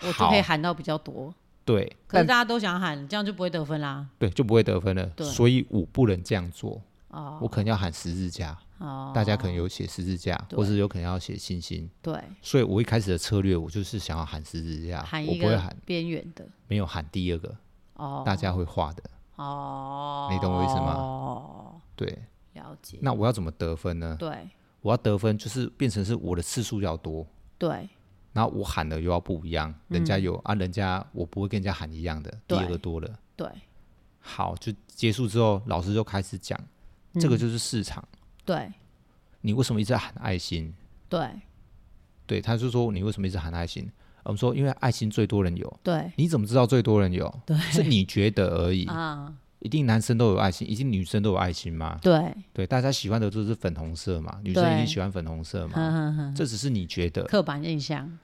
S2: 我就
S1: 好
S2: 可以喊到比较多。
S1: 对，
S2: 可是
S1: 但
S2: 大家都想喊，这样就不会得分啦。
S1: 对就不会得分了。
S2: 对
S1: 所以我不能这样做，
S2: 哦
S1: 我可能要喊十字架。
S2: 哦，
S1: 大家可能有写十字架，
S2: 对
S1: 或是有可能要写星星。
S2: 对
S1: 所以我一开始的策略，我就是想要喊十字架，
S2: 喊
S1: 啊我
S2: 一
S1: 不会
S2: 个
S1: 喊，
S2: 边缘的
S1: 没有喊第二个，
S2: 哦
S1: 大家会画的。
S2: 哦，
S1: 你懂我意思吗
S2: 哦，
S1: 对，
S2: 了解。
S1: 嗯那我要怎么得分呢？
S2: 对
S1: 我要得分就是变成是我的次数要多，
S2: 对
S1: 然后我喊的又要不一样，人家有、啊，人家我不会跟人家喊一样的，第
S2: 嗯对
S1: 二个多了。
S2: 对
S1: 好，就结束之后，老师就开始讲，
S2: 嗯
S1: 这个就是市场，
S2: 对
S1: 你为什么一直喊爱心？
S2: 对
S1: 对，他就说你为什么一直喊爱心？我们说因为爱心最多人有，
S2: 对
S1: 你怎么知道最多人有？
S2: 对
S1: 是你觉得而已。
S2: 啊，
S1: 一定男生都有爱心，一定女生都有爱心吗？
S2: 对，
S1: 对，大家喜欢的都是粉红色嘛，女生
S2: 对嗯
S1: 一定喜欢粉红色嘛，
S2: 哼哼
S1: 这只是你觉得，
S2: 刻板印象，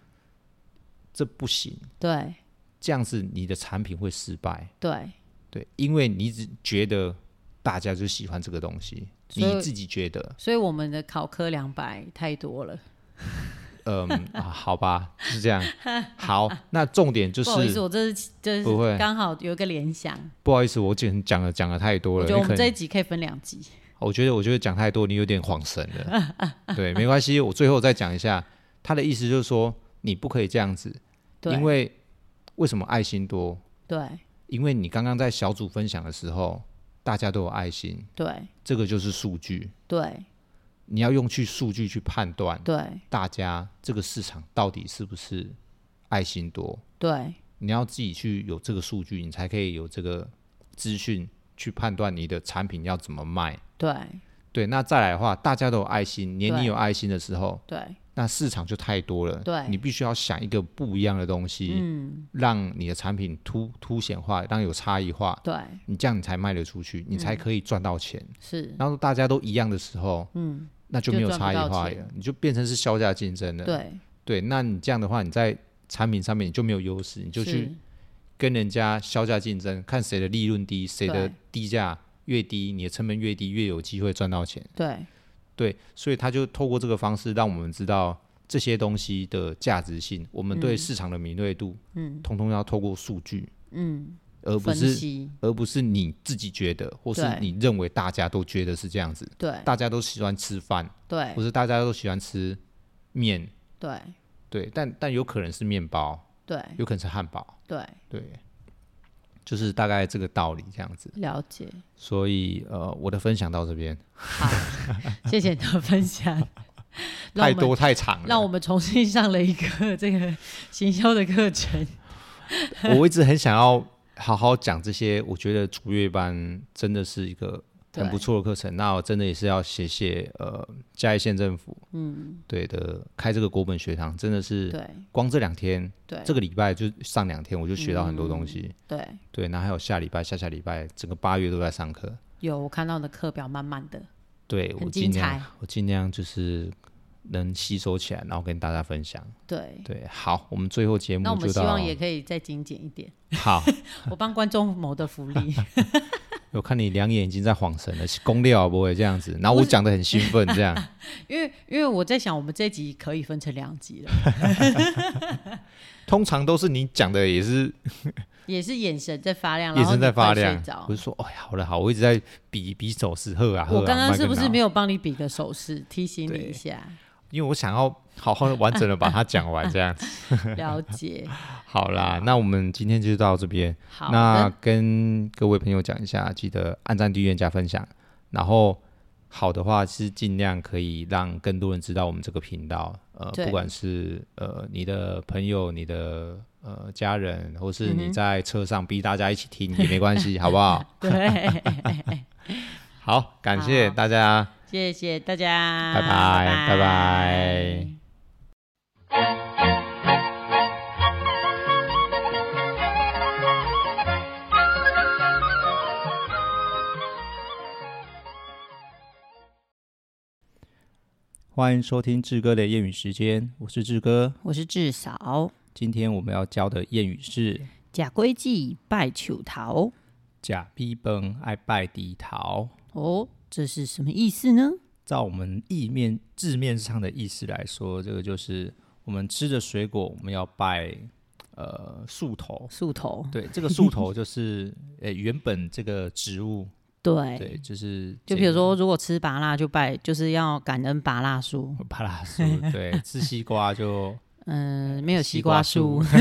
S1: 这不行，
S2: 对
S1: 这样子你的产品会失败。
S2: 对
S1: 对，因为你只觉得大家就喜欢这个东西，
S2: 所以
S1: 你自己觉得，
S2: 所以我们的考科两百太多了，
S1: 嗯、啊，好吧，是 这样。好，那重点就
S2: 不好意思，
S1: 是
S2: 我这是这
S1: 不
S2: 是
S1: 会
S2: 刚好有一个联想，
S1: 不好意思，我讲讲了讲了太多
S2: 我
S1: 了，
S2: 觉得我
S1: 你可
S2: 们这一
S1: 能
S2: 集可以分两集，
S1: 我觉得我觉得讲太多，你有点恍神了。 对，没关系，我最后再讲一下，他的意思就是说你不可以这样子，
S2: 对
S1: 因为为什么爱心多？
S2: 对
S1: 因为你刚刚在小组分享的时候，大家都有爱心，
S2: 对
S1: 这个就是数据，
S2: 对
S1: 你要用去数据去判断
S2: 对
S1: 大家这个市场到底是不是爱心多，
S2: 对
S1: 你要自己去有这个数据，你才可以有这个资讯去判断你的产品要怎么卖。
S2: 对
S1: 对，那再来的话，大家都有爱心，连
S2: 对
S1: 你有爱心的时候，
S2: 对
S1: 那市场就太多了。
S2: 对嗯
S1: 你必须要想一个不一样的东西，让你的产品突凸显化，让有差异化，
S2: 对
S1: 你这样你才卖得出去，你
S2: 嗯
S1: 才可以赚到钱。
S2: 是，
S1: 然后大家都一样的时候，
S2: 嗯，
S1: 那就没有
S2: 就
S1: 差
S2: 赚
S1: 异
S2: 不到
S1: 化
S2: 钱
S1: 了，你就变成是销价竞争了。
S2: 对，
S1: 对，那你这样的话，你在产品上面你就没有优势，你就是去跟人家销价竞争，看谁的利润低，谁的
S2: 对
S1: 低价越低，你的成本越低，越有机会赚到钱。
S2: 对
S1: 对，所以他就透过这个方式让我们知道这些东西的价值性，我们对市场的敏锐度，嗯，通通要透过数据，
S2: 嗯，
S1: 而不
S2: 分
S1: 是
S2: 析
S1: 而不是你自己觉得，或是
S2: 对
S1: 你认为大家都觉得是这样子，
S2: 对
S1: 大家都喜欢吃饭，
S2: 对
S1: 或是大家都喜欢吃面，
S2: 对
S1: 对，但但有可能是面包，
S2: 对
S1: 有可能是汉堡，
S2: 对，
S1: 对，就是大概这个道理这样子。
S2: 了解，
S1: 所以呃，我的分享到这边
S2: 好，谢谢 你的分享，让
S1: 太
S2: 我们
S1: 多太长了，
S2: 让我们重新上了一个 这个行销的课程。
S1: 我一直很想要好好讲这些，我觉得竹月班真的是一个很不错的课程。那我真的也是要谢谢呃嘉义县政府，嗯，对的，开这个国本学堂真的是
S2: 对
S1: 光这两天，
S2: 对嗯
S1: 这个礼拜就上两天，我就学到很多东西。
S2: 对，
S1: 对，那还有下礼拜、下下礼拜，整个八月都在上课。
S2: 有我看到你的课表满满的，
S1: 对我
S2: 很
S1: 尽
S2: 精
S1: 量
S2: 彩，
S1: 我尽量就是能吸收起来，然后跟大家分享。
S2: 对。
S1: 对，好，我们最后节目
S2: 嗯那我们
S1: 就
S2: 希
S1: 到
S2: 望也可以再精简一点，
S1: 好。
S2: 我帮观众谋的福利。
S1: 我看你两眼已经在晃神了，攻略啊不会这样 子，然后我讲的很兴奋，这样
S2: 因为因为我在想，我们这集可以分成两集了，
S1: 通常都是你讲的也是
S2: 也是眼神在发亮，
S1: 眼
S2: 然后
S1: 神在
S2: 你快
S1: 发亮
S2: 睡，着
S1: 我就说哎呀好了好，我一直在比比手势喝啊喝啊，
S2: 我刚刚是不是没
S1: 有？
S2: 有帮你比个手势，提醒你
S1: 对
S2: 一下？
S1: 因为我想要好好的完整的把它讲 完，这样子。
S2: 了解。
S1: 好啦，那我们今天就到这边。
S2: 好，
S1: 那跟各位朋友讲一下，记得按赞、订阅、加分享，然后。好的话是尽量可以让更多人知道我们这个频道，呃，
S2: 对
S1: 不管是呃你的朋友、你的呃家人，或是
S2: 嗯
S1: 你
S2: 哼
S1: 在车上逼大家一起听、也没关 系，好不好？
S2: 那 对，
S1: 好，感谢
S2: 好
S1: 大家，
S2: 谢谢大家，
S1: 拜拜，拜拜。欢迎收听志哥的谚语时间，我是志哥。
S2: 我是志嫂，
S1: 今天我们要教的谚语是
S2: 假规矩拜求桃。
S1: “假逼崩爱拜低桃
S2: 哦，这是什么意思呢？”。
S1: 照我们意面字面上的意思来说，这个就是我们吃的水果，我们要拜呃树头。
S2: 树头，
S1: 对，这个树头就是呃、原本这个植物，
S2: 对，
S1: 对，就是
S2: 就
S1: 这
S2: 比如
S1: 个
S2: 说，如果吃拔蜡就拜，就是要感恩拔蜡树。
S1: 巴拉 树，对，吃西瓜就
S2: 嗯，没有西
S1: 呃西
S2: 瓜
S1: 瓜
S2: 树
S1: 树，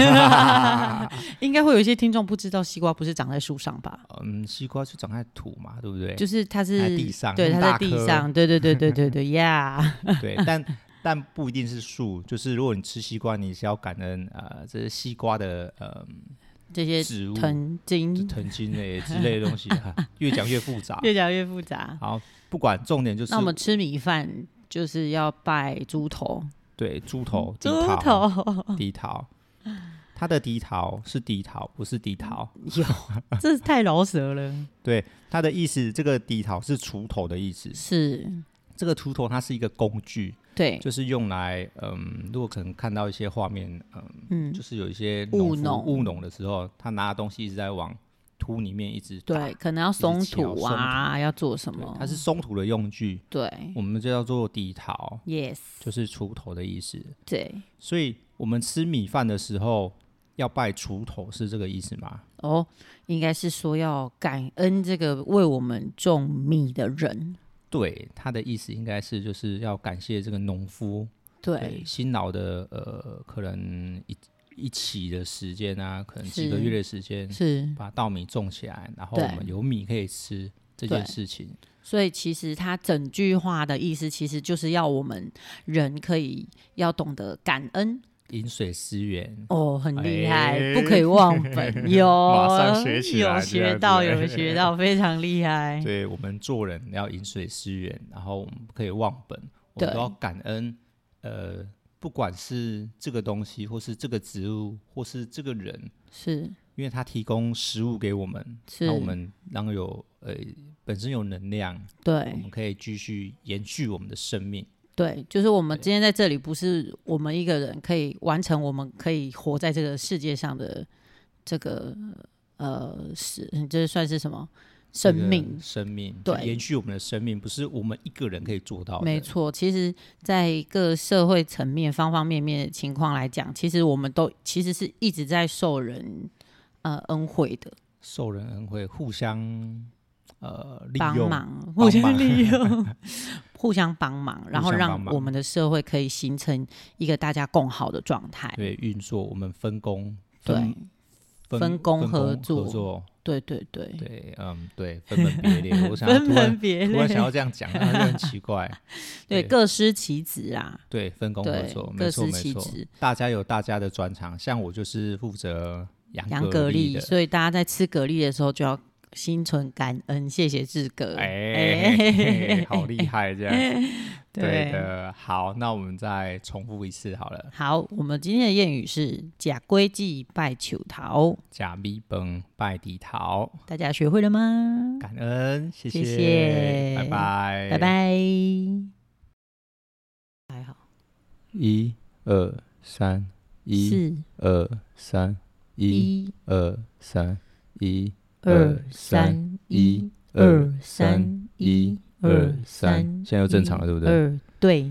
S2: 应该会有一些听众不知道西瓜不是长在树上吧？
S1: 嗯，西瓜就长在土嘛，对不对？
S2: 就是它是
S1: 在地上
S2: 对，它
S1: 很
S2: 在
S1: 大
S2: 地
S1: 颗
S2: 上，对对对对对对呀，
S1: 对，但但不一定是素，就是如果你吃西瓜，你是要感恩呃这些西瓜的呃
S2: 这些
S1: 植物、
S2: 藤
S1: 就
S2: 茎
S1: 藤茎类之类的东西，哈越讲越复杂。
S2: 越讲越复杂。
S1: 好，不管重点就是
S2: 那我们吃米饭就是要拜猪头，
S1: 对猪头、
S2: 嗯猪
S1: 低桃、
S2: 头
S1: 低桃，它的低桃是低桃，不是低桃。
S2: 有， 这是太饶舌 了。
S1: 对，它的意思，这个低桃是锄头的意思。
S2: 是，
S1: 这个锄头它是一个工具，
S2: 对，
S1: 就是用来，嗯，如果可能看到一些画面，嗯，
S2: 嗯，
S1: 就是有一些
S2: 务
S1: 夫
S2: 农
S1: 务农的时候，他拿的东西一直在往土里面一直打
S2: 对，，可能要松土啊，要做什
S1: 对
S2: 么？
S1: 它是松土的用具，
S2: 对
S1: 我们就叫做低桃，
S2: ，yes，
S1: 就是锄头的意思。
S2: 对，
S1: 所以我们吃米饭的时候要拜锄头，是这个意思吗？
S2: 哦，应该是说要感恩这个为我们种米的人，
S1: 对，他的意思应该是就是要感谢这个农夫
S2: 对，
S1: 辛劳的呃，可能一一起的时间啊，可能几
S2: 是
S1: 个月的时间，
S2: 是，
S1: 把稻米种起来，然后
S2: 对
S1: 我们有米可以吃这件
S2: 对
S1: 事情。
S2: 所以其实他整句话的意思，其实就是要我们人可以要懂得感恩
S1: 饮水思源，
S2: 哦，很厉害，
S1: 哎
S2: 不可以忘本，有，
S1: 马上学起来
S2: 有
S1: 这
S2: 学
S1: 样
S2: 到，
S1: 子
S2: 有学到，非常厉 害，
S1: 对我们做人要饮水思源，然后我们不可以忘本，我们
S2: 对
S1: 都要感恩。呃，不管是这个东西，或是这个植物，或是这个人，
S2: 是
S1: 因为他提供食物给我们，
S2: 是
S1: 那，我们让有呃本身有能量，我
S2: 对
S1: 们可以继续延续我们的生命。嗯
S2: 对，就是我们今天在这里，不是我们一个人可以完成，我们可以活在这个世界上的这个呃，是这算是什么生
S1: 这
S2: 命
S1: 个？生命，
S2: 对
S1: 就延续我们的生命，不是我们一个人可以做到的。
S2: 没错，其实，在各社会层面、方方面面的情况来讲，其实我们都其实是一直在受人呃恩惠的
S1: 受人恩惠，互相呃利
S2: 帮
S1: 用，
S2: 忙，
S1: 帮
S2: 互相
S1: 忙
S2: 利用， 互相帮忙，然后
S1: 互相帮
S2: 让
S1: 忙
S2: 我们的社会可以形成一个大家共好的状态。
S1: 对嗯运作，我们分工，
S2: 对
S1: 分
S2: 分工合
S1: 合
S2: 作
S1: 作，
S2: 对对对，
S1: 对，嗯，对，分门别 类。我想要
S2: 分
S1: 突
S2: 门
S1: 然
S2: 别
S1: 突然想要
S2: 类，
S1: 这样讲，那就很奇 怪。
S2: 对，
S1: 对
S2: 各司其职啊，
S1: 对，分工合
S2: 对
S1: 作，，没
S2: 各
S1: 错
S2: 司
S1: 没
S2: 其
S1: 错，
S2: 职。
S1: 大家有大家的专长，像我就是负责养
S2: 养蛤
S1: 蜊
S2: 蜊，
S1: 的。
S2: 所以大家在吃蛤蜊的时候就要心存感恩，谢谢志哥。
S1: 哎，嘿好厉害，这样对
S2: 对
S1: 的。好，那我们再重复一次好了。
S2: 好，我们今天的谚语是“假归计拜求桃
S1: 假米崩拜地桃，”，
S2: 大家学会了吗？
S1: 感恩，谢
S2: 谢谢
S1: 拜拜，
S2: 拜。拜。还好，
S1: 一二三，一
S2: 四
S1: 二三，一
S2: 一
S1: 二三，一
S2: 二
S1: 二
S2: 三一
S1: 一
S2: 二
S1: 二三。
S2: 三
S1: 一
S2: 一二三，
S1: 现在又正常了，对不对？
S2: 二对，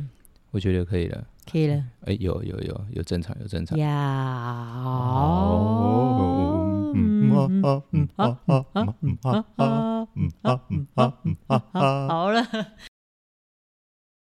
S1: 我觉得可以了。
S2: 可以了。
S1: 哎，有有有有正常，有正常。
S2: 呀，
S1: 哦嗯
S2: 嗯
S1: 啊嗯啊嗯啊嗯啊嗯啊嗯啊嗯啊嗯啊
S2: 好了。